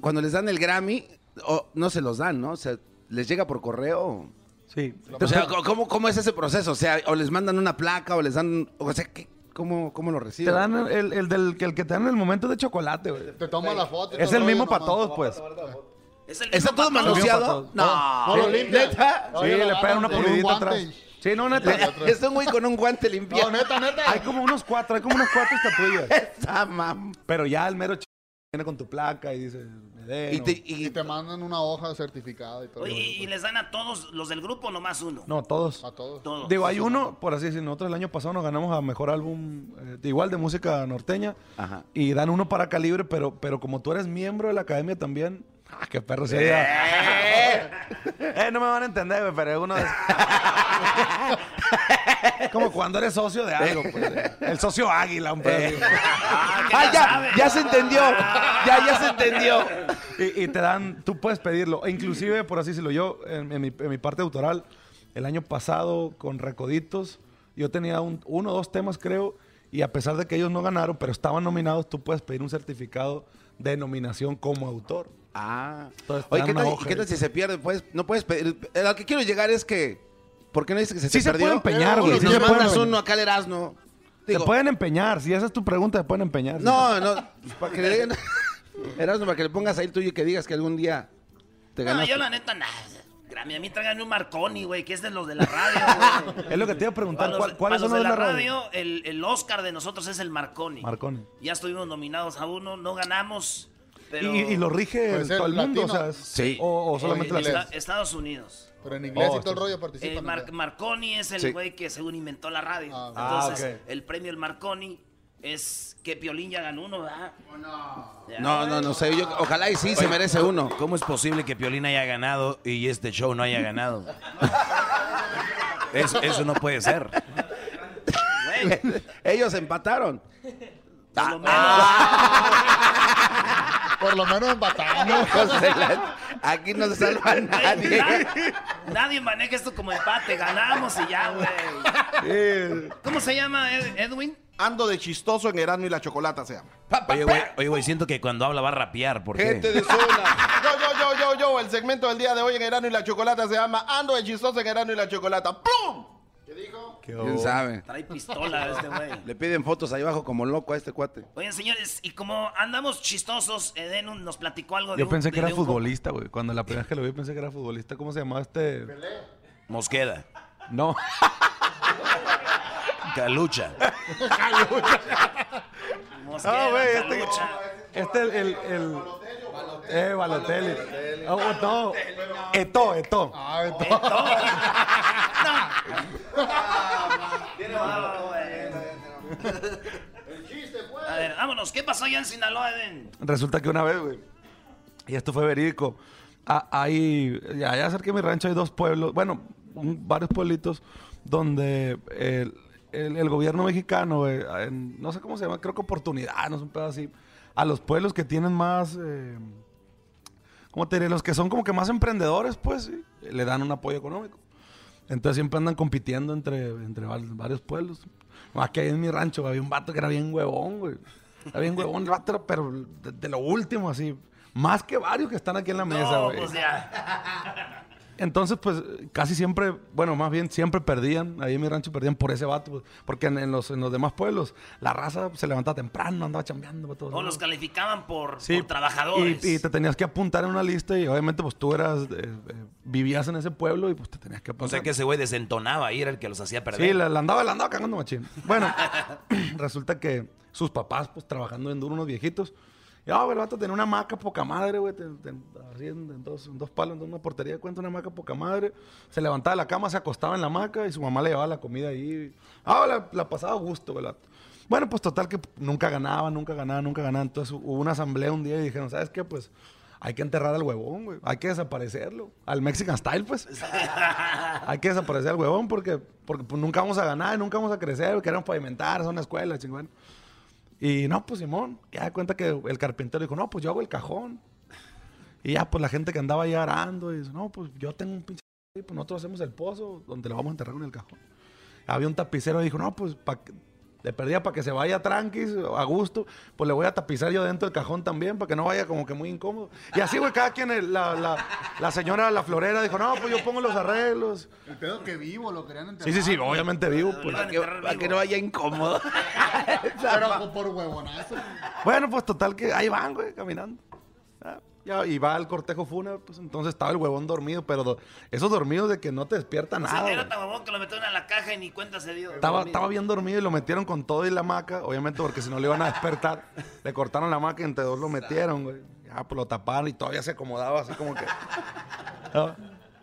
Speaker 8: cuando les dan el Grammy, o no se los dan, ¿no? O sea, les llega por correo.
Speaker 15: Sí.
Speaker 8: O sea, ¿cómo, cómo es ese proceso? O sea, o les mandan una placa, o les dan, o sea, ¿qué- cómo, cómo lo
Speaker 15: Te
Speaker 8: reciben?
Speaker 15: dan el, el del, el que te dan en el momento de chocolate, güey.
Speaker 25: Te toma la foto.
Speaker 15: Es el mismo para todos, pues.
Speaker 8: ¿Está todo manoseado? No. ¿Eh?
Speaker 15: No lo
Speaker 25: limpia.
Speaker 8: ¿Neta?
Speaker 15: Sí, le pegan una pulidita atrás. Sí, no, neta.
Speaker 8: Es un güey con un guante limpio.
Speaker 25: No, neta, neta.
Speaker 15: Hay como unos cuatro, hay como unos cuatro estatuillas.
Speaker 8: Está mam.
Speaker 15: Pero ya el mero ch... viene con tu placa y dice... me den,
Speaker 25: Y
Speaker 15: o-
Speaker 25: te, mandan una hoja certificada y todo. pues,
Speaker 2: Oye, y, y les dan a todos los del grupo o nomás uno.
Speaker 15: No, todos.
Speaker 25: A todos.
Speaker 2: Todos.
Speaker 15: Digo, hay uno, por así decirlo, nosotros el año pasado nos ganamos a mejor álbum, eh, de igual de música norteña,
Speaker 8: Ajá.
Speaker 15: y dan uno para calibre, pero, pero como tú eres miembro de la academia también, ah, qué perro se Eh, no me van a entender, güey, pero es uno de Como cuando eres socio de algo, pues. eh. El socio águila, un pedo. así.
Speaker 8: Ah, ya, ya se entendió. Ya, ya se entendió.
Speaker 15: Y, y te dan, tú puedes pedirlo. E inclusive, por así decirlo, yo, en, en mi, en mi parte autoral, el año pasado con Recoditos, yo tenía un- uno o dos temas, creo, y a pesar de que ellos no ganaron, pero estaban nominados, tú puedes pedir un certificado de nominación como autor.
Speaker 8: Ah.
Speaker 15: Entonces, te
Speaker 8: Oye,
Speaker 15: dan
Speaker 8: ¿qué
Speaker 15: una
Speaker 8: tal,
Speaker 15: hoja
Speaker 8: qué
Speaker 15: y-
Speaker 8: tal si se pierde? Pues, no puedes pedir. A lo que quiero llegar es que. ¿Por qué no dices que se
Speaker 15: Sí
Speaker 8: te
Speaker 15: se
Speaker 8: perdió?
Speaker 15: puede empeñar, güey,
Speaker 8: Uno,
Speaker 15: sí
Speaker 8: nos
Speaker 15: se puede
Speaker 8: mandas
Speaker 15: empeñar.
Speaker 8: uno acá al Erasmo.
Speaker 15: te
Speaker 8: Digo,
Speaker 15: pueden empeñar, si esa es tu pregunta, te pueden empeñar.
Speaker 8: No, no. Para que le den. Erasmo, para que le pongas ahí el tuyo y que digas que algún día te
Speaker 2: No,
Speaker 8: ganaste.
Speaker 2: yo la neta, nada. Grammy, a mí tráiganme un Marconi, güey, que es de los de la radio, güey.
Speaker 15: Es lo que te iba a preguntar,
Speaker 2: Para
Speaker 15: ¿cuál,
Speaker 2: los-
Speaker 15: ¿cuáles
Speaker 2: para
Speaker 15: son
Speaker 2: los de
Speaker 15: los
Speaker 2: la radio, el, el Oscar de nosotros es el Marconi.
Speaker 15: Marconi.
Speaker 2: Ya estuvimos nominados a uno, no ganamos, pero...
Speaker 15: Y, y lo rige
Speaker 25: Puede pues ser
Speaker 15: todo el mundo,
Speaker 25: latino.
Speaker 15: o sea, o, o solamente
Speaker 2: Oye,
Speaker 15: las...
Speaker 2: Esta- Estados Unidos.
Speaker 25: Pero en inglés
Speaker 15: Oh,
Speaker 25: y todo el
Speaker 15: esto-
Speaker 25: rollo participan.
Speaker 2: Eh, Mar- Marconi es
Speaker 15: Sí.
Speaker 2: el güey que según inventó la radio.
Speaker 15: Ah,
Speaker 2: Entonces,
Speaker 15: ok.
Speaker 2: el premio el Marconi es que Piolín ya ganó uno, ¿verdad? Ya,
Speaker 8: No, no, no sé. Yo, ojalá y sí se merece uno.
Speaker 5: ¿Cómo es posible que Piolín haya ganado y este show no haya ganado? Es- eso no puede ser.
Speaker 8: Ellos empataron. Ah,
Speaker 25: Por lo menos empatando.
Speaker 8: Hijos ah. pues, de la- Aquí no se salva nadie.
Speaker 2: Nadie maneja esto como empate, ganamos y ya, güey. ¿Cómo se llama Ed- Edwin?
Speaker 19: Ando de chistoso en Erasmo y la Chocolata se llama.
Speaker 5: Oye, güey, oye, güey, siento que cuando habla va a rapear. ¿Por qué?
Speaker 19: Gente de zona. Yo, yo, yo, yo, yo. El segmento del día de hoy en Erano y la Chocolata se llama Ando de chistoso en Erano y la Chocolata. ¡Plum!
Speaker 8: ¿Quién sabe?
Speaker 2: Trae pistola este güey.
Speaker 8: Le piden fotos ahí abajo como loco a este cuate.
Speaker 2: Oigan, señores, y como andamos chistosos, Eden un- nos platicó algo de
Speaker 15: Yo
Speaker 2: un-
Speaker 15: pensé
Speaker 2: de-
Speaker 15: que era
Speaker 2: de un-
Speaker 15: futbolista, güey. Cuando la primera vez que lo vi pensé que era futbolista. ¿Cómo se llamaba este?
Speaker 5: Mosqueda.
Speaker 15: No.
Speaker 5: Calucha.
Speaker 2: Mosquera,
Speaker 15: No, güey, este-
Speaker 2: Calucha.
Speaker 15: Este el... el, el- eh, Balotelli. Oh, no. Eto, Eto.
Speaker 2: A ver, vámonos. ¿Qué pasó allá en Sinaloa, Eden?
Speaker 15: Resulta que una vez, güey, y esto fue verídico, a- hay, allá cerca de mi rancho hay dos pueblos, bueno, un- varios pueblitos donde el, el- el gobierno mexicano, güey, en- no sé cómo se llama, creo que oportunidad, no es un pedo así, a los pueblos que tienen más, eh, ¿cómo te diré? Los que son como que más emprendedores, pues, sí, le dan un apoyo económico. Entonces siempre andan compitiendo entre, entre val- varios pueblos. Más que ahí en mi rancho había un vato que era bien huevón, güey. Era bien huevón, el vato era, pero de, de lo último, así. Más que varios que están aquí en la mesa,
Speaker 2: No,
Speaker 15: güey.
Speaker 2: pues ya.
Speaker 15: Entonces, pues, casi siempre, bueno, más bien siempre perdían, ahí en mi rancho perdían por ese vato, pues, porque en, en los, en los demás pueblos la raza se levantaba temprano, andaba chambeando para todos
Speaker 2: O
Speaker 15: lados.
Speaker 2: los calificaban por,
Speaker 15: Sí,
Speaker 2: por trabajadores.
Speaker 15: Y, y te tenías que apuntar en una lista y obviamente pues tú eras, eh, eh, vivías en ese pueblo y pues te tenías que
Speaker 5: O
Speaker 15: apuntar.
Speaker 5: sea que ese güey desentonaba y era el que los hacía perder.
Speaker 15: Sí, la, la andaba, la andaba cagando machín. Bueno, resulta que sus papás, pues trabajando en duro, unos viejitos, Y, ah, güey, el vato tenía una maca poca madre, güey. ten- ten- así en, en dos, en dos palos, en una portería, cuenta una maca poca madre. Se levantaba de la cama, se acostaba en la maca y su mamá le llevaba la comida ahí. Ah, güey, la, la pasaba a gusto, güey. el vato. Bueno, pues total que nunca ganaba, nunca ganaba, nunca ganaba. Entonces hubo una asamblea un día y dijeron, ¿sabes qué? Pues hay que enterrar al huevón, güey. Hay que desaparecerlo. Al Mexican Style, pues. hay que desaparecer al huevón porque, porque pues, nunca vamos a ganar, nunca vamos a crecer. güey. Queremos pavimentar, es una escuela, chingón. Y no, pues Simón, ya da cuenta que el carpintero dijo, no, pues yo hago el cajón. Y ya, pues la gente que andaba ahí arando, y dice, no, pues yo tengo un pinche... ahí, Pues nosotros hacemos el pozo donde lo vamos a enterrar en el cajón. Había un tapicero y dijo, no, pues pa que- de perdida para que se vaya tranquis, a gusto, pues le voy a tapizar yo dentro del cajón también para que no vaya como que muy incómodo. Y así, güey, cada quien, el- la, la, la señora, la florera, dijo, no, pues yo pongo los arreglos.
Speaker 25: El pedo que vivo, lo querían
Speaker 15: Sí,
Speaker 25: enterrar.
Speaker 15: sí, sí, obviamente vivo. Pues, para, que, no vaya incómodo.
Speaker 25: Pero por huevonazo.
Speaker 15: Bueno, pues total que ahí van, güey, caminando. Ah, ya, y va el cortejo fúnebre, pues entonces estaba el huevón dormido, pero do- esos dormidos de que no te despierta
Speaker 2: O sea,
Speaker 15: nada.
Speaker 2: era
Speaker 15: güey.
Speaker 2: tan huevón que lo metieron a la caja y ni cuenta se dio.
Speaker 15: Estaba, estaba bien dormido y lo metieron con todo y la maca, obviamente porque si no le iban a despertar. le cortaron la maca y entre dos lo metieron, güey. Ya, pues lo taparon y todavía se acomodaba así como que... ¿no?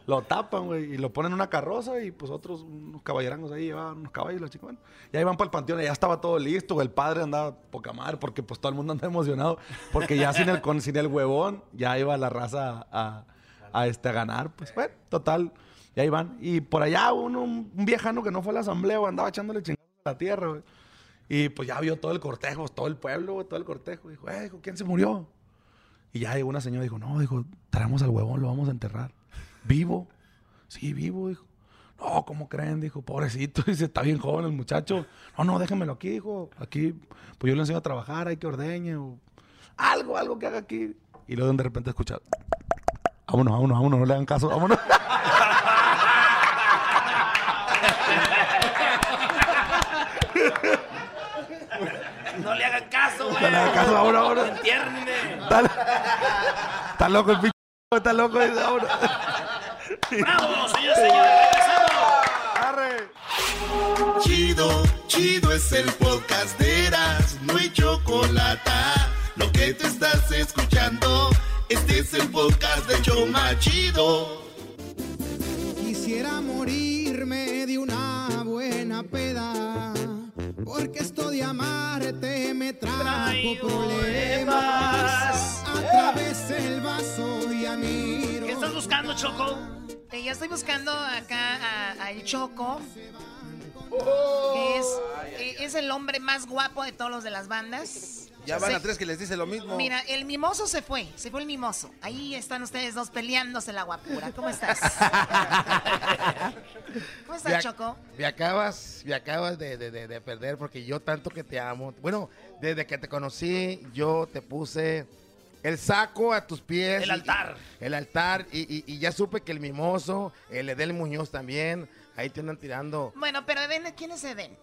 Speaker 15: Lo tapan, güey, y lo ponen en una carroza y pues otros, unos caballerangos ahí llevaban unos caballos, los chicos. bueno. Y ahí van para el panteón, y ya estaba todo listo, güey. El padre andaba poca madre porque pues todo el mundo andaba emocionado. Porque ya sin el, con, sin el huevón, ya iba la raza a, a, este, a ganar. Pues bueno, total, y ahí van. Y por allá uno, un un viejano que no fue a la asamblea, güey, andaba echándole chingados a la tierra, güey. Y pues ya vio todo el cortejo, pues, todo el pueblo, güey, todo el cortejo. Dijo, eh, dijo, ¿quién se murió? Y ya llegó una señora y dijo, no, dijo, traemos al huevón, lo vamos a enterrar. ¿Vivo? Sí, vivo, dijo. No, ¿cómo creen? Dijo, pobrecito, dice, está bien joven el muchacho. No, no, déjenmelo aquí, dijo. Aquí, pues yo le enseño a trabajar, hay que ordeñe o algo, algo que haga aquí. Y luego de repente escuchar, vámonos, vámonos, vámonos, no le hagan caso, vámonos.
Speaker 2: No le hagan caso, güey.
Speaker 15: No le hagan caso, ahora, ahora.
Speaker 2: Entiérnenme.
Speaker 15: Está, está loco el pinche, está loco, dice, vámonos.
Speaker 2: ¡Bravo, señores, señores!
Speaker 1: Chido, chido es el podcast de Eras, no hay chocolate. Lo que te estás escuchando, este es el podcast de Choma Chido.
Speaker 22: Quisiera morirme de una buena peda, porque esto de amarte me trajo problemas. A través del vaso y a mí.
Speaker 2: ¿Qué estás buscando, Choco?
Speaker 4: Eh, ya estoy buscando acá a- al Choco.
Speaker 8: ¡Oh!
Speaker 4: Que es, eh, es el hombre más guapo de todos los de las bandas.
Speaker 8: Ya van
Speaker 4: Se-
Speaker 8: a tres que les dice lo mismo.
Speaker 4: Mira, el mimoso se fue, se fue el mimoso. Ahí están ustedes dos peleándose la guapura. ¿Cómo estás? ¿Cómo estás,
Speaker 9: Ya-
Speaker 4: Choco?
Speaker 9: Me acabas, me acabas de, de- de- de perder porque yo tanto que te amo. Bueno, desde que te conocí, yo te puse el saco a tus pies.
Speaker 2: El
Speaker 9: y-
Speaker 2: altar.
Speaker 9: el altar. Y, y- y ya supe que el mimoso, el Edel Muñoz también, ahí te andan tirando.
Speaker 4: Bueno, pero Eden, ¿quién es Eden?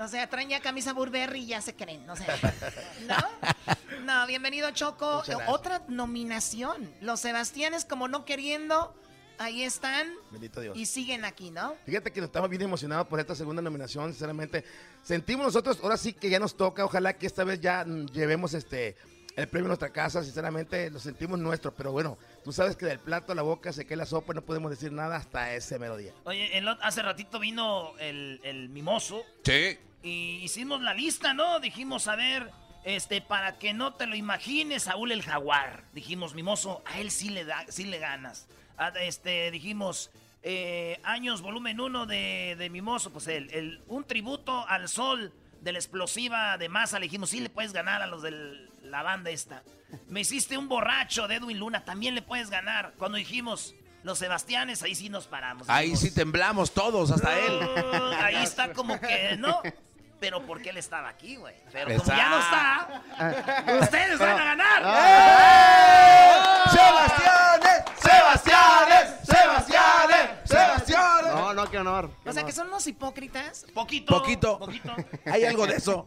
Speaker 4: O sea, traen ya camisa Burberry y ya se creen, no sé. ¿No? No, bienvenido Choco.
Speaker 9: Muchas gracias.
Speaker 4: Otra nominación. Los Sebastianes como no queriendo, ahí están
Speaker 9: Bendito Dios.
Speaker 4: y siguen aquí, ¿no?
Speaker 9: Fíjate que nos estamos bien emocionados por esta segunda nominación, sinceramente. Sentimos nosotros, ahora sí que ya nos toca, ojalá que esta vez ya mm, llevemos este el premio a nuestra casa, sinceramente lo sentimos nuestro, pero bueno, tú sabes que del plato a la boca se cae la sopa, no podemos decir nada hasta ese melodía.
Speaker 2: Oye, el ot- hace ratito vino el, el mimoso
Speaker 9: Sí.
Speaker 2: y hicimos la lista, ¿no? Dijimos, a ver, este, para que no te lo imagines, Saúl el Jaguar. Dijimos, mimoso, a él sí le, da, sí le ganas. A- este, dijimos, eh, años volumen 1 de, de mimoso, pues el, el- un tributo al sol de la explosiva de masa. Le dijimos, sí le puedes ganar a los de la banda esta. Me hiciste un borracho de Edwin Luna, también le puedes ganar. Cuando dijimos... Los Sebastianes, ahí sí nos paramos.
Speaker 8: Ahí sí temblamos todos, hasta él.
Speaker 31: Ah,
Speaker 2: Uh, ahí está como que no. Pero porque él estaba aquí, güey. Pero como
Speaker 8: Exacto.
Speaker 2: ya no está, ustedes van a ganar.
Speaker 31: ¡Eh!
Speaker 7: ¡Sebastianes!
Speaker 32: ¡Sebastianes!
Speaker 7: ¡Sebastianes!
Speaker 32: ¡Sebastianes!
Speaker 7: No, no, qué honor.
Speaker 4: O sea, que son unos hipócritas.
Speaker 2: Poquito.
Speaker 5: Poquito.
Speaker 8: Hay algo de eso.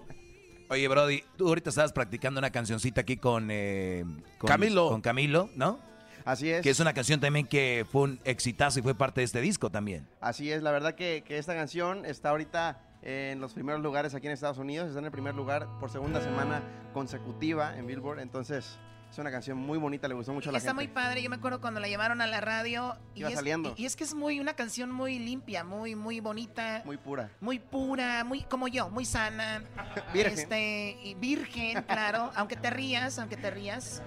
Speaker 5: Oye, Brody, tú ahorita estabas practicando una cancioncita aquí con, eh, con-
Speaker 9: Camilo.
Speaker 5: Con Camilo, ¿no?
Speaker 31: Así es.
Speaker 5: Que es una canción también que fue un exitazo y fue parte de este disco también.
Speaker 31: Así es, la verdad que, que esta canción está ahorita en los primeros lugares aquí en Estados Unidos. Está en el primer lugar por segunda semana consecutiva en Billboard. Entonces, es una canción muy bonita, le gustó mucho a la
Speaker 4: Está muy
Speaker 31: gente.
Speaker 4: padre, yo me acuerdo cuando la llevaron a la radio. Y
Speaker 31: Iba
Speaker 4: es,
Speaker 31: saliendo.
Speaker 4: y es que es muy una canción muy limpia, muy, muy bonita,
Speaker 31: Muy pura.
Speaker 4: muy pura, muy como yo, muy sana.
Speaker 31: Virgen.
Speaker 4: Este, y virgen, claro, aunque te rías, aunque te rías.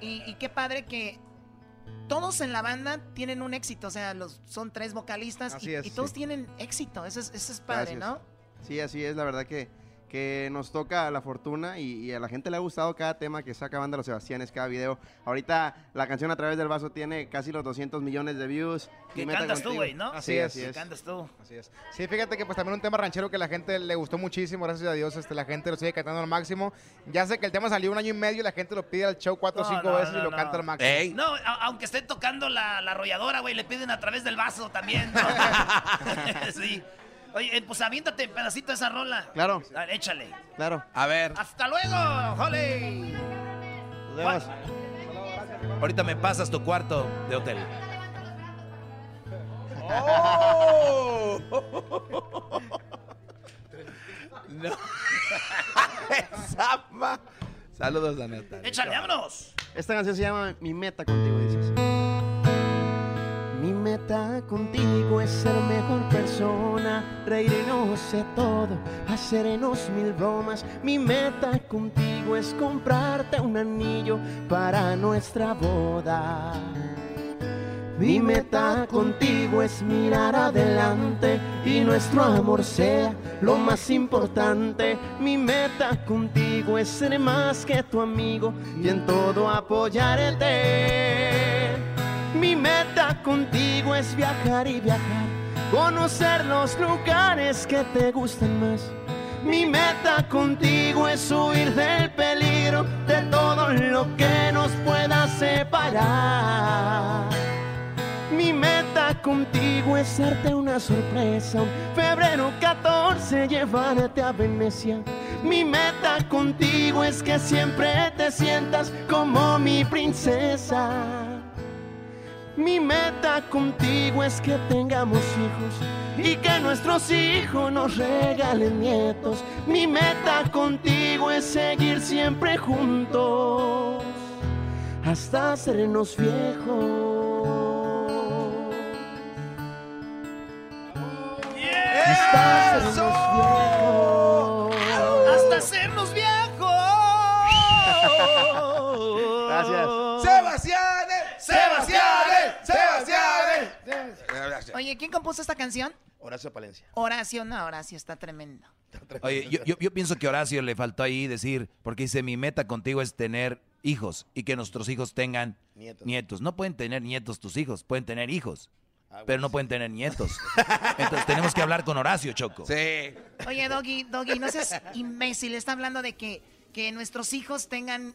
Speaker 4: Y, y qué padre que todos en la banda tienen un éxito, o sea, los, son tres vocalistas
Speaker 31: Así
Speaker 4: y,
Speaker 31: es,
Speaker 4: y todos
Speaker 31: sí.
Speaker 4: tienen éxito, eso es, eso es padre,
Speaker 31: Gracias.
Speaker 4: ¿no?
Speaker 31: Sí, así es, la verdad que, que nos toca la fortuna y, y a la gente le ha gustado cada tema que saca Banda Los Sebastianes, cada video. Ahorita la canción A Través del Vaso tiene casi los 200 millones de views.
Speaker 2: Que
Speaker 31: Mi meta
Speaker 2: cantas tú,
Speaker 31: contigo.
Speaker 2: güey, ¿no?
Speaker 31: Así, es, así
Speaker 2: Que
Speaker 31: es.
Speaker 2: cantas tú.
Speaker 31: Así es.
Speaker 22: Sí, fíjate que pues también un tema ranchero que la gente le gustó muchísimo, gracias a Dios, este, la gente lo sigue cantando al máximo. Ya sé que el tema salió un año y medio y la gente lo pide al show cuatro o
Speaker 2: No,
Speaker 22: cinco
Speaker 2: no,
Speaker 22: veces
Speaker 2: no,
Speaker 22: y lo
Speaker 2: no.
Speaker 22: canta al máximo.
Speaker 2: No, a- aunque estén tocando la, la arrolladora, güey, le piden a través del vaso también. ¿no? sí. Oye, eh, pues aviéntate pedacito de esa rola.
Speaker 31: Claro.
Speaker 2: A- Échale.
Speaker 31: Claro.
Speaker 5: A ver.
Speaker 2: ¡Hasta luego, Holly!
Speaker 5: Ahorita me pasas tu cuarto de hotel.
Speaker 7: No. Esa ma- Saludos a Natalia.
Speaker 2: Échale, vámonos.
Speaker 31: Esta canción se llama Mi meta contigo, dices.
Speaker 33: Mi meta contigo es ser mejor persona, reírnos de todo, hacernos mil bromas. Mi meta contigo es comprarte un anillo para nuestra boda. Mi meta contigo es mirar adelante y nuestro amor sea lo más importante. Mi meta contigo es ser más que tu amigo y en todo apoyarte.
Speaker 22: Mi meta contigo es viajar y viajar,
Speaker 33: conocer los lugares que te gustan más. Mi meta contigo es huir del peligro, de todo lo que nos pueda separar. Mi meta contigo es darte una sorpresa, un febrero 14 llevarte a Venecia. Mi meta contigo es que siempre te sientas como mi princesa. Mi meta contigo es que tengamos hijos y que nuestros hijos nos regalen nietos. Mi meta contigo es seguir siempre juntos hasta hacernos viejos. Hasta hacernos viejos.
Speaker 2: ¡Hasta hacernos
Speaker 4: Oh.
Speaker 2: viejos!
Speaker 33: Gracias.
Speaker 2: ¡Sebastianes!
Speaker 34: ¡Sebastianes!
Speaker 2: ¡Sebastianes!
Speaker 4: Oye, ¿quién compuso esta canción?
Speaker 9: Horacio Palencia.
Speaker 4: Horacio, no, Horacio está tremendo.
Speaker 5: Oye, yo, yo- yo pienso que a Horacio le faltó ahí decir, porque dice, mi meta contigo es tener hijos y que nuestros hijos tengan
Speaker 9: Nietos.
Speaker 5: nietos. No pueden tener nietos tus hijos, pueden tener hijos,
Speaker 9: bueno,
Speaker 5: pero no pueden tener nietos. Entonces tenemos que hablar con Horacio, Choco. Sí.
Speaker 4: Oye, Doggy, Doggy, no seas imbécil. Está hablando de que, que nuestros hijos tengan.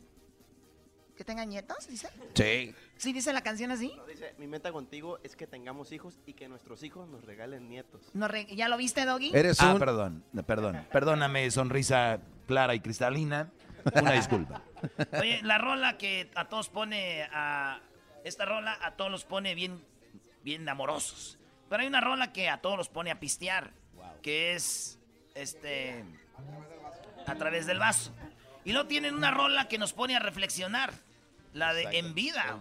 Speaker 4: ¿Que tengan nietos? ¿Dice?
Speaker 5: Sí.
Speaker 4: ¿Sí dice la canción así?
Speaker 31: Dice, mi meta contigo es que tengamos hijos y que nuestros hijos nos regalen nietos.
Speaker 4: No re- ¿Ya lo viste, Doggy?
Speaker 5: ah, perdón, perdón. Perdóname, sonrisa clara y cristalina. Una disculpa.
Speaker 2: Oye, la rola que a todos pone a. Esta rola a todos los pone bien, bien amorosos. Pero hay una rola que a todos los pone a pistear. Que es. Este. A través del vaso. Y luego tienen una rola que nos pone a reflexionar. La de En Vida.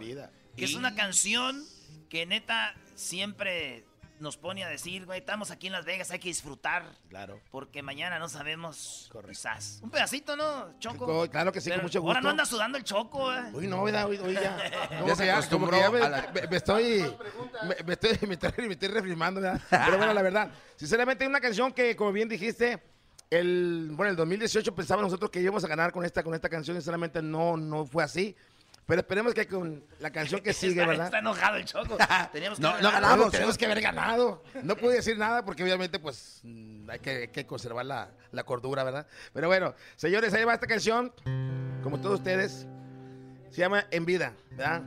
Speaker 2: Que es una canción que neta siempre nos pone a decir, güey, estamos aquí en Las Vegas, hay que disfrutar. Claro. Porque mañana no sabemos. Quizás. Un pedacito, ¿no, Choco?
Speaker 9: Choco, claro que sí, con mucho
Speaker 2: Ahora
Speaker 9: gusto.
Speaker 2: no anda sudando el Choco, ¿eh?
Speaker 9: Uy, no, ¿verdad? Uy, uy, ya. Como
Speaker 2: Ya
Speaker 9: que
Speaker 2: se
Speaker 9: ya, como
Speaker 2: acostumbró
Speaker 9: que ya me,
Speaker 2: a la-
Speaker 9: me- me estoy, me, me estoy, me estoy, me estoy refrimando, ¿verdad? Pero bueno, la verdad, sinceramente, una canción que, como bien dijiste, el, bueno, el 2018 pensábamos nosotros que íbamos a ganar con esta, con esta canción, sinceramente no, no fue así. Pero esperemos que con la canción que sigue,
Speaker 2: está,
Speaker 9: ¿verdad?
Speaker 2: está enojado el Choco. Teníamos que
Speaker 9: No,
Speaker 2: haber
Speaker 9: no
Speaker 2: ganado.
Speaker 9: ganamos, tenemos que haber ganado. No pude decir nada porque obviamente pues mm, hay que, hay que conservar la, la cordura, ¿verdad? Pero bueno, señores, ahí va esta canción, como todos ustedes. Se llama En Vida, ¿verdad?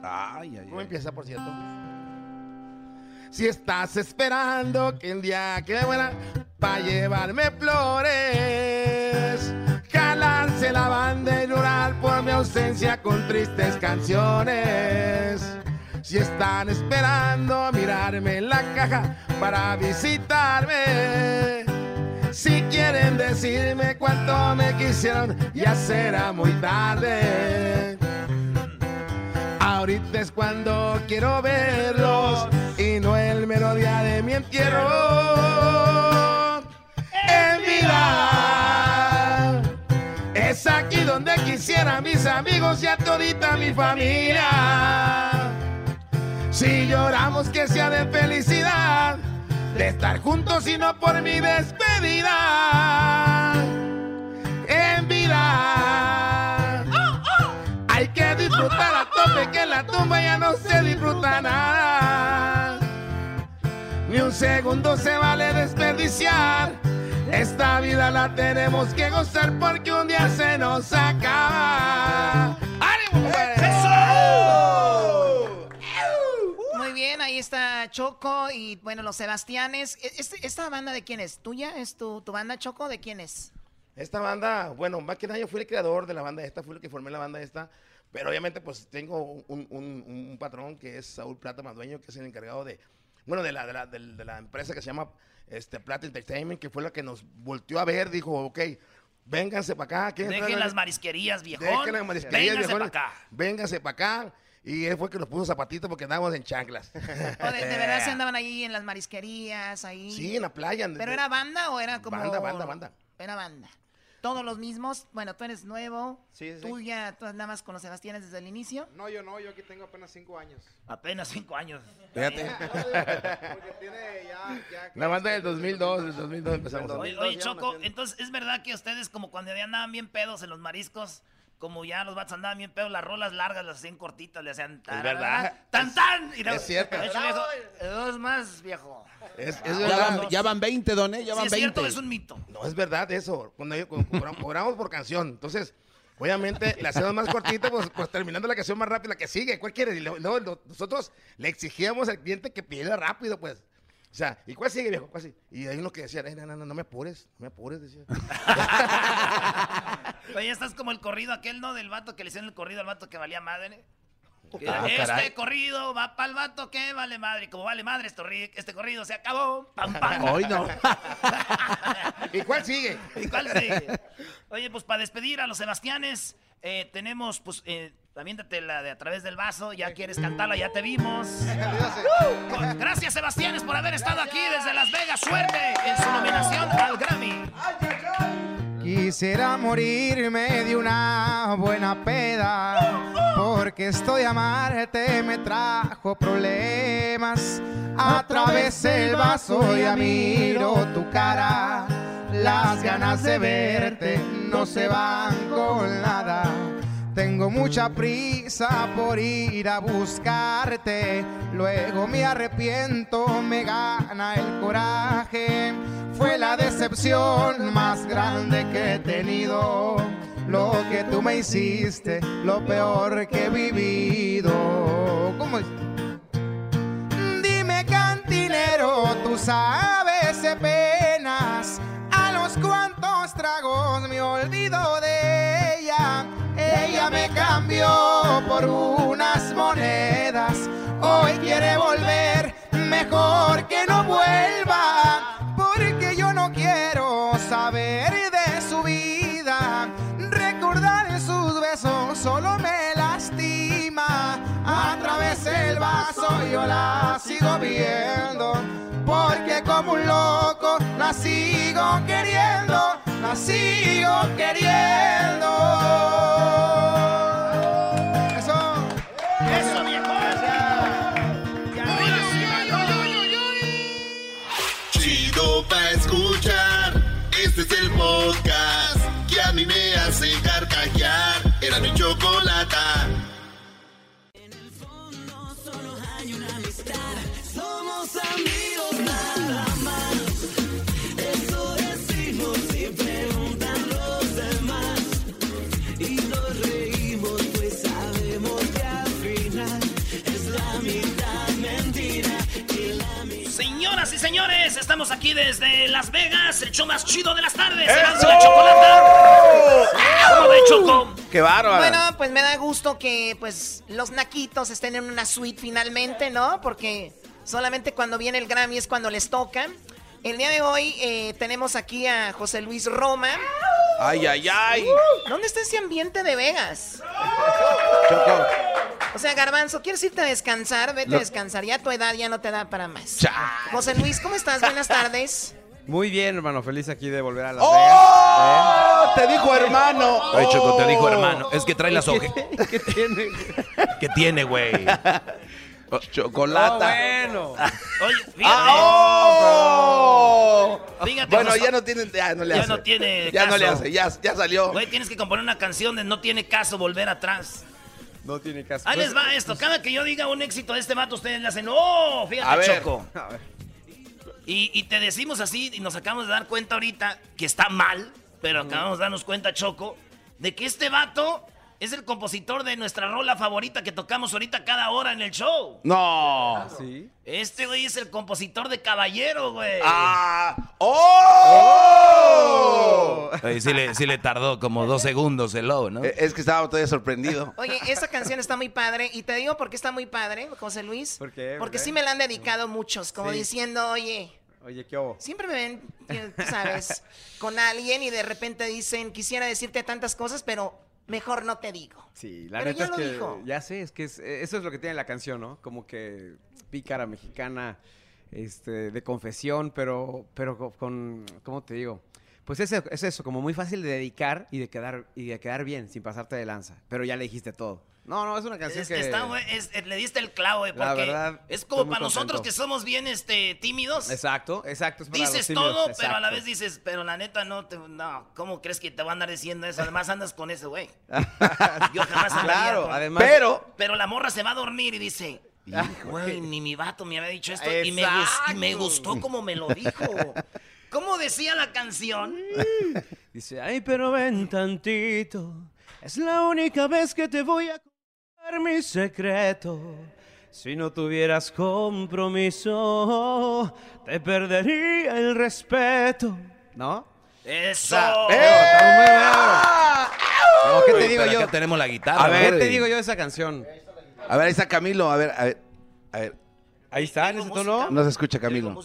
Speaker 5: Ay, ay,
Speaker 9: ¿Cómo empieza, por cierto? Si estás esperando que el día que muera para llevarme flores, jalarse la banda y llorar por mi ausencia con tristes canciones. Si están esperando a mirarme en la caja para visitarme. Si quieren decirme cuánto me quisieron, ya será muy tarde. Ahorita es cuando quiero verlos y no el melodía de mi entierro. En vida es aquí donde quisiera a mis amigos y a todita mi familia. Si lloramos que sea de felicidad, de estar juntos y no por mi despedida. En vida hay que disfrutar a tope que en la tumba ya no se disfruta nada. Ni un segundo se vale desperdiciar. Esta vida la tenemos que gozar porque un día se nos acaba. ¡Ánimo, pues! compadre!
Speaker 4: Muy bien, ahí está Choco y bueno, los Sebastianes. E- este- ¿Esta banda de quién es? ¿Tuya? ¿Es tu, tu banda Choco? ¿De quién es?
Speaker 9: Esta banda, bueno, más que nada yo fui el creador de la banda esta, fui el que formé la banda esta, pero obviamente pues tengo un, un- un- un patrón que es Saúl Plata Madueño, que es el encargado de, bueno, de la, de la, del- de la empresa que se llama este, Plata Entertainment, que fue la que nos volteó a ver, dijo, ok, vénganse para acá. ¿quieren
Speaker 2: Dejen
Speaker 9: traer-
Speaker 2: las marisquerías, viejón.
Speaker 9: Dejen las marisquerías,
Speaker 2: Vénganse
Speaker 9: viejones,
Speaker 2: pa' acá.
Speaker 9: Vénganse para acá. Y él fue el que nos puso zapatitos porque andábamos en chanclas.
Speaker 4: ¿O de, de verdad se andaban ahí en las marisquerías, ahí?
Speaker 9: Eh. Sí, en la playa. en-
Speaker 4: ¿Pero era banda o era como...?
Speaker 9: Banda, banda, banda.
Speaker 4: Era banda. Todos los mismos. Bueno, tú eres nuevo.
Speaker 9: Sí, sí, sí.
Speaker 4: Tú ya, tú nada más con los Sebastianes desde el inicio.
Speaker 35: No, yo no, yo aquí tengo apenas cinco años.
Speaker 2: Apenas cinco años.
Speaker 35: Fíjate.
Speaker 9: La banda del 2002, del 2002 empezamos.
Speaker 2: Oye, oye, Choco, entonces es verdad que ustedes como cuando ya andaban bien pedos en los mariscos, como ya los vatos andaban bien pedos, las rolas largas las hacían cortitas, le hacían tan
Speaker 9: verdad.
Speaker 2: tan tan. Y luego-
Speaker 9: es cierto.
Speaker 2: De hecho, viejo, dos más, viejo.
Speaker 9: Es- es
Speaker 8: ya,
Speaker 9: verdad.
Speaker 8: van, ya van 20, Don, ¿eh? Ya
Speaker 9: Sí,
Speaker 8: van
Speaker 9: es
Speaker 8: 20.
Speaker 9: cierto, es un
Speaker 2: mito.
Speaker 9: No, es verdad eso. Cuando, yo- cuando cobra- cobramos por canción. Entonces, obviamente, la hacemos más cortita, pues, pues terminando la canción más rápida, la que sigue. ¿Cuál quiere? Y luego- luego lo- nosotros le exigíamos al cliente que pidiera rápido, pues. O sea, ¿y cuál sigue, viejo? ¿Cuál sigue? Y hay uno que decía, "Ay, no, no, no, no me apures, no me apures, decía.
Speaker 2: Oye, estás como el corrido aquel, ¿no? Del vato que le hicieron el corrido al vato que valía madre. Que
Speaker 9: Ah,
Speaker 2: este
Speaker 9: caray.
Speaker 2: corrido va para el vato que vale madre. Y Como vale madre, este, corri- este corrido se acabó. Pam, pam.
Speaker 9: Hoy no. ¿Y cuál sigue?
Speaker 2: ¿Y cuál sigue? Oye, pues para despedir a los Sebastianes, eh, tenemos, pues, eh, aviéntate la de a través del vaso. Ya quieres cantarla, ya te vimos. Uh, Gracias, Sebastianes, por haber estado aquí desde Las Vegas. Suerte en su nominación al Grammy.
Speaker 22: Quisiera morirme de una buena peda, porque esto de amarte me trajo problemas. A través del vaso ya miro tu cara, las ganas de verte no se van con nada. Tengo mucha prisa por ir a buscarte, luego me arrepiento, me gana el coraje. Fue la decepción más grande que he tenido, lo que tú me hiciste, lo peor que he vivido. ¿Cómo es? Dime cantinero, tú sabes de penas a los cuantos tragos me olvido de ella. Ella me cambió por unas monedas. Hoy quiere volver, mejor que no vuelva, porque yo no quiero saber de su vida. Recordar sus besos solo me lastima. A través del vaso yo la sigo viendo. Porque como un loco la sigo queriendo. La sigo queriendo. Eso.
Speaker 2: Eso, viejo.
Speaker 1: Chido pa' escuchar. Este es el podcast que a mí me hace carcajear. Era mi chocolata.
Speaker 22: Somos amigos nada más. Eso decimos sin preguntar los demás. Y
Speaker 16: pues
Speaker 2: y señores, estamos aquí desde Las Vegas, el show más chido de las tardes, Erasmo y la
Speaker 23: ¡Eso!
Speaker 2: Chocolata. ¿Cómo ve, Choco?
Speaker 23: ¡Qué bárbaro!
Speaker 4: Bueno, pues me da gusto que pues los naquitos estén en una suite finalmente, ¿no? Porque solamente cuando viene el Grammy es cuando les toca. El día de hoy eh, tenemos aquí a José Luis Roma.
Speaker 23: Ay, ay, ay.
Speaker 4: Uh, ¿Dónde está ese ambiente de Vegas?
Speaker 23: Choco.
Speaker 4: O sea, Garbanzo, ¿quieres irte a descansar? Vete
Speaker 16: Lo-
Speaker 4: a descansar. Ya tu edad ya no te da para más. José Luis, ¿cómo estás? Buenas tardes.
Speaker 16: Muy bien, hermano. Feliz aquí de volver a Las ¿eh? Ah,
Speaker 23: ¡Oh! Te dijo hermano.
Speaker 5: Oye, Choco, te
Speaker 2: Oh.
Speaker 5: dijo hermano. Es que trae las
Speaker 16: ¿Qué-
Speaker 5: hojas.
Speaker 16: ¿Qué tiene?
Speaker 5: ¿Qué tiene, güey?
Speaker 8: Oh,
Speaker 5: Chocolata.
Speaker 16: bueno.
Speaker 5: Ah.
Speaker 2: Oye, fíjate.
Speaker 5: oh.
Speaker 2: Fíjate,
Speaker 23: Bueno,
Speaker 2: nos-
Speaker 23: ya no tiene. Ya no le
Speaker 2: ya
Speaker 23: hace.
Speaker 2: no tiene
Speaker 23: Ya no
Speaker 2: caso.
Speaker 23: le hace. Ya, ya salió.
Speaker 2: Güey, tienes que componer una canción de No tiene caso volver atrás.
Speaker 16: No tiene caso.
Speaker 2: Ahí les va esto. Cada que yo diga un éxito de este vato, ustedes le hacen, ¡oh! Fíjate,
Speaker 16: A ver.
Speaker 2: Choco. Y, y te decimos así, y nos acabamos de dar cuenta ahorita que está mal, pero acabamos de darnos cuenta, Choco, de que este vato es el compositor de nuestra rola favorita que tocamos ahorita cada hora en el show.
Speaker 23: No.
Speaker 16: Sí.
Speaker 2: Este güey es el compositor de Caballero, güey.
Speaker 23: Ah. ¡Oh!
Speaker 5: Oye, sí le, sí le tardó como dos segundos el lobo, ¿no?
Speaker 23: Eh, Es que estaba todavía sorprendido.
Speaker 4: Oye, esta canción está muy padre. Y te digo por qué está muy padre, José Luis.
Speaker 16: ¿Por qué?
Speaker 4: Porque
Speaker 16: ¿Verdad?
Speaker 4: sí me la han dedicado muchos, como
Speaker 16: Sí.
Speaker 4: diciendo, oye,
Speaker 16: Oye, ¿qué hubo?
Speaker 4: siempre me ven, tú sabes, con alguien y de repente dicen, quisiera decirte tantas cosas, pero mejor no te digo.
Speaker 16: Sí, la
Speaker 4: Pero
Speaker 16: neta
Speaker 4: ya lo
Speaker 16: es que
Speaker 4: dijo.
Speaker 16: ya sé, es que es- eh, eso es lo que tiene la canción, ¿no? Como que pícara mexicana, este, de confesión, pero, pero co- con, ¿cómo te digo? Pues es, es eso, como muy fácil de dedicar y de quedar y de quedar bien, sin pasarte de lanza. Pero ya le dijiste todo. No, no, es una canción
Speaker 2: Es
Speaker 16: que.
Speaker 2: que está, güey, es- eh, le diste el clavo, güey,
Speaker 16: La
Speaker 2: porque
Speaker 16: verdad,
Speaker 2: es
Speaker 16: estoy
Speaker 2: como
Speaker 16: muy
Speaker 2: para nosotros que
Speaker 16: contento.
Speaker 2: somos bien este, tímidos.
Speaker 16: Exacto, exacto. es para los
Speaker 2: Dices
Speaker 16: tímidos,
Speaker 2: todo, pero a la
Speaker 16: exacto.
Speaker 2: vez dices, pero la neta no, te, no, ¿cómo crees que te va a andar diciendo eso? Además andas con ese güey. Yo jamás andaría
Speaker 16: Claro,
Speaker 2: con-
Speaker 16: además- Ah,
Speaker 23: Pero-
Speaker 2: Pero la morra se va a dormir y dice, güey, ni mi vato me había dicho esto. Y me,
Speaker 4: Exacto.
Speaker 2: gus- y me gustó como me lo dijo. ¿Cómo decía la canción?
Speaker 16: Dice, ay, pero ven tantito. Es la única vez que te voy a contar mi secreto. Si no tuvieras compromiso, te perdería el respeto. ¿No?
Speaker 2: Eso.
Speaker 16: No, ¿qué te
Speaker 5: Oye,
Speaker 16: digo
Speaker 5: Ah. pero
Speaker 16: yo?
Speaker 5: acá tenemos la guitarra.
Speaker 16: A ver,
Speaker 5: ¿no?
Speaker 16: ¿qué te digo yo de esa canción?
Speaker 8: A ver, ahí está Camilo. A ver, a ver. A ver.
Speaker 16: Ahí está, en ese tono.
Speaker 8: No se escucha, Camilo.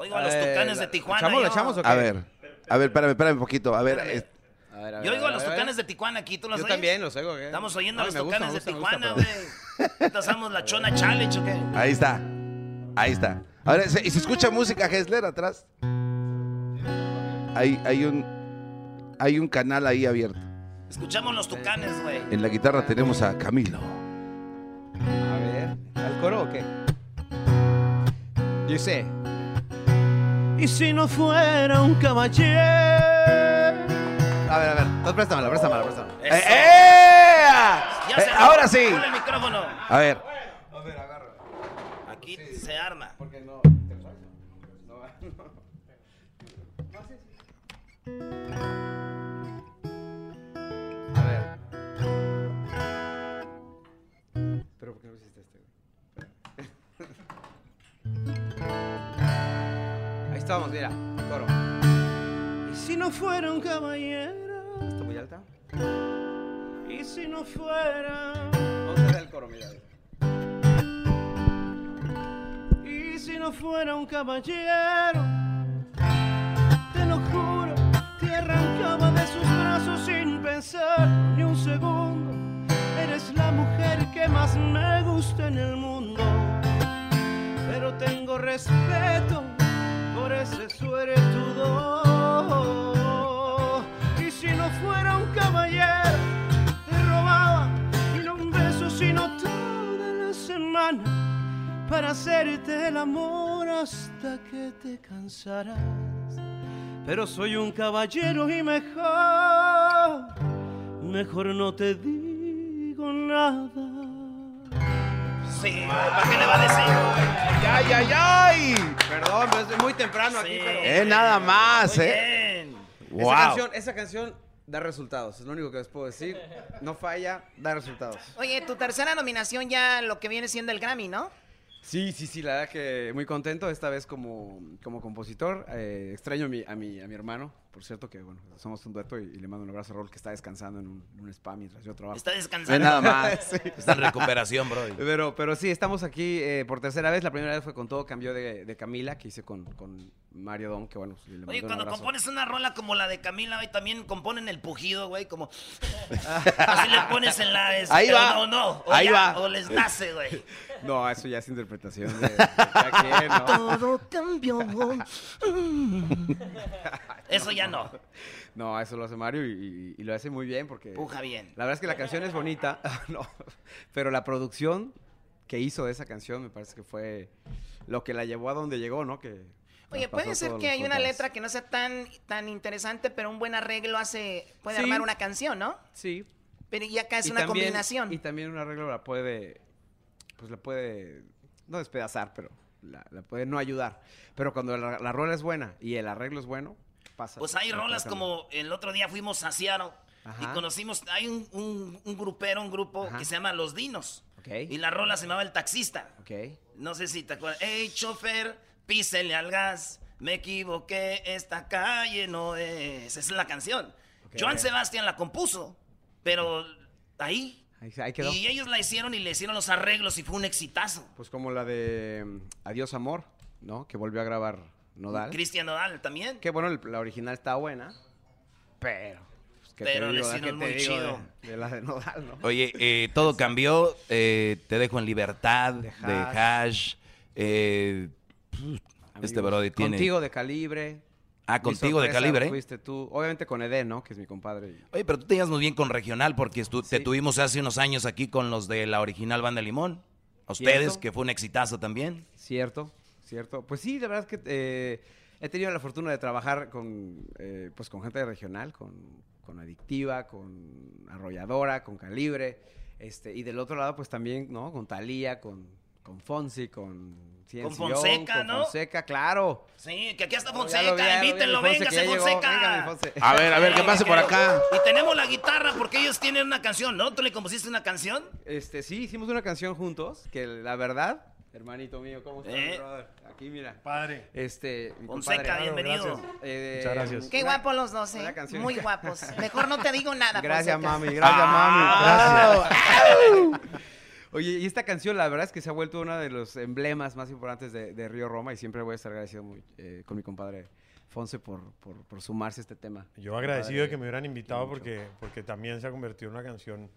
Speaker 2: Oigo a los tucanes de Tijuana.
Speaker 16: ¿Echamos,
Speaker 2: yo.
Speaker 16: le echamos o qué?
Speaker 8: A ver. A ver, espérame, espérame un poquito. A ver. eh,
Speaker 16: A ver, a ver,
Speaker 2: Yo oigo a
Speaker 16: ver,
Speaker 2: los
Speaker 16: ver.
Speaker 2: tucanes de Tijuana aquí, ¿tú los
Speaker 16: ¿eh? Yo
Speaker 2: oyes?
Speaker 16: también los oigo. ¿qué?
Speaker 2: Estamos oyendo a
Speaker 16: Ay,
Speaker 2: los
Speaker 16: me gusta,
Speaker 2: tucanes
Speaker 16: me
Speaker 2: de
Speaker 16: gusta, me
Speaker 2: Tijuana,
Speaker 16: gusta,
Speaker 2: güey. Ahorita hacemos la chona challenge, ¿o qué?
Speaker 8: Ahí está. Ahí está. A ver, se- y se escucha música Hessler atrás. Hay, hay un hay un canal ahí abierto.
Speaker 2: Escuchamos los tucanes, güey.
Speaker 8: En la guitarra tenemos a Camilo.
Speaker 16: A ver, ¿al coro o qué? Dice.
Speaker 14: Y si no fuera un caballero.
Speaker 7: A ver, a ver.
Speaker 14: pues
Speaker 7: Entonces préstamela, préstamela, préstamela.
Speaker 2: ¡Eh,
Speaker 7: eh!
Speaker 2: Ya se
Speaker 7: Eh,
Speaker 2: armó.
Speaker 7: ahora sí.
Speaker 2: Ponle el micrófono.
Speaker 8: A ver.
Speaker 2: Aquí se arma.
Speaker 16: A ver. Pero ¿por qué no hiciste este? güey? Ahí estamos, mira, el coro.
Speaker 14: eh. Y si no fuera un caballero.
Speaker 16: Está muy alta.
Speaker 14: Y si no fuera.
Speaker 16: Vamos a hacer el coro, mira.
Speaker 14: Y si no fuera un caballero. Te lo juro. Te arrancaba de sus brazos sin pensar ni un segundo. Eres la mujer que más me gusta en el mundo. Pero tengo respeto por ese suertudo. Y si no fuera un caballero, te robaba y no un beso, sino toda la semana para hacerte el amor hasta que te cansarás. Pero soy un caballero y mejor, mejor no te digo nada.
Speaker 2: Sí, ¿para qué le va a decir?
Speaker 16: ¡Ay, ay, ay! Perdón, pero es muy temprano aquí, pero.
Speaker 7: Eh, nada más, eh.
Speaker 16: Esa,
Speaker 7: Wow.
Speaker 16: canción, esa canción da resultados, es lo único que les puedo decir. No falla, da resultados.
Speaker 4: Oye, tu tercera nominación ya lo que viene siendo el Grammy, ¿no?
Speaker 16: Sí, sí, sí, la verdad que muy contento esta vez como, como compositor. Eh, extraño a mi, a, mi, a mi hermano, por cierto, que bueno, somos un dueto y, y le mando un abrazo a Rol que está descansando en un, en un spa mientras yo trabajo.
Speaker 5: Está descansando. Ve nada más. Está en recuperación, bro.
Speaker 16: Pero, pero sí, estamos aquí eh, por tercera vez. La primera vez fue con todo cambió de, de Camila, que hice con, con Mario Dom, que bueno, sí, le mando
Speaker 2: Oye,
Speaker 16: un
Speaker 2: cuando
Speaker 16: abrazo.
Speaker 2: compones una rola como la de Camila, güey, también componen el pujido, güey, como... Así le pones en la...
Speaker 16: Ahí
Speaker 2: pero
Speaker 16: va.
Speaker 2: No, no. O
Speaker 16: Ahí
Speaker 2: ya,
Speaker 16: va.
Speaker 2: O les nace, güey.
Speaker 16: No, eso ya es interpretación de, de cada quien, ¿no?
Speaker 2: Todo cambió. Eso ya no.
Speaker 16: No, eso lo hace Mario y, y- y lo hace muy bien porque...
Speaker 2: Puja bien.
Speaker 16: La verdad es que la canción es bonita, no, pero la producción que hizo de esa canción me parece que fue lo que la llevó a donde llegó, ¿no? Que
Speaker 4: Oye,
Speaker 16: traspasó
Speaker 4: puede ser
Speaker 16: todos
Speaker 4: que
Speaker 16: los
Speaker 4: hay una
Speaker 16: fronteras.
Speaker 4: letra que no sea tan, tan interesante, pero un buen arreglo hace puede
Speaker 16: Sí.
Speaker 4: armar una canción, ¿no?
Speaker 16: Sí.
Speaker 4: Pero y acá es
Speaker 16: Y
Speaker 4: una
Speaker 16: también-
Speaker 4: combinación.
Speaker 16: Y también un arreglo la puede, pues la puede, no despedazar, pero la, la puede no ayudar. Pero cuando la, la rola es buena y el arreglo es bueno, pasa.
Speaker 2: Pues hay
Speaker 16: la
Speaker 2: rolas
Speaker 16: cosa
Speaker 2: como el otro día fuimos a Seattle y
Speaker 16: Ajá.
Speaker 2: conocimos, hay un, un- un grupero, un grupo que se llama Los Dinos.
Speaker 16: Ok.
Speaker 2: Y la rola se llamaba El Taxista.
Speaker 16: Ok.
Speaker 2: No sé si te acuerdas. Hey, chofer, písele al gas. Me equivoqué, esta calle no es. Esa es la canción. Joan Sebastián la compuso, pero ahí.
Speaker 16: Ahí, ahí quedó.
Speaker 2: Y ellos la hicieron y le hicieron los arreglos y fue un exitazo.
Speaker 16: Pues como la de mm, Adiós Amor, ¿no? Que volvió a grabar Nodal.
Speaker 2: Cristian Nodal también.
Speaker 16: Que bueno, el- la original está buena, pero... pues, ¿qué te
Speaker 2: Pero le
Speaker 16: digo, verdad?
Speaker 2: hicieron
Speaker 16: ¿Qué te
Speaker 2: muy
Speaker 16: digo de-
Speaker 2: chido.
Speaker 16: De, la de Nodal, ¿no?
Speaker 5: Oye, eh, todo cambió. eh, te dejo en libertad de hash. eh, pf, este
Speaker 16: Amigos.
Speaker 5: Brody tiene.
Speaker 16: Contigo de calibre.
Speaker 5: Ah,
Speaker 16: Mi
Speaker 5: contigo de
Speaker 16: sorpresa
Speaker 5: calibre.
Speaker 16: Fuiste tú. Obviamente con Eden, ¿no? Que es mi compadre.
Speaker 5: Oye, pero tú te llevas muy bien con regional porque estu- te tuvimos hace unos años aquí con los de la original banda Limón. A ustedes,
Speaker 16: ¿Cierto?
Speaker 5: que fue un exitazo también.
Speaker 16: Cierto, cierto. Pues sí, la verdad es que eh, he tenido la fortuna de trabajar con, eh, pues con gente de regional, con, con Adictiva, con Arrolladora, con Calibre. Este, y del otro lado, pues también, ¿no? Con Talía, con, con Fonsi, con Cien
Speaker 2: Con
Speaker 16: Sillón,
Speaker 2: Fonseca,
Speaker 16: con
Speaker 2: ¿no?
Speaker 16: Fonseca, claro.
Speaker 2: Sí, que aquí está
Speaker 16: Oh, ya lo
Speaker 2: Fonseca,
Speaker 16: vi, ya lo vi,
Speaker 2: invítenlo,
Speaker 16: mi Fonse,
Speaker 2: venga,
Speaker 16: que ya llegó. Venga, mi
Speaker 2: Fonseca.
Speaker 16: Fonse.
Speaker 8: A ver, a ver, que pase por acá.
Speaker 2: Y tenemos la guitarra porque ellos tienen una canción, ¿no? ¿Tú le compusiste una canción?
Speaker 16: Este, sí, hicimos una canción juntos, que la verdad, hermanito mío, ¿cómo estás,
Speaker 2: Eh.
Speaker 16: brother? Aquí, mira.
Speaker 2: Padre.
Speaker 16: Este, mi
Speaker 2: Fonseca,
Speaker 16: compadre.
Speaker 2: bienvenido.
Speaker 16: Gracias. Eh,
Speaker 3: Muchas gracias.
Speaker 4: Qué
Speaker 16: una-
Speaker 4: guapos los dos, ¿eh?
Speaker 16: canción.
Speaker 4: Muy guapos. Mejor no te digo nada.
Speaker 16: Gracias,
Speaker 4: Fonseca.
Speaker 16: mami, gracias,
Speaker 4: Ah.
Speaker 16: mami. Gracias. Oye, y esta canción, la verdad es que se ha vuelto uno de los emblemas más importantes de, de Río Roma y siempre voy a estar agradecido muy, eh, con mi compadre Fonse por, por, por sumarse a este tema.
Speaker 3: Yo agradecido de
Speaker 16: Compadre,
Speaker 3: que me hubieran invitado
Speaker 16: mucho.
Speaker 3: porque, porque también se ha convertido en una canción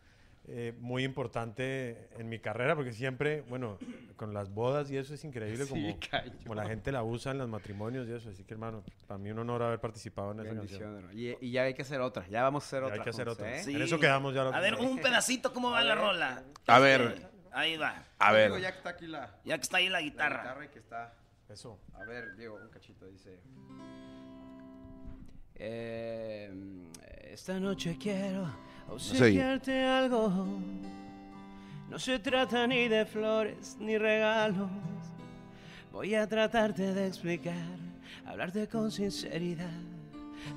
Speaker 3: eh, muy importante en mi carrera, porque siempre, bueno, con las bodas y eso es increíble,
Speaker 16: Sí,
Speaker 3: como,
Speaker 16: cayó.
Speaker 3: como la gente la usa en los matrimonios y eso. Así que, hermano, para mí un honor haber participado en esa
Speaker 16: Bendición,
Speaker 3: canción.
Speaker 16: hermano. Y, y ya hay que hacer otra, ya vamos a hacer
Speaker 3: Ya hay
Speaker 16: otra.
Speaker 3: que hacer
Speaker 16: Fonse,
Speaker 3: otra.
Speaker 16: ¿eh?
Speaker 3: En eso quedamos ya la
Speaker 2: A ver, un pedacito, ¿cómo va la rola? Este,
Speaker 8: A ver,
Speaker 2: Ahí va.
Speaker 8: a ver.
Speaker 16: que está aquí la,
Speaker 2: Ya que está ahí la guitarra.
Speaker 16: y que está.
Speaker 3: Eso.
Speaker 16: A ver, Diego, un cachito dice. Em, esta noche quiero
Speaker 3: obsequiarte
Speaker 16: algo. No se trata ni de flores ni regalos.
Speaker 24: Voy a tratarte de explicar, hablarte con sinceridad,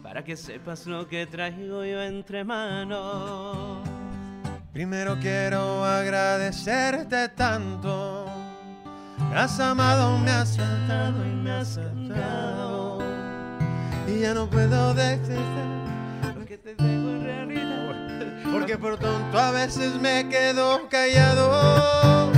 Speaker 24: para que sepas lo que traigo yo entre manos.
Speaker 6: Primero quiero agradecerte tanto. Me has amado, me has tratado y me has cantado. Y ya no puedo detestar lo que te tengo en realidad. Porque por tonto a veces me quedo callado.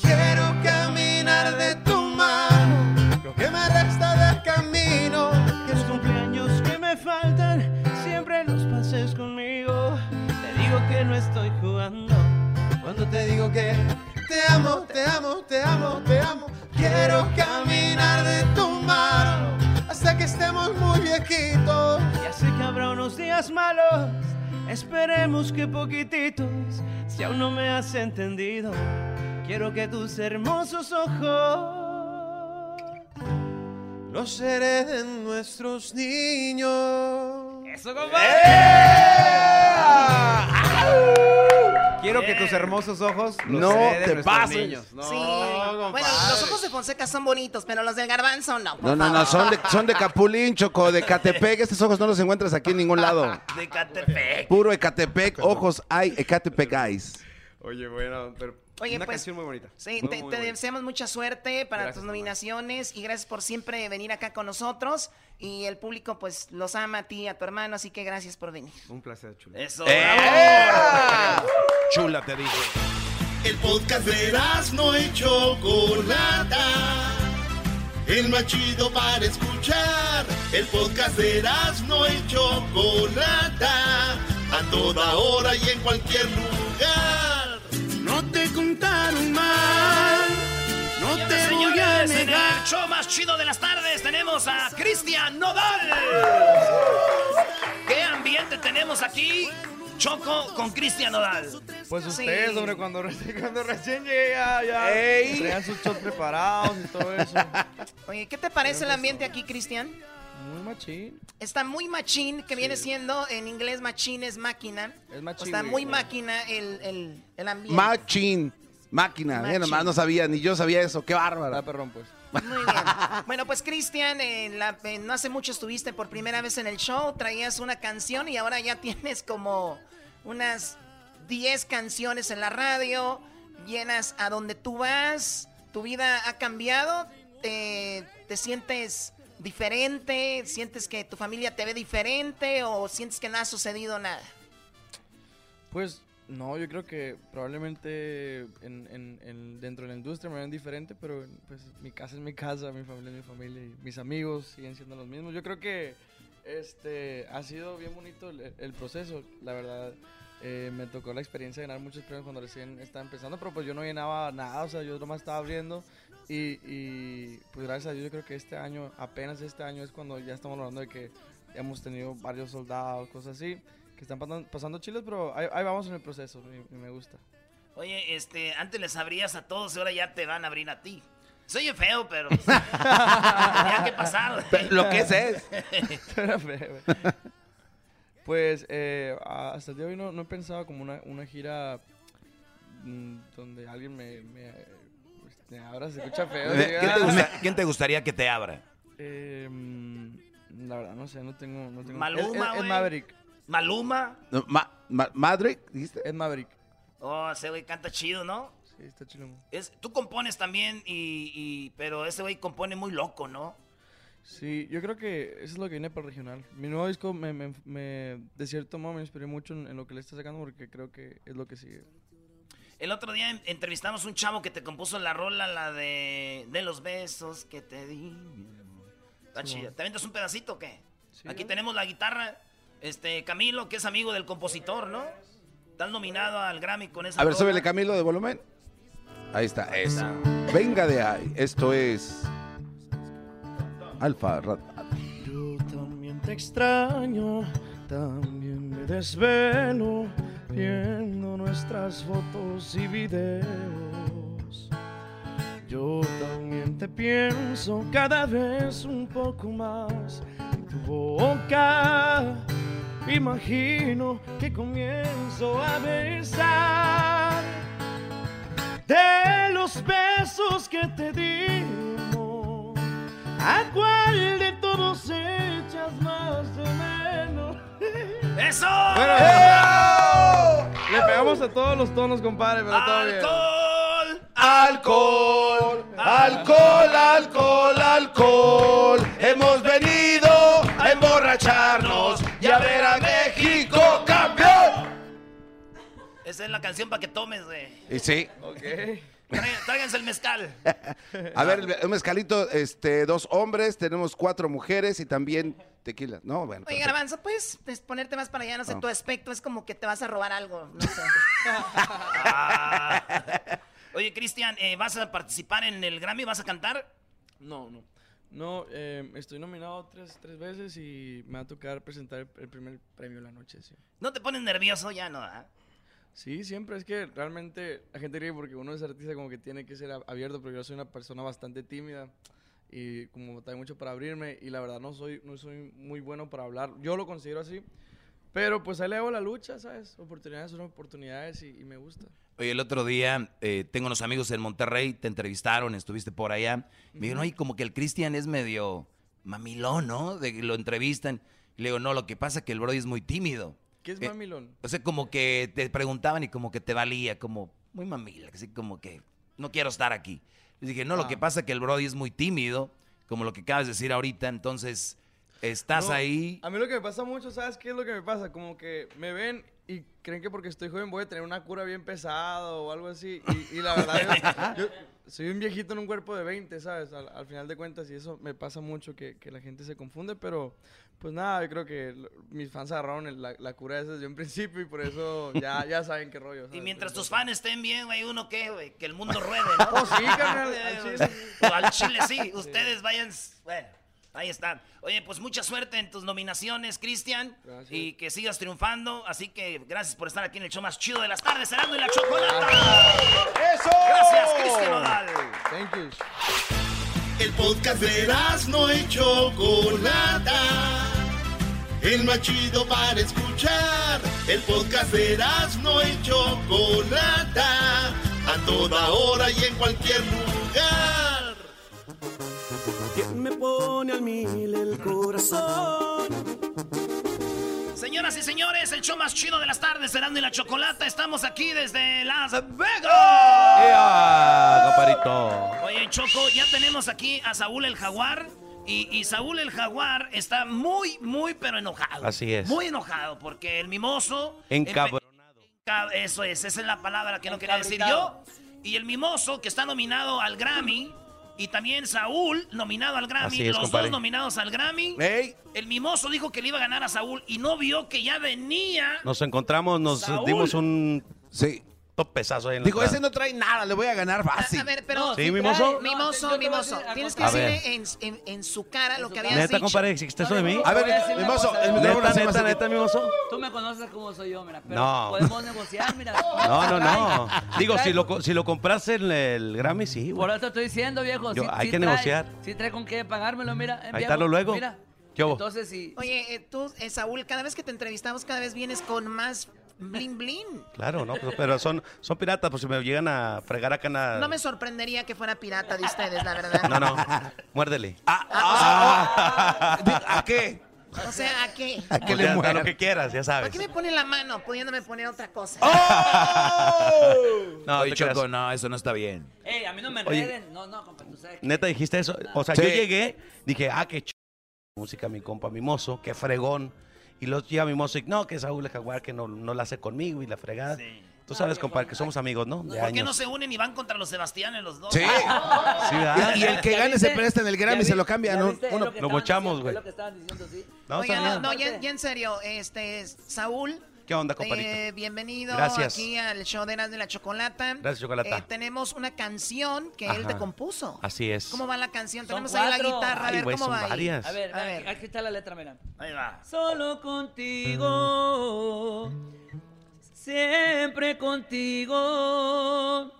Speaker 6: Quiero caminar de tu mano. Lo que me resta del camino. Que es cumpleaños
Speaker 24: Que me faltan, siempre los pases conmigo. Te digo que no estoy jugando.
Speaker 6: Cuando te digo que te amo, te amo, te amo, te amo. Quiero caminar de tu mano hasta que estemos muy viejitos.
Speaker 24: Ya sé que habrá unos días malos, esperemos que poquititos. Si aún no me has entendido, quiero que tus hermosos ojos
Speaker 6: Los hereden nuestros niños.
Speaker 24: ¡Eso,
Speaker 6: ¡Eh! ¡Ah!
Speaker 16: Quiero que tus hermosos ojos los
Speaker 8: No
Speaker 16: hereden
Speaker 8: te
Speaker 16: nuestros
Speaker 8: pases.
Speaker 16: niños. No,
Speaker 4: Sí. bueno, los ojos de Fonseca son bonitos, pero los del Garbanzo no.
Speaker 8: No, no, no, son de, son de Capulín, Choco, de Catepec. Estos ojos no los encuentras aquí en ningún lado.
Speaker 2: De Catepec.
Speaker 8: Puro Ecatepec, ojos hay Ecatepec eyes.
Speaker 16: Oye, bueno, pero
Speaker 4: Oye,
Speaker 16: Una
Speaker 4: pues,
Speaker 16: canción muy bonita.
Speaker 4: Sí,
Speaker 16: Muy,
Speaker 4: te,
Speaker 16: muy
Speaker 4: te
Speaker 16: bonita.
Speaker 4: deseamos mucha suerte para
Speaker 16: Gracias,
Speaker 4: tus
Speaker 16: mamá.
Speaker 4: nominaciones y gracias por siempre venir acá con nosotros. Y el público, pues, los ama a ti, y a tu hermano, así que gracias por venir.
Speaker 16: Un placer, chulo.
Speaker 2: Eso.
Speaker 19: Ah.
Speaker 5: Chula, te dije.
Speaker 1: El podcast de no y Chocolata. El más chido para escuchar. El podcast de no y Chocolata. A toda hora y en cualquier lugar.
Speaker 14: No te contaron mal, no te voy a
Speaker 2: Señores, en
Speaker 14: negar.
Speaker 2: el show más chido de las tardes tenemos a Cristian Nodal. ¿Qué ambiente tenemos aquí? Choco con Cristian Nodal.
Speaker 36: Pues
Speaker 2: Sí.
Speaker 36: ustedes, hombre, cuando, reci- cuando recién llega, ya.
Speaker 2: Ey.
Speaker 36: Traían sus shows preparados y todo eso.
Speaker 4: Oye, ¿qué te parece el ambiente aquí, Cristian?
Speaker 36: Muy machín.
Speaker 4: Está muy machín, que viene siendo en inglés machín es máquina.
Speaker 36: Es machín,
Speaker 4: Está
Speaker 36: güey.
Speaker 4: muy máquina el, el, el ambiente.
Speaker 8: Machín. Máquina. Mira,
Speaker 4: Machín.
Speaker 8: nomás no sabía, ni yo sabía eso. Qué bárbaro.
Speaker 36: perrón, pues.
Speaker 4: Muy bien. Bueno, pues Cristian, en la- en no hace mucho estuviste por primera vez en el show, traías una canción y ahora ya tienes como unas 10 canciones en la radio, llenas a donde tú vas, tu vida ha cambiado, te, te sientes diferente, sientes que tu familia te ve diferente o sientes que no ha sucedido nada.
Speaker 36: Pues no, yo creo que probablemente en, en- en- dentro de la industria me ven diferente, pero pues mi casa es mi casa, mi familia es mi familia, y mis amigos siguen siendo los mismos. Yo creo que este ha sido bien bonito el, el proceso, la verdad. eh, me tocó la experiencia de ganar muchos premios cuando recién estaba empezando, pero pues yo no llenaba nada, o sea, yo nomás estaba abriendo y, y, pues gracias a Dios yo creo que este año, apenas este año es cuando ya estamos hablando de que hemos tenido varios soldados, cosas así que están pasan- pasando chiles, pero ahí, ahí vamos en el proceso y, y me gusta.
Speaker 2: Oye, este, antes les abrías a todos y ahora ya te van a abrir a ti. Soy feo, pero. ya que pasaron.
Speaker 36: Pero lo que es, es.
Speaker 2: Espérame.
Speaker 36: Pues eh, a- hasta el día de hoy no, no he pensado como una, una gira mm, donde alguien me, me, eh, me abra, se escucha feo. diga.
Speaker 5: ¿Quién te, gusta- quién te gustaría que te abra?
Speaker 36: Eh, mm, la verdad, no sé, no tengo... No tengo
Speaker 2: Maluma,
Speaker 36: Es- es- es
Speaker 2: güey.
Speaker 36: Maverick.
Speaker 2: Maluma.
Speaker 8: No, ma- ma- ¿Madrid? ¿Dijiste?
Speaker 36: Es Maverick.
Speaker 2: Oh, ese güey canta chido, ¿no?
Speaker 36: Sí, está chido.
Speaker 2: Es, tú compones también, y, y- pero ese güey compone muy loco, ¿no?
Speaker 36: Sí, yo creo que eso es lo que viene para el regional. Mi nuevo disco, me, me- me- de cierto modo, me inspiré mucho en, en lo que le está sacando porque creo que es lo que sigue.
Speaker 2: El otro día en- entrevistamos un chavo que te compuso la rola, la de, de los besos que te di. mi amor. Está
Speaker 36: Sí,
Speaker 2: chida.
Speaker 36: bueno.
Speaker 2: ¿Te vendes un pedacito o qué? Aquí
Speaker 36: dale.
Speaker 2: tenemos la guitarra. Este, Camilo, que es amigo del compositor, ¿no? Estás nominado al Grammy con esa
Speaker 8: A ver,
Speaker 2: rola.
Speaker 8: súbele Camilo de volumen. Ahí está, eso. Venga de ahí. Esto es. Alfa Rad-
Speaker 14: También te extraño, también me desvelo viendo nuestras fotos y videos. Yo también te pienso cada vez un poco más en tu boca. Imagino que comienzo a besar de los besos que te dimos. ¿A cuál de todos echas más de menos?
Speaker 2: ¡Eso!
Speaker 36: Bueno, le pegamos a todos los tonos, compadre, pero todo bien.
Speaker 14: Alcohol, alcohol, alcohol, alcohol. Hemos venido a emborracharnos y a ver a México campeón.
Speaker 2: Esa es la canción para que tomes, güey.
Speaker 8: Y Eh, sí.
Speaker 2: Traigan- Tráiganse el mezcal.
Speaker 8: A ver, un mezcalito, este, dos hombres, tenemos cuatro mujeres y también tequila. No, bueno.
Speaker 4: Oye,
Speaker 8: perfecto.
Speaker 4: Garbanzo, ¿puedes pues, ponerte más para allá? No sé,
Speaker 8: No.
Speaker 4: tu aspecto es como que te vas a robar algo, no sé.
Speaker 2: Oye, Cristian, eh, ¿vas a participar en el Grammy? ¿Vas a cantar?
Speaker 36: No, no. No, eh, estoy nominado tres, tres veces y me va a tocar presentar el, el primer premio de la noche, sí.
Speaker 2: ¿No te pones nervioso ya, no? ah?
Speaker 36: Sí, siempre es que realmente la gente cree porque uno es artista como que tiene que ser a- abierto, pero yo soy una persona bastante tímida y como tengo mucho para abrirme y la verdad no soy, no soy muy bueno para hablar, yo lo considero así, pero pues ahí le hago la lucha, ¿sabes? Oportunidades son oportunidades y, y me gusta.
Speaker 5: Oye, el otro día eh, tengo unos amigos en Monterrey, te entrevistaron, estuviste por allá. Me dijeron, oye, como que el Cristian es medio mamilón, ¿no? De que lo entrevistan. Y le digo, no, lo que pasa es que el Brody es muy tímido.
Speaker 36: ¿Qué es
Speaker 5: Eh,
Speaker 36: mamilón?
Speaker 5: O sea, como que te preguntaban y como que te valía, como, muy mamila, así como que no quiero estar aquí. Les dije, no, lo que pasa es que el Brody es muy tímido, como lo que acabas de decir ahorita, entonces estás
Speaker 30: No,
Speaker 5: ahí.
Speaker 30: A mí lo que me pasa mucho, ¿sabes qué es lo que me pasa? Como que me ven y creen que porque estoy joven voy a tener una cura bien pesada o algo así. Y, y la verdad, yo, yo soy un viejito en un cuerpo de 20, ¿sabes? Al, al final de cuentas, y eso me pasa mucho que, que la gente se confunde, pero pues nada, yo creo que lo- mis fans agarraron el- la, la cura desde un principio y por eso ya, ya saben qué rollo.
Speaker 2: Y
Speaker 30: ¿sabes?
Speaker 2: mientras
Speaker 30: Pero-
Speaker 2: tus fans estén bien, güey, uno qué, güey, que el mundo ruede, ¿no?
Speaker 30: Oh, sí, carnal, al chile sí.
Speaker 2: Al chile sí, ustedes vayan, bueno, ahí están. Oye, pues mucha suerte en tus nominaciones, Cristian, y que sigas triunfando, así que gracias por estar aquí en el show más chido de las tardes, Cerrando y la Chocolata.
Speaker 1: ¡Eso!
Speaker 2: Gracias, Cristian Odal.
Speaker 30: Thank you.
Speaker 1: El podcast de no y Chocolata. El más chido para escuchar. El podcast de no y Chocolata. A toda hora y en cualquier lugar.
Speaker 37: ¿Quién me pone al mil el corazón?
Speaker 2: Señoras y señores, el show más chido de las tardes, Cerrando y la Chocolata, estamos aquí desde Las Vegas.
Speaker 5: ¡Ea, compadrito!
Speaker 2: Oye, Choco, ya tenemos aquí a Saúl el Jaguar. Y, y Saúl el Jaguar está muy, muy, pero enojado.
Speaker 30: Así es.
Speaker 2: Muy enojado, porque el mimoso.
Speaker 30: Encabronado.
Speaker 2: Enca- Eso es, esa es la palabra que no quería decir yo. Y el mimoso, que está nominado al Grammy. Y también Saúl, nominado al Grammy.
Speaker 18: Así es,
Speaker 2: los
Speaker 18: compadre.
Speaker 2: dos nominados al Grammy.
Speaker 18: Ey.
Speaker 2: El mimoso dijo que le iba a ganar a Saúl y no vio que ya venía.
Speaker 18: Nos encontramos, nos
Speaker 2: Saúl.
Speaker 18: dimos un
Speaker 8: sí.
Speaker 18: topezazo ahí en la
Speaker 8: Digo,
Speaker 18: entrada.
Speaker 8: ese no trae nada, le voy a ganar fácil.
Speaker 4: A ver, pero.
Speaker 18: ¿Sí, mimoso?
Speaker 4: Mimoso, mimoso. Tienes que
Speaker 18: A ver.
Speaker 4: decirle en, en- en su cara lo que habías
Speaker 18: Neta,
Speaker 4: dicho.
Speaker 18: compadre, ¿existe eso de mí?
Speaker 8: A ver,
Speaker 18: Voy a decir una
Speaker 8: mimoso,
Speaker 18: cosa.
Speaker 8: el micrófono
Speaker 18: Neta,
Speaker 8: se me
Speaker 18: neta,
Speaker 8: hace-
Speaker 18: neta, mimoso.
Speaker 17: Tú me conoces como soy yo, mira, pero
Speaker 18: No.
Speaker 17: podemos negociar, mira.
Speaker 18: No, no, no. Digo, si lo, co- si lo compras en el Grammy, sí,
Speaker 17: Por
Speaker 18: güey.
Speaker 17: eso estoy diciendo, viejo.
Speaker 18: Yo, hay que
Speaker 17: trae-
Speaker 18: negociar.
Speaker 17: Sí trae con qué pagármelo, mira. eh,
Speaker 18: Ahí
Speaker 17: viejo,
Speaker 18: está lo luego.
Speaker 17: Mira.
Speaker 18: ¿Qué hubo?
Speaker 17: Entonces, sí.
Speaker 4: Oye, eh, tú, eh, Saúl, cada vez que te entrevistamos, cada vez vienes con más blin blin.
Speaker 18: Claro, no, Pues, pero, pero son, son piratas, pues si me llegan a fregar acá en la-
Speaker 4: No me sorprendería que fuera pirata de ustedes, la verdad.
Speaker 18: No, no, muérdele.
Speaker 8: Ah, ¿A qué?
Speaker 4: O sea, ¿a qué?
Speaker 18: ¿A qué le Pues lo que quieras, ya
Speaker 4: ¿Por
Speaker 18: sabes.
Speaker 4: qué me pone la mano pudiéndome poner otra cosa?
Speaker 18: ¡Oh! No,
Speaker 5: Oye,
Speaker 18: te
Speaker 5: Choco,
Speaker 18: creas.
Speaker 5: no, eso no está bien.
Speaker 17: Ey, a mí no me
Speaker 18: Oye.
Speaker 17: enreden. No, no, compa, tú sabes.
Speaker 18: Neta dijiste eso. O sea,
Speaker 5: Sí.
Speaker 18: yo llegué, dije, ah, qué ch... música, mi compa, mi mozo, qué fregón. Y luego llega mi mozo y no, que Saúl es jaguar, que no, no la hace conmigo y la fregada. Tú sabes, compadre, que somos amigos, ¿no? De
Speaker 2: ¿Por qué no
Speaker 18: años.
Speaker 2: se unen y van contra los Sebastianes los dos?
Speaker 18: Sí. Sí, ¿verdad?
Speaker 8: Y el que
Speaker 18: ¿Ya
Speaker 8: gane se
Speaker 18: viste?
Speaker 8: presta en el
Speaker 18: ¿Ya
Speaker 8: Grammy, se
Speaker 18: viste?
Speaker 8: lo cambian.
Speaker 18: ¿Ya
Speaker 8: ¿no?
Speaker 18: viste? Es
Speaker 8: Uno-
Speaker 18: lo que Lo estaban bochamos, diciendo, güey. es lo que No,
Speaker 4: Oigan,
Speaker 18: está
Speaker 4: no,
Speaker 18: bien.
Speaker 4: no, ya, ya en serio, este, Saúl.
Speaker 18: ¿Qué onda, compadrito?
Speaker 4: eh, bienvenido
Speaker 18: Gracias.
Speaker 4: aquí al show de Eras de la Chocolata.
Speaker 18: Gracias, Chocolata.
Speaker 4: Eh, tenemos una canción que él
Speaker 18: Ajá.
Speaker 4: te compuso.
Speaker 18: Así es.
Speaker 4: ¿Cómo va la canción?
Speaker 17: Son
Speaker 4: tenemos ahí la
Speaker 17: cuatro.
Speaker 4: guitarra, a
Speaker 18: Ay,
Speaker 4: ver
Speaker 18: güey,
Speaker 4: cómo
Speaker 18: son
Speaker 4: va. ahí.
Speaker 18: varias.
Speaker 17: A ver,
Speaker 4: a ver.
Speaker 17: aquí está la letra, mira.
Speaker 2: Ahí va.
Speaker 17: Solo contigo, siempre contigo.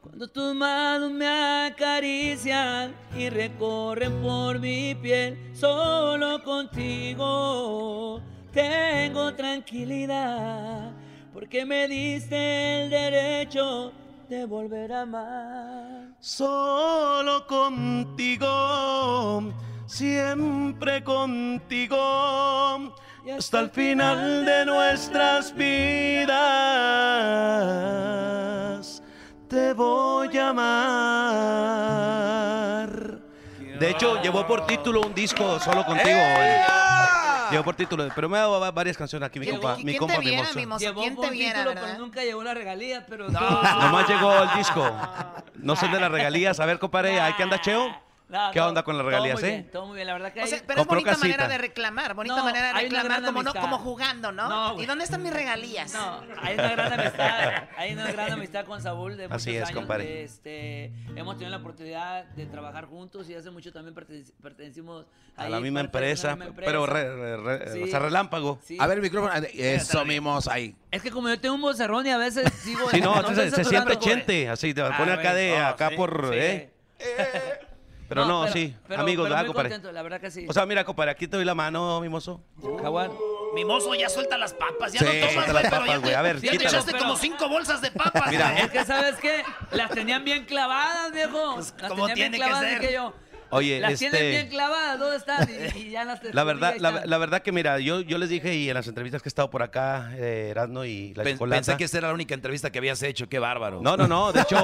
Speaker 17: Cuando tus manos me acarician y recorren por mi piel, solo contigo tengo tranquilidad, porque me diste el derecho de volver a amar.
Speaker 37: Solo contigo, siempre contigo, y hasta el final de nuestras vidas. Te voy a amar.
Speaker 18: De hecho, llevó por título un disco solo contigo. güey. Llevó por título, pero me ha dado va- varias canciones aquí, mi compa, mi compa, mi mozo.
Speaker 17: Llevó
Speaker 4: ¿Quién
Speaker 17: por
Speaker 4: te viera,
Speaker 17: título,
Speaker 4: verdad?
Speaker 17: pero nunca llegó la regalía, pero...
Speaker 18: Nomás llegó el disco. No son de las regalías. A ver, compadre, ¿hay que andar cheo?
Speaker 17: No,
Speaker 18: ¿Qué
Speaker 17: no,
Speaker 18: onda con las
Speaker 17: todo
Speaker 18: regalías,
Speaker 17: muy
Speaker 18: eh?
Speaker 17: bien, todo muy bien, la verdad que
Speaker 4: O
Speaker 17: hay-
Speaker 4: sea, pero es
Speaker 18: Compró
Speaker 4: bonita
Speaker 18: casita.
Speaker 4: manera de reclamar, bonita
Speaker 17: No,
Speaker 4: manera de
Speaker 17: hay una
Speaker 4: reclamar,
Speaker 17: gran
Speaker 4: como, no,
Speaker 17: amistad.
Speaker 4: como jugando, ¿no?
Speaker 17: No,
Speaker 4: ¿Y
Speaker 17: güey.
Speaker 4: dónde están mis regalías?
Speaker 17: No, hay una gran amistad, hay una gran amistad con Saúl de muchos
Speaker 18: Así es,
Speaker 17: años,
Speaker 18: compadre.
Speaker 17: de, este, hemos tenido la oportunidad de trabajar juntos y hace mucho también pertenec- pertenecimos
Speaker 18: A
Speaker 17: ahí,
Speaker 18: la misma
Speaker 17: parte de una
Speaker 18: empresa,
Speaker 17: misma empresa.
Speaker 18: pero re- re- re-
Speaker 17: Sí.
Speaker 18: o sea, relámpago.
Speaker 17: Sí.
Speaker 8: A ver, micrófono. eh, Eso mimos ahí.
Speaker 17: Es que como yo tengo un vocerrón y a veces sigo...
Speaker 18: Sí, no,
Speaker 17: estoy
Speaker 18: se, se siente
Speaker 17: saturando, güey.
Speaker 18: chente, así, te
Speaker 17: Ah,
Speaker 18: pone acá
Speaker 17: güey,
Speaker 18: de,
Speaker 17: oh,
Speaker 18: acá
Speaker 17: sí,
Speaker 18: por,
Speaker 17: sí.
Speaker 18: ¿eh? Pero no, sí,
Speaker 17: pero-
Speaker 18: amigos,
Speaker 17: pero
Speaker 18: ¿verdad,
Speaker 17: muy
Speaker 18: compadre?
Speaker 17: contento, la verdad que sí.
Speaker 18: O sea, mira, compadre, aquí te doy la mano, mimoso.
Speaker 17: Jaguar.
Speaker 2: Mimoso, ya suelta las papas, ya
Speaker 18: Sí,
Speaker 2: no tomas,
Speaker 18: suelta
Speaker 2: güey,
Speaker 18: las
Speaker 2: pero ya
Speaker 18: papas, güey, a ver,
Speaker 2: ya te
Speaker 18: quítalo.
Speaker 2: echaste como cinco bolsas de papas.
Speaker 18: Mira.
Speaker 2: güey.
Speaker 17: Es que, ¿sabes qué? Las tenían bien clavadas, viejo. Las
Speaker 2: como
Speaker 17: tenían bien
Speaker 2: Pues, tiene que
Speaker 17: clavadas.
Speaker 2: ser.
Speaker 17: dije yo,
Speaker 18: Oye,
Speaker 17: las
Speaker 18: este-
Speaker 17: tienes bien clavadas, ¿dónde están? Y, y ya las te
Speaker 18: La verdad,
Speaker 17: descubrí, ahí
Speaker 18: la,
Speaker 17: están.
Speaker 18: la verdad que mira, yo, yo les dije y en las entrevistas que he estado por acá, eh, Erasmo y la
Speaker 5: Pen-
Speaker 18: Chocolata-
Speaker 5: pensé que esta era la única entrevista que habías hecho, qué bárbaro.
Speaker 18: No, no, no. De hecho,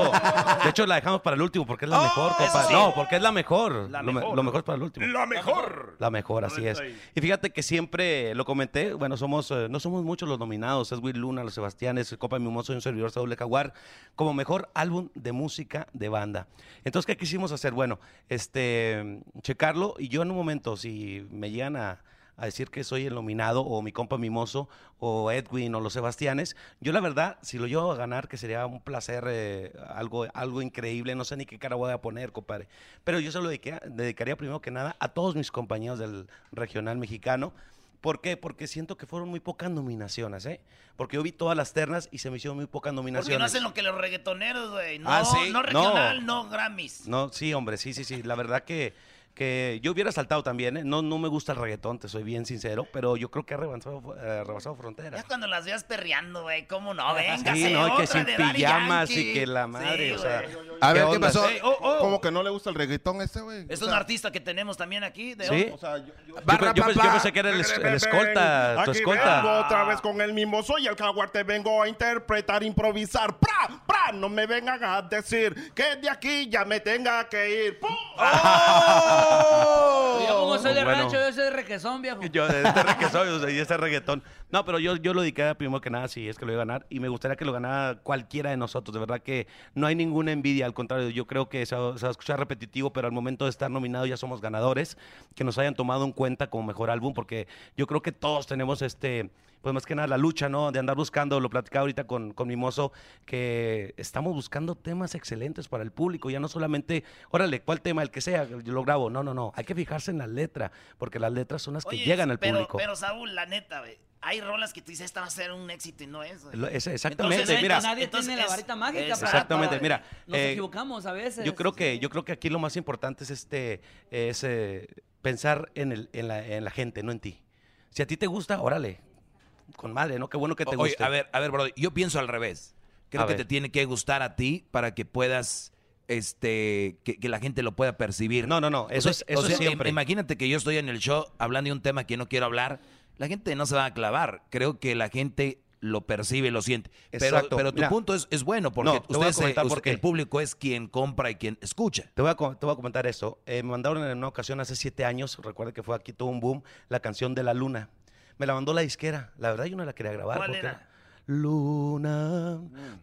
Speaker 18: de hecho la dejamos para el último porque es la mejor, compa.
Speaker 5: Oh, sí.
Speaker 18: No, porque es la mejor.
Speaker 5: La
Speaker 18: Lo me-
Speaker 5: mejor.
Speaker 18: Lo, mejor es para el último.
Speaker 5: La mejor.
Speaker 18: La mejor, así es. Y fíjate que siempre lo comenté, bueno, somos, eh, no somos muchos los nominados, es Will Luna, los Sebastianes, Copa Mimoso y un servidor Saúl de Jaguar, como mejor álbum de música de banda. Entonces, ¿qué quisimos hacer? Bueno, este, checarlo y yo en un momento, si me llegan a, a decir que soy el nominado o mi compa Mimoso o Edwin o los Sebastianes. Yo la verdad, si lo llevo a ganar, que sería un placer, eh, algo, algo increíble, no sé ni qué cara voy a poner, compadre. Pero yo se lo dediqué a- dedicaría primero que nada a todos mis compañeros del regional mexicano. ¿Por qué? Porque siento que fueron muy pocas nominaciones, ¿eh? Porque yo vi todas las ternas y se me hicieron muy pocas nominaciones.
Speaker 2: Porque no hacen lo que los reggaetoneros, güey. No,
Speaker 18: Ah, sí. No.
Speaker 2: no regional, no, Grammys.
Speaker 18: No, sí, hombre, sí, sí, sí. La verdad que, que yo hubiera saltado también. ¿eh? No, no me gusta el reggaetón, te soy bien sincero, pero yo creo que ha rebanzado, fu- eh, rebasado fronteras.
Speaker 2: Ya cuando las veas perreando, güey, ¿cómo no? Venga,
Speaker 18: Sí, no, y que
Speaker 2: otra
Speaker 18: sin
Speaker 2: de Daddy
Speaker 18: pijamas y
Speaker 2: Yankee.
Speaker 18: que la madre,
Speaker 2: Sí,
Speaker 18: o sea.
Speaker 2: güey.
Speaker 15: A ver, ¿qué
Speaker 18: onda?
Speaker 15: pasó?
Speaker 18: Sí, oh,
Speaker 15: ¿Cómo que no le gusta el reggaetón ese, güey?
Speaker 2: Es
Speaker 15: O
Speaker 2: un
Speaker 15: sea,
Speaker 2: artista que tenemos también aquí. De
Speaker 15: ¿Sí?
Speaker 2: O
Speaker 15: sea, yo,
Speaker 18: Barra, yo pe- yo papá. pensé que era el es- el escolta, tu
Speaker 15: Aquí
Speaker 18: escolta.
Speaker 15: vengo otra vez con el mimoso y el jaguar te vengo a interpretar, improvisar. ¡Pra! ¡Pra! No me vengan a decir que de aquí ya me tenga que ir. ¡Pum!
Speaker 17: Yo como soy de
Speaker 18: Oh, Bueno.
Speaker 17: rancho, yo soy de requesón, viejo.
Speaker 18: Yo, este requesón, o sea, y este reggaetón. No, pero yo, yo lo dediqué primero que nada, si es que lo iba a ganar. Y me gustaría que lo ganara cualquiera de nosotros. De verdad que no hay ninguna envidia. Al contrario, yo creo que se va, se va a escuchar repetitivo, pero al momento de estar nominado ya somos ganadores. Que nos hayan tomado en cuenta como mejor álbum, porque yo creo que todos tenemos este. Pues más que nada la lucha, ¿no? De andar buscando, lo platicaba ahorita con, con Mimoso, que estamos buscando temas excelentes para el público, ya no solamente, órale, ¿cuál tema? El que sea, yo lo grabo. No, no, no, hay que fijarse en la letra, porque las letras son las que
Speaker 2: Oye,
Speaker 18: llegan al
Speaker 2: pero,
Speaker 18: público.
Speaker 2: Pero Saúl, la neta, güey. Hay rolas que tú dices, esta va a ser un éxito y no es, güey.
Speaker 18: Lo- es- exactamente,
Speaker 17: Entonces,
Speaker 18: mira.
Speaker 17: nadie
Speaker 2: Entonces,
Speaker 17: tiene la
Speaker 2: es-
Speaker 17: varita mágica. para-
Speaker 18: Exactamente,
Speaker 17: para-
Speaker 18: mira,
Speaker 17: Nos
Speaker 18: eh,
Speaker 17: equivocamos a veces.
Speaker 18: Yo creo que, yo creo que aquí lo más importante es este, es eh, pensar en el, en la, en la gente, no en ti. Si a ti te gusta, órale, con madre, ¿no? Qué bueno que te
Speaker 5: Oye,
Speaker 18: guste.
Speaker 5: a ver, a ver, brother, yo pienso al revés. Creo
Speaker 18: A
Speaker 5: que
Speaker 18: ver.
Speaker 5: te tiene que gustar a ti para que puedas, este, que, que la gente lo pueda percibir. No,
Speaker 18: no, no, eso es- eso es siempre.
Speaker 5: Imagínate que yo estoy en el show hablando de un tema que no quiero hablar, la gente no se va a clavar. Creo que la gente lo percibe, lo siente. Pero,
Speaker 18: Exacto,
Speaker 5: pero tu
Speaker 18: mira.
Speaker 5: punto es, es bueno, porque
Speaker 18: No, te voy a
Speaker 5: ustedes eh, se-
Speaker 18: comentar por
Speaker 5: usted-
Speaker 18: qué.
Speaker 5: el público es quien compra y quien escucha.
Speaker 18: Te voy a, co- te voy a comentar esto. Eh, me mandaron en una ocasión hace siete años, recuerda que fue aquí todo un boom, la canción de la luna. Me la mandó la disquera. La verdad yo no la quería grabar.
Speaker 37: ¿Cuál
Speaker 18: porque
Speaker 37: era? Mm.
Speaker 18: Luna,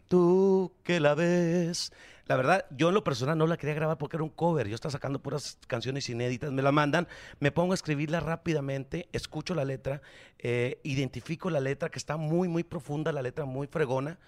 Speaker 18: tú que la ves. La verdad, yo en lo personal no la quería grabar porque era un cover. Yo estaba sacando puras canciones inéditas, me la mandan, me pongo a escribirla rápidamente, escucho la letra, eh, identifico la letra que está muy, muy profunda, la letra muy fregona.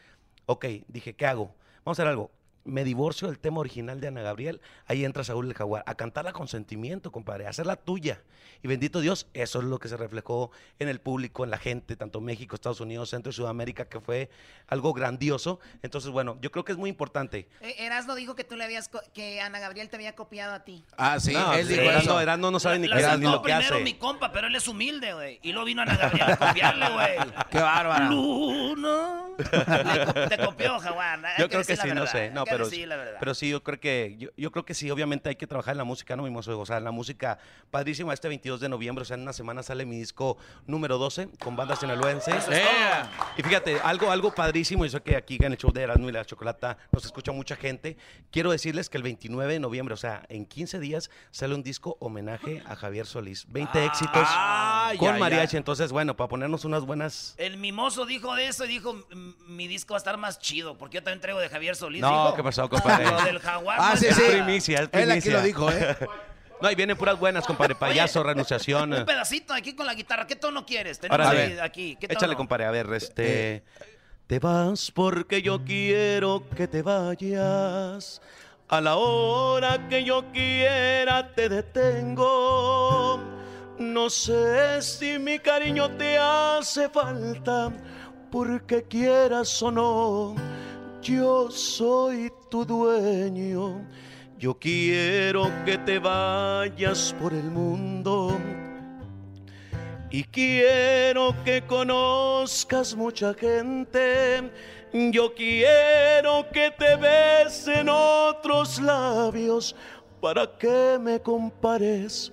Speaker 18: Ok, dije, ¿qué hago? Vamos a hacer algo. Me divorcio del tema original de Ana Gabriel, ahí entra Saúl el Jaguar, a cantarla con sentimiento, compadre, a hacerla tuya. Y bendito Dios, eso es lo que se reflejó en el público, en la gente, tanto México, Estados Unidos, Centro y Sudamérica, que fue algo grandioso. Entonces, bueno, yo creo que es muy importante.
Speaker 4: Eh, Erasmo dijo que tú le habías co- que Ana Gabriel te había copiado a ti.
Speaker 18: Ah,
Speaker 15: sí,
Speaker 18: no,
Speaker 15: él dijo
Speaker 18: Erasmo-
Speaker 15: eso.
Speaker 18: Erasmo no sabe ni,
Speaker 2: La
Speaker 18: qué- ni
Speaker 2: sacó
Speaker 18: lo que
Speaker 2: primero
Speaker 18: hace.
Speaker 2: mi compa, pero él es humilde, güey. Y luego vino Ana Gabriel a copiarle, güey.
Speaker 18: Qué bárbaro.
Speaker 2: Luna. Le co- te copió, Jaguar. Hay
Speaker 18: Yo creo
Speaker 2: decir
Speaker 18: que
Speaker 2: la
Speaker 18: sí, no
Speaker 2: verdad,
Speaker 18: sé.
Speaker 2: hay
Speaker 18: No,
Speaker 2: que
Speaker 18: pero,
Speaker 2: decir la verdad.
Speaker 18: pero sí, yo creo que yo, yo creo que sí, obviamente hay que trabajar en la música, no mimoso. O sea, la música padrísima. Este 22 de noviembre, o sea, en una semana sale mi disco número 12 con banda sinaloense. Eh.
Speaker 37: Eso es todo. Yeah.
Speaker 18: Y fíjate, algo, algo padrísimo, y sé que aquí en el show de Erasmo y la Chocolata nos escucha mucha gente. Quiero decirles que el 29 de noviembre, o sea, en 15 días, sale un disco homenaje a Javier Solís.
Speaker 2: Ah,
Speaker 18: 20 éxitos
Speaker 2: ya,
Speaker 18: con
Speaker 2: ya.
Speaker 18: mariachi. Entonces, bueno, para ponernos unas buenas.
Speaker 2: El mimoso dijo de eso y dijo, "M- mi disco va a estar más chido, porque yo también traigo de Javier Solís.
Speaker 18: No,
Speaker 2: dijo.
Speaker 18: ¿qué pasó, compadre?
Speaker 2: Lo del jaguar.
Speaker 18: Ah,
Speaker 2: pues,
Speaker 18: sí,
Speaker 2: ya.
Speaker 18: sí. Primicia, es
Speaker 2: Él aquí
Speaker 18: primicia.
Speaker 2: lo dijo, ¿eh?
Speaker 18: No, y vienen puras buenas, compadre. Payaso, renunciación.
Speaker 2: Un pedacito aquí con la guitarra. ¿Qué tono quieres? Tenemos
Speaker 18: Órale.
Speaker 2: ahí- aquí. ¿Qué Eh, tono?
Speaker 18: Échale, compadre. A ver, este. Te vas porque yo quiero que te vayas.
Speaker 37: A la hora que yo quiera te detengo. No sé si mi cariño te hace falta, porque quieras o no, yo soy tu dueño.
Speaker 18: Yo quiero que te vayas
Speaker 37: por el mundo y quiero que conozcas mucha gente. Yo quiero que te besen otros labios ¿Para qué me compares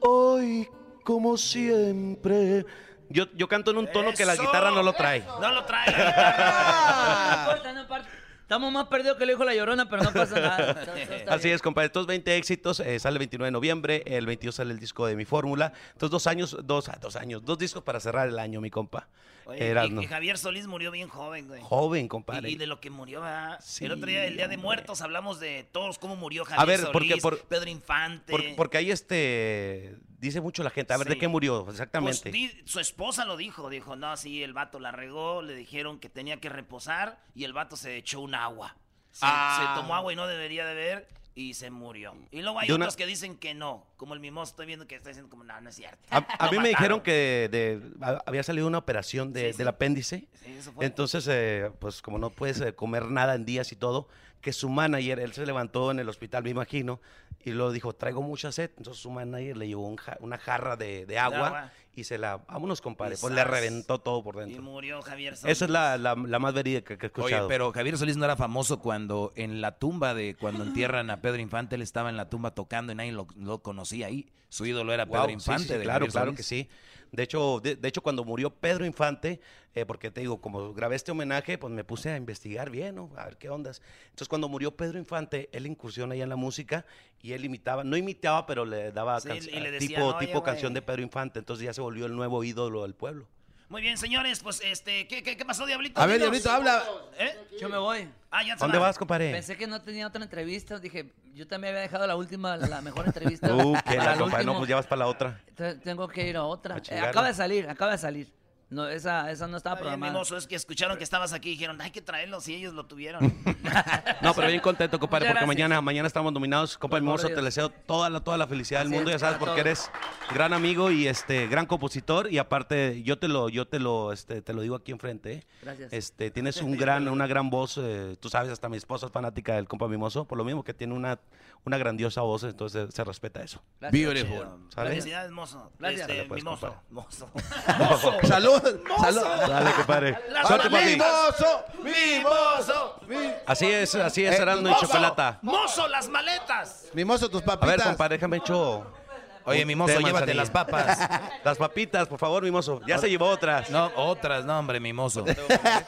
Speaker 37: hoy como siempre?
Speaker 18: Yo, yo canto en un tono que la guitarra no lo trae.
Speaker 2: No lo trae.
Speaker 17: No importa, no importa. Estamos más perdidos que el hijo de la llorona, pero no pasa nada. Está- está- está
Speaker 18: Así es, compadre. Estos 20 éxitos eh, sale el 29 de noviembre. El 22 sale el disco de mi fórmula. Entonces, dos años, dos, ah, dos años, dos discos para cerrar el año, mi compa.
Speaker 2: Oye, y-
Speaker 18: Erasmo.
Speaker 2: y Javier Solís murió bien joven, güey.
Speaker 18: Joven, compadre.
Speaker 2: Y, y de lo que murió, ¿verdad?
Speaker 18: Sí,
Speaker 2: el otro día, el Día de
Speaker 18: hombre.
Speaker 2: Muertos, hablamos de todos, cómo murió Javier
Speaker 18: ver,
Speaker 2: Solís,
Speaker 18: porque por-
Speaker 2: Pedro Infante.
Speaker 18: Por- porque ahí este. Dice mucho la gente. A ver,
Speaker 2: Sí.
Speaker 18: ¿de qué murió?
Speaker 2: Pues,
Speaker 18: Exactamente.
Speaker 2: di- su esposa lo dijo, dijo, no, sí, el vato la regó, le dijeron que tenía que reposar y el vato se echó un agua. Se,
Speaker 18: Ah.
Speaker 2: se tomó agua y no debería de ver y se murió. Y luego hay
Speaker 18: De una-
Speaker 2: otros que dicen que no, como el mimoso, estoy viendo que está diciendo como, no, no es cierto.
Speaker 18: A, a
Speaker 2: Lo
Speaker 18: mí me dijeron
Speaker 2: mataron.
Speaker 18: que de- a- había salido una operación de- del apéndice.
Speaker 2: Sí, eso fue.
Speaker 18: Entonces, eh, pues como no puedes eh, comer nada en días y todo, que su manager, él se levantó en el hospital, me imagino, y luego dijo, traigo mucha sed. Entonces su manager le llevó un ja- una jarra de, de agua,
Speaker 2: agua.
Speaker 18: y se la, vámonos compadre,
Speaker 2: Y
Speaker 18: pues le
Speaker 2: zas.
Speaker 18: reventó todo por
Speaker 2: Y
Speaker 18: dentro.
Speaker 2: murió Javier Solís.
Speaker 18: Esa es la, la- la más verídica que he
Speaker 5: Oye,
Speaker 18: escuchado.
Speaker 5: pero Javier Solís no era famoso cuando en la tumba de cuando entierran a Pedro Infante, él estaba en la tumba tocando y nadie lo, lo conocía ahí. Su ídolo era Pedro
Speaker 18: Guau, sí,
Speaker 5: Infante.
Speaker 18: sí, sí,
Speaker 5: de
Speaker 18: claro,
Speaker 5: Javier
Speaker 18: claro
Speaker 5: Solís.
Speaker 18: que sí. De hecho, de, de hecho, cuando murió Pedro Infante, eh, porque te digo, como grabé este homenaje, pues me puse a investigar bien, ¿no? A ver qué ondas. Entonces, cuando murió Pedro Infante, él incursiona ya en la música y él imitaba, no imitaba, pero le daba
Speaker 2: Sí,
Speaker 18: canc-
Speaker 2: y le
Speaker 18: a-
Speaker 2: decían,
Speaker 18: tipo,
Speaker 2: "Oye,
Speaker 18: tipo
Speaker 2: güey".
Speaker 18: canción de Pedro Infante. Entonces ya se volvió el nuevo ídolo del pueblo.
Speaker 2: Muy bien, señores, pues este, ¿qué, qué, qué pasó, Diablito?
Speaker 18: A ver,
Speaker 2: Dinos.
Speaker 18: Diablito, habla.
Speaker 2: ¿Eh?
Speaker 17: Yo me voy.
Speaker 2: Ah, ya se
Speaker 18: ¿Dónde
Speaker 2: va.
Speaker 18: vas, compadre?
Speaker 17: Pensé que no tenía otra entrevista. Dije, yo también había dejado la última, la mejor entrevista.
Speaker 18: Uh, que
Speaker 17: para
Speaker 18: la
Speaker 17: el
Speaker 18: compa, no,
Speaker 17: último.
Speaker 18: pues ya vas para la otra.
Speaker 17: Te- Tengo que ir a otra. Eh,
Speaker 18: chingarle.
Speaker 17: acaba de salir, acaba de salir. No, esa, esa no estaba
Speaker 2: Está bien,
Speaker 17: programada.
Speaker 2: mimoso, es que escucharon que estabas aquí y dijeron, hay que traerlo, si ellos lo tuvieron.
Speaker 18: No, pero bien contento, compadre,
Speaker 2: Muchas
Speaker 18: porque
Speaker 2: gracias.
Speaker 18: mañana, mañana estamos nominados. Compadre
Speaker 2: Por favor,
Speaker 18: Mimoso, te
Speaker 2: Dios.
Speaker 18: deseo toda la, toda la felicidad
Speaker 2: Así
Speaker 18: del mundo.
Speaker 2: es,
Speaker 18: ya sabes,
Speaker 2: para
Speaker 18: porque
Speaker 2: todos.
Speaker 18: eres gran amigo y este gran compositor. Y aparte, yo te lo, yo te lo, este, te lo digo aquí enfrente. ¿eh?
Speaker 17: Gracias.
Speaker 18: Este, tienes un gran, una gran voz. eh, tú sabes, hasta mi esposa es fanática del compa Mimoso, por lo mismo que tiene una, una grandiosa voz, entonces se, se respeta eso.
Speaker 2: Gracias, chido.
Speaker 18: ¿Sale?
Speaker 2: Felicidades, mozo.
Speaker 17: Gracias.
Speaker 2: Este,
Speaker 18: Sale, pues,
Speaker 2: mimoso.
Speaker 18: compadre.
Speaker 2: Mozo.
Speaker 18: Mozo.
Speaker 8: Salud,
Speaker 18: salud. Dale, compadre. Suerte, papi.
Speaker 2: ¡Mimoso! ¡Mimoso!
Speaker 18: Así es, así es,
Speaker 8: Eh,
Speaker 18: Erasmo y
Speaker 8: mozo.
Speaker 18: Chocolata.
Speaker 2: ¡Mozo, las maletas!
Speaker 8: Mimoso, tus
Speaker 18: A
Speaker 8: papitas.
Speaker 18: ver, compadre, déjame hecho.
Speaker 5: Oye,
Speaker 18: un té
Speaker 5: Mimoso,
Speaker 18: de
Speaker 5: llévate
Speaker 18: manzanilla.
Speaker 5: las papas.
Speaker 18: Las papitas, por favor, Mimoso. Ya se llevó otras.
Speaker 5: No, otras, no, hombre, Mimoso.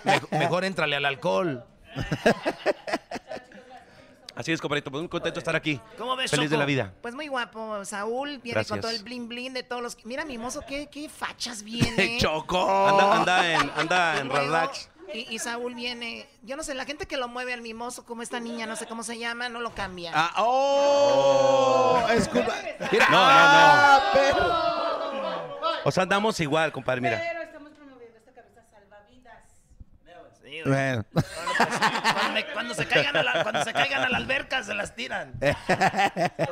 Speaker 5: Mejor, mejor éntrale al alcohol.
Speaker 18: Así es, compadrito. Pues muy contento de estar aquí.
Speaker 4: ¿Cómo ves,
Speaker 18: Feliz de
Speaker 4: Choco?
Speaker 18: la vida.
Speaker 4: Pues muy guapo, Saúl viene
Speaker 18: Gracias.
Speaker 4: con todo el blin blin de todos los... Mira, mimoso, qué, qué fachas viene.
Speaker 18: Choco. Anda, anda en, anda en relax.
Speaker 4: Y, y Saúl viene, yo no sé, la gente que lo mueve al mimoso, como esta niña, no sé cómo se llama, no lo cambia.
Speaker 8: Ah, ¡Oh! Es culpa. Mira.
Speaker 18: No, no,
Speaker 8: Ah, pero-
Speaker 18: no. O sea, andamos igual, compadre, mira.
Speaker 2: Sí,
Speaker 8: Bueno.
Speaker 2: Cuando, me- cuando se caigan a la, cuando se caigan a la alberca, se las tiran.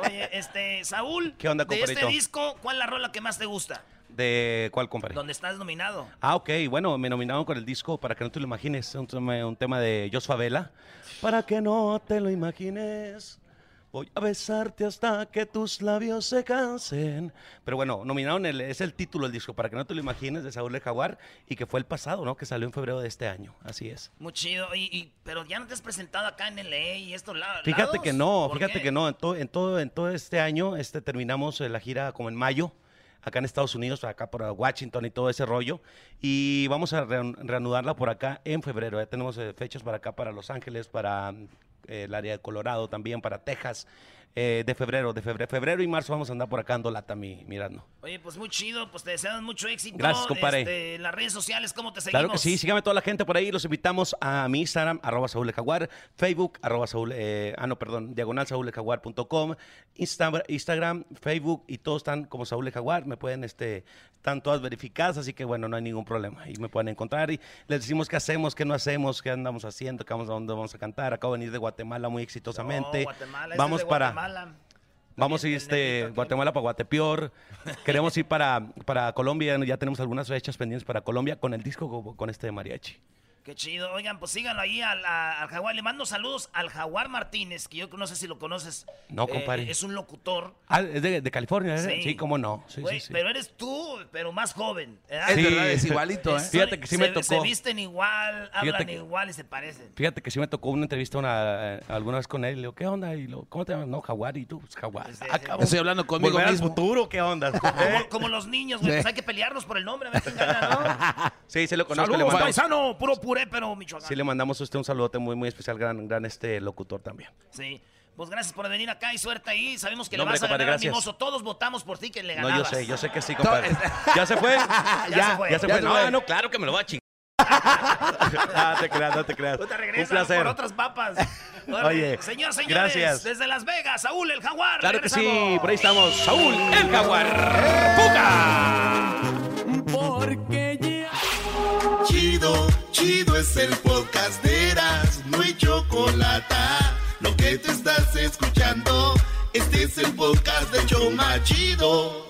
Speaker 2: Oye, este, Saúl,
Speaker 18: ¿Qué onda,
Speaker 2: de este
Speaker 18: compadrito?
Speaker 2: disco, ¿cuál es la rola que más te gusta?
Speaker 18: ¿De cuál, compadre?
Speaker 2: Donde estás nominado.
Speaker 18: Ah, ok. Bueno, me nominaron con el disco, para que no te lo imagines, un tema, un tema de Jos Favela. Para que no te lo imagines, voy a besarte hasta que tus labios se cansen. Pero bueno, nominaron, el, es el título del disco, para que no te lo imagines, de Saúl de Jaguar, y que fue el pasado, ¿no? Que salió en febrero de este año. Así es.
Speaker 2: Muy chido. Y, y- pero ya no te has presentado acá en LA y estos la- lados.
Speaker 18: Fíjate que no,
Speaker 2: ¿Por
Speaker 18: fíjate
Speaker 2: qué?
Speaker 18: que no. En, to- en todo, en todo este año este, terminamos eh, la gira como en mayo, acá en Estados Unidos, acá por Washington y todo ese rollo. Y vamos a rean- reanudarla por acá en febrero. Ya tenemos eh, fechas para acá, para Los Ángeles, para mm, eh, el área de Colorado también, para Texas. eh, de febrero, de febrero, febrero y marzo vamos a andar por acá dando lata, mi, mirando.
Speaker 2: Oye, pues muy chido, pues te deseamos mucho éxito.
Speaker 18: Gracias, compadre.
Speaker 2: Este, en las redes sociales, ¿cómo te seguimos?
Speaker 18: Claro que sí, sígame toda la gente por ahí. Los invitamos a mi Instagram, arroba Saúl El Jaguar, Facebook, arroba Saúl, eh, ah, no, perdón, diagonal saúleljaguar.com, Instagram, Instagram, Facebook y todos están como Saúl El Jaguar. Me pueden, este, están todas verificadas, así que bueno, no hay ningún problema. Ahí me pueden encontrar y les decimos qué hacemos, qué no hacemos, qué andamos haciendo, qué vamos, a dónde vamos a cantar. Acabo de venir de Guatemala muy exitosamente.
Speaker 2: No, Guatemala, ese
Speaker 18: vamos
Speaker 2: es de
Speaker 18: para.
Speaker 2: Guatemala.
Speaker 18: Vamos a ir este, Guatemala para Guatepeor. Queremos ir para, para Colombia. Ya tenemos algunas fechas pendientes para Colombia con el disco, con este de mariachi.
Speaker 2: Qué chido. Oigan, pues síganlo ahí al, a- al Jaguar. Le mando saludos al Jaguar Martínez, que yo no sé si lo conoces.
Speaker 18: No,
Speaker 2: Eh,
Speaker 18: compadre.
Speaker 2: es un locutor.
Speaker 18: Ah, es de, de California, ¿eh?
Speaker 2: Sí.
Speaker 18: Sí, cómo no. Sí,
Speaker 2: Güey,
Speaker 18: sí, sí.
Speaker 2: Pero eres tú, pero más joven. ¿verdad?
Speaker 18: Es Sí, verdad, es igualito, ¿eh?
Speaker 2: Son-
Speaker 18: Fíjate que sí me
Speaker 2: se- Se
Speaker 18: tocó.
Speaker 2: visten igual, hablan
Speaker 18: Fíjate que-
Speaker 2: igual y se parecen.
Speaker 18: Fíjate que sí me tocó una entrevista una, eh, alguna vez con él. Le digo, ¿qué onda? Y lo, ¿Cómo te llamas? No, Jaguar. Y tú, pues, Jaguar. Ah, cabrón.
Speaker 8: Estoy hablando conmigo
Speaker 18: Volver al
Speaker 8: mismo.
Speaker 18: futuro, ¿qué onda?
Speaker 2: Como, como los niños, güey.
Speaker 18: ¿Eh? Sí.
Speaker 2: Pues hay que pelearnos por el nombre, a ver quién gana, ¿no?
Speaker 18: sí, se lo conozco. le
Speaker 2: Saludos,
Speaker 18: mandamos,
Speaker 2: paisano, puro puré, pero Michoacán.
Speaker 18: sí, le mandamos a usted un saludote muy, muy especial, gran, gran este locutor también.
Speaker 2: Sí. Pues gracias por venir acá y suerte ahí. Sabemos que
Speaker 18: No,
Speaker 2: le
Speaker 18: hombre,
Speaker 2: vas a
Speaker 18: compadre,
Speaker 2: ganar al
Speaker 18: gracias.
Speaker 2: mimoso. Todos votamos por ti que le
Speaker 18: No, yo
Speaker 2: ganabas.
Speaker 18: sé, yo sé que sí, compadre. ¿Ya se fue?
Speaker 2: Ya se fue, eh.
Speaker 18: Ya se fue.
Speaker 2: ya se
Speaker 18: No,
Speaker 2: fue.
Speaker 18: no, claro que me lo va a chingar. no te creas, no te creas. Un
Speaker 2: Regresa
Speaker 18: placer.
Speaker 2: por otras papas.
Speaker 18: Oye,
Speaker 2: Señor, señores,
Speaker 18: gracias.
Speaker 2: desde Las Vegas, Saúl el Jaguar.
Speaker 18: Claro que sí,
Speaker 2: regresamos. Eh.
Speaker 18: por ahí estamos. Saúl, el jaguar.
Speaker 1: Porque ya. Chido, chido es el podcast de Eras, no hay chocolate. Lo que te estás escuchando, este es el podcast de Choma Chido.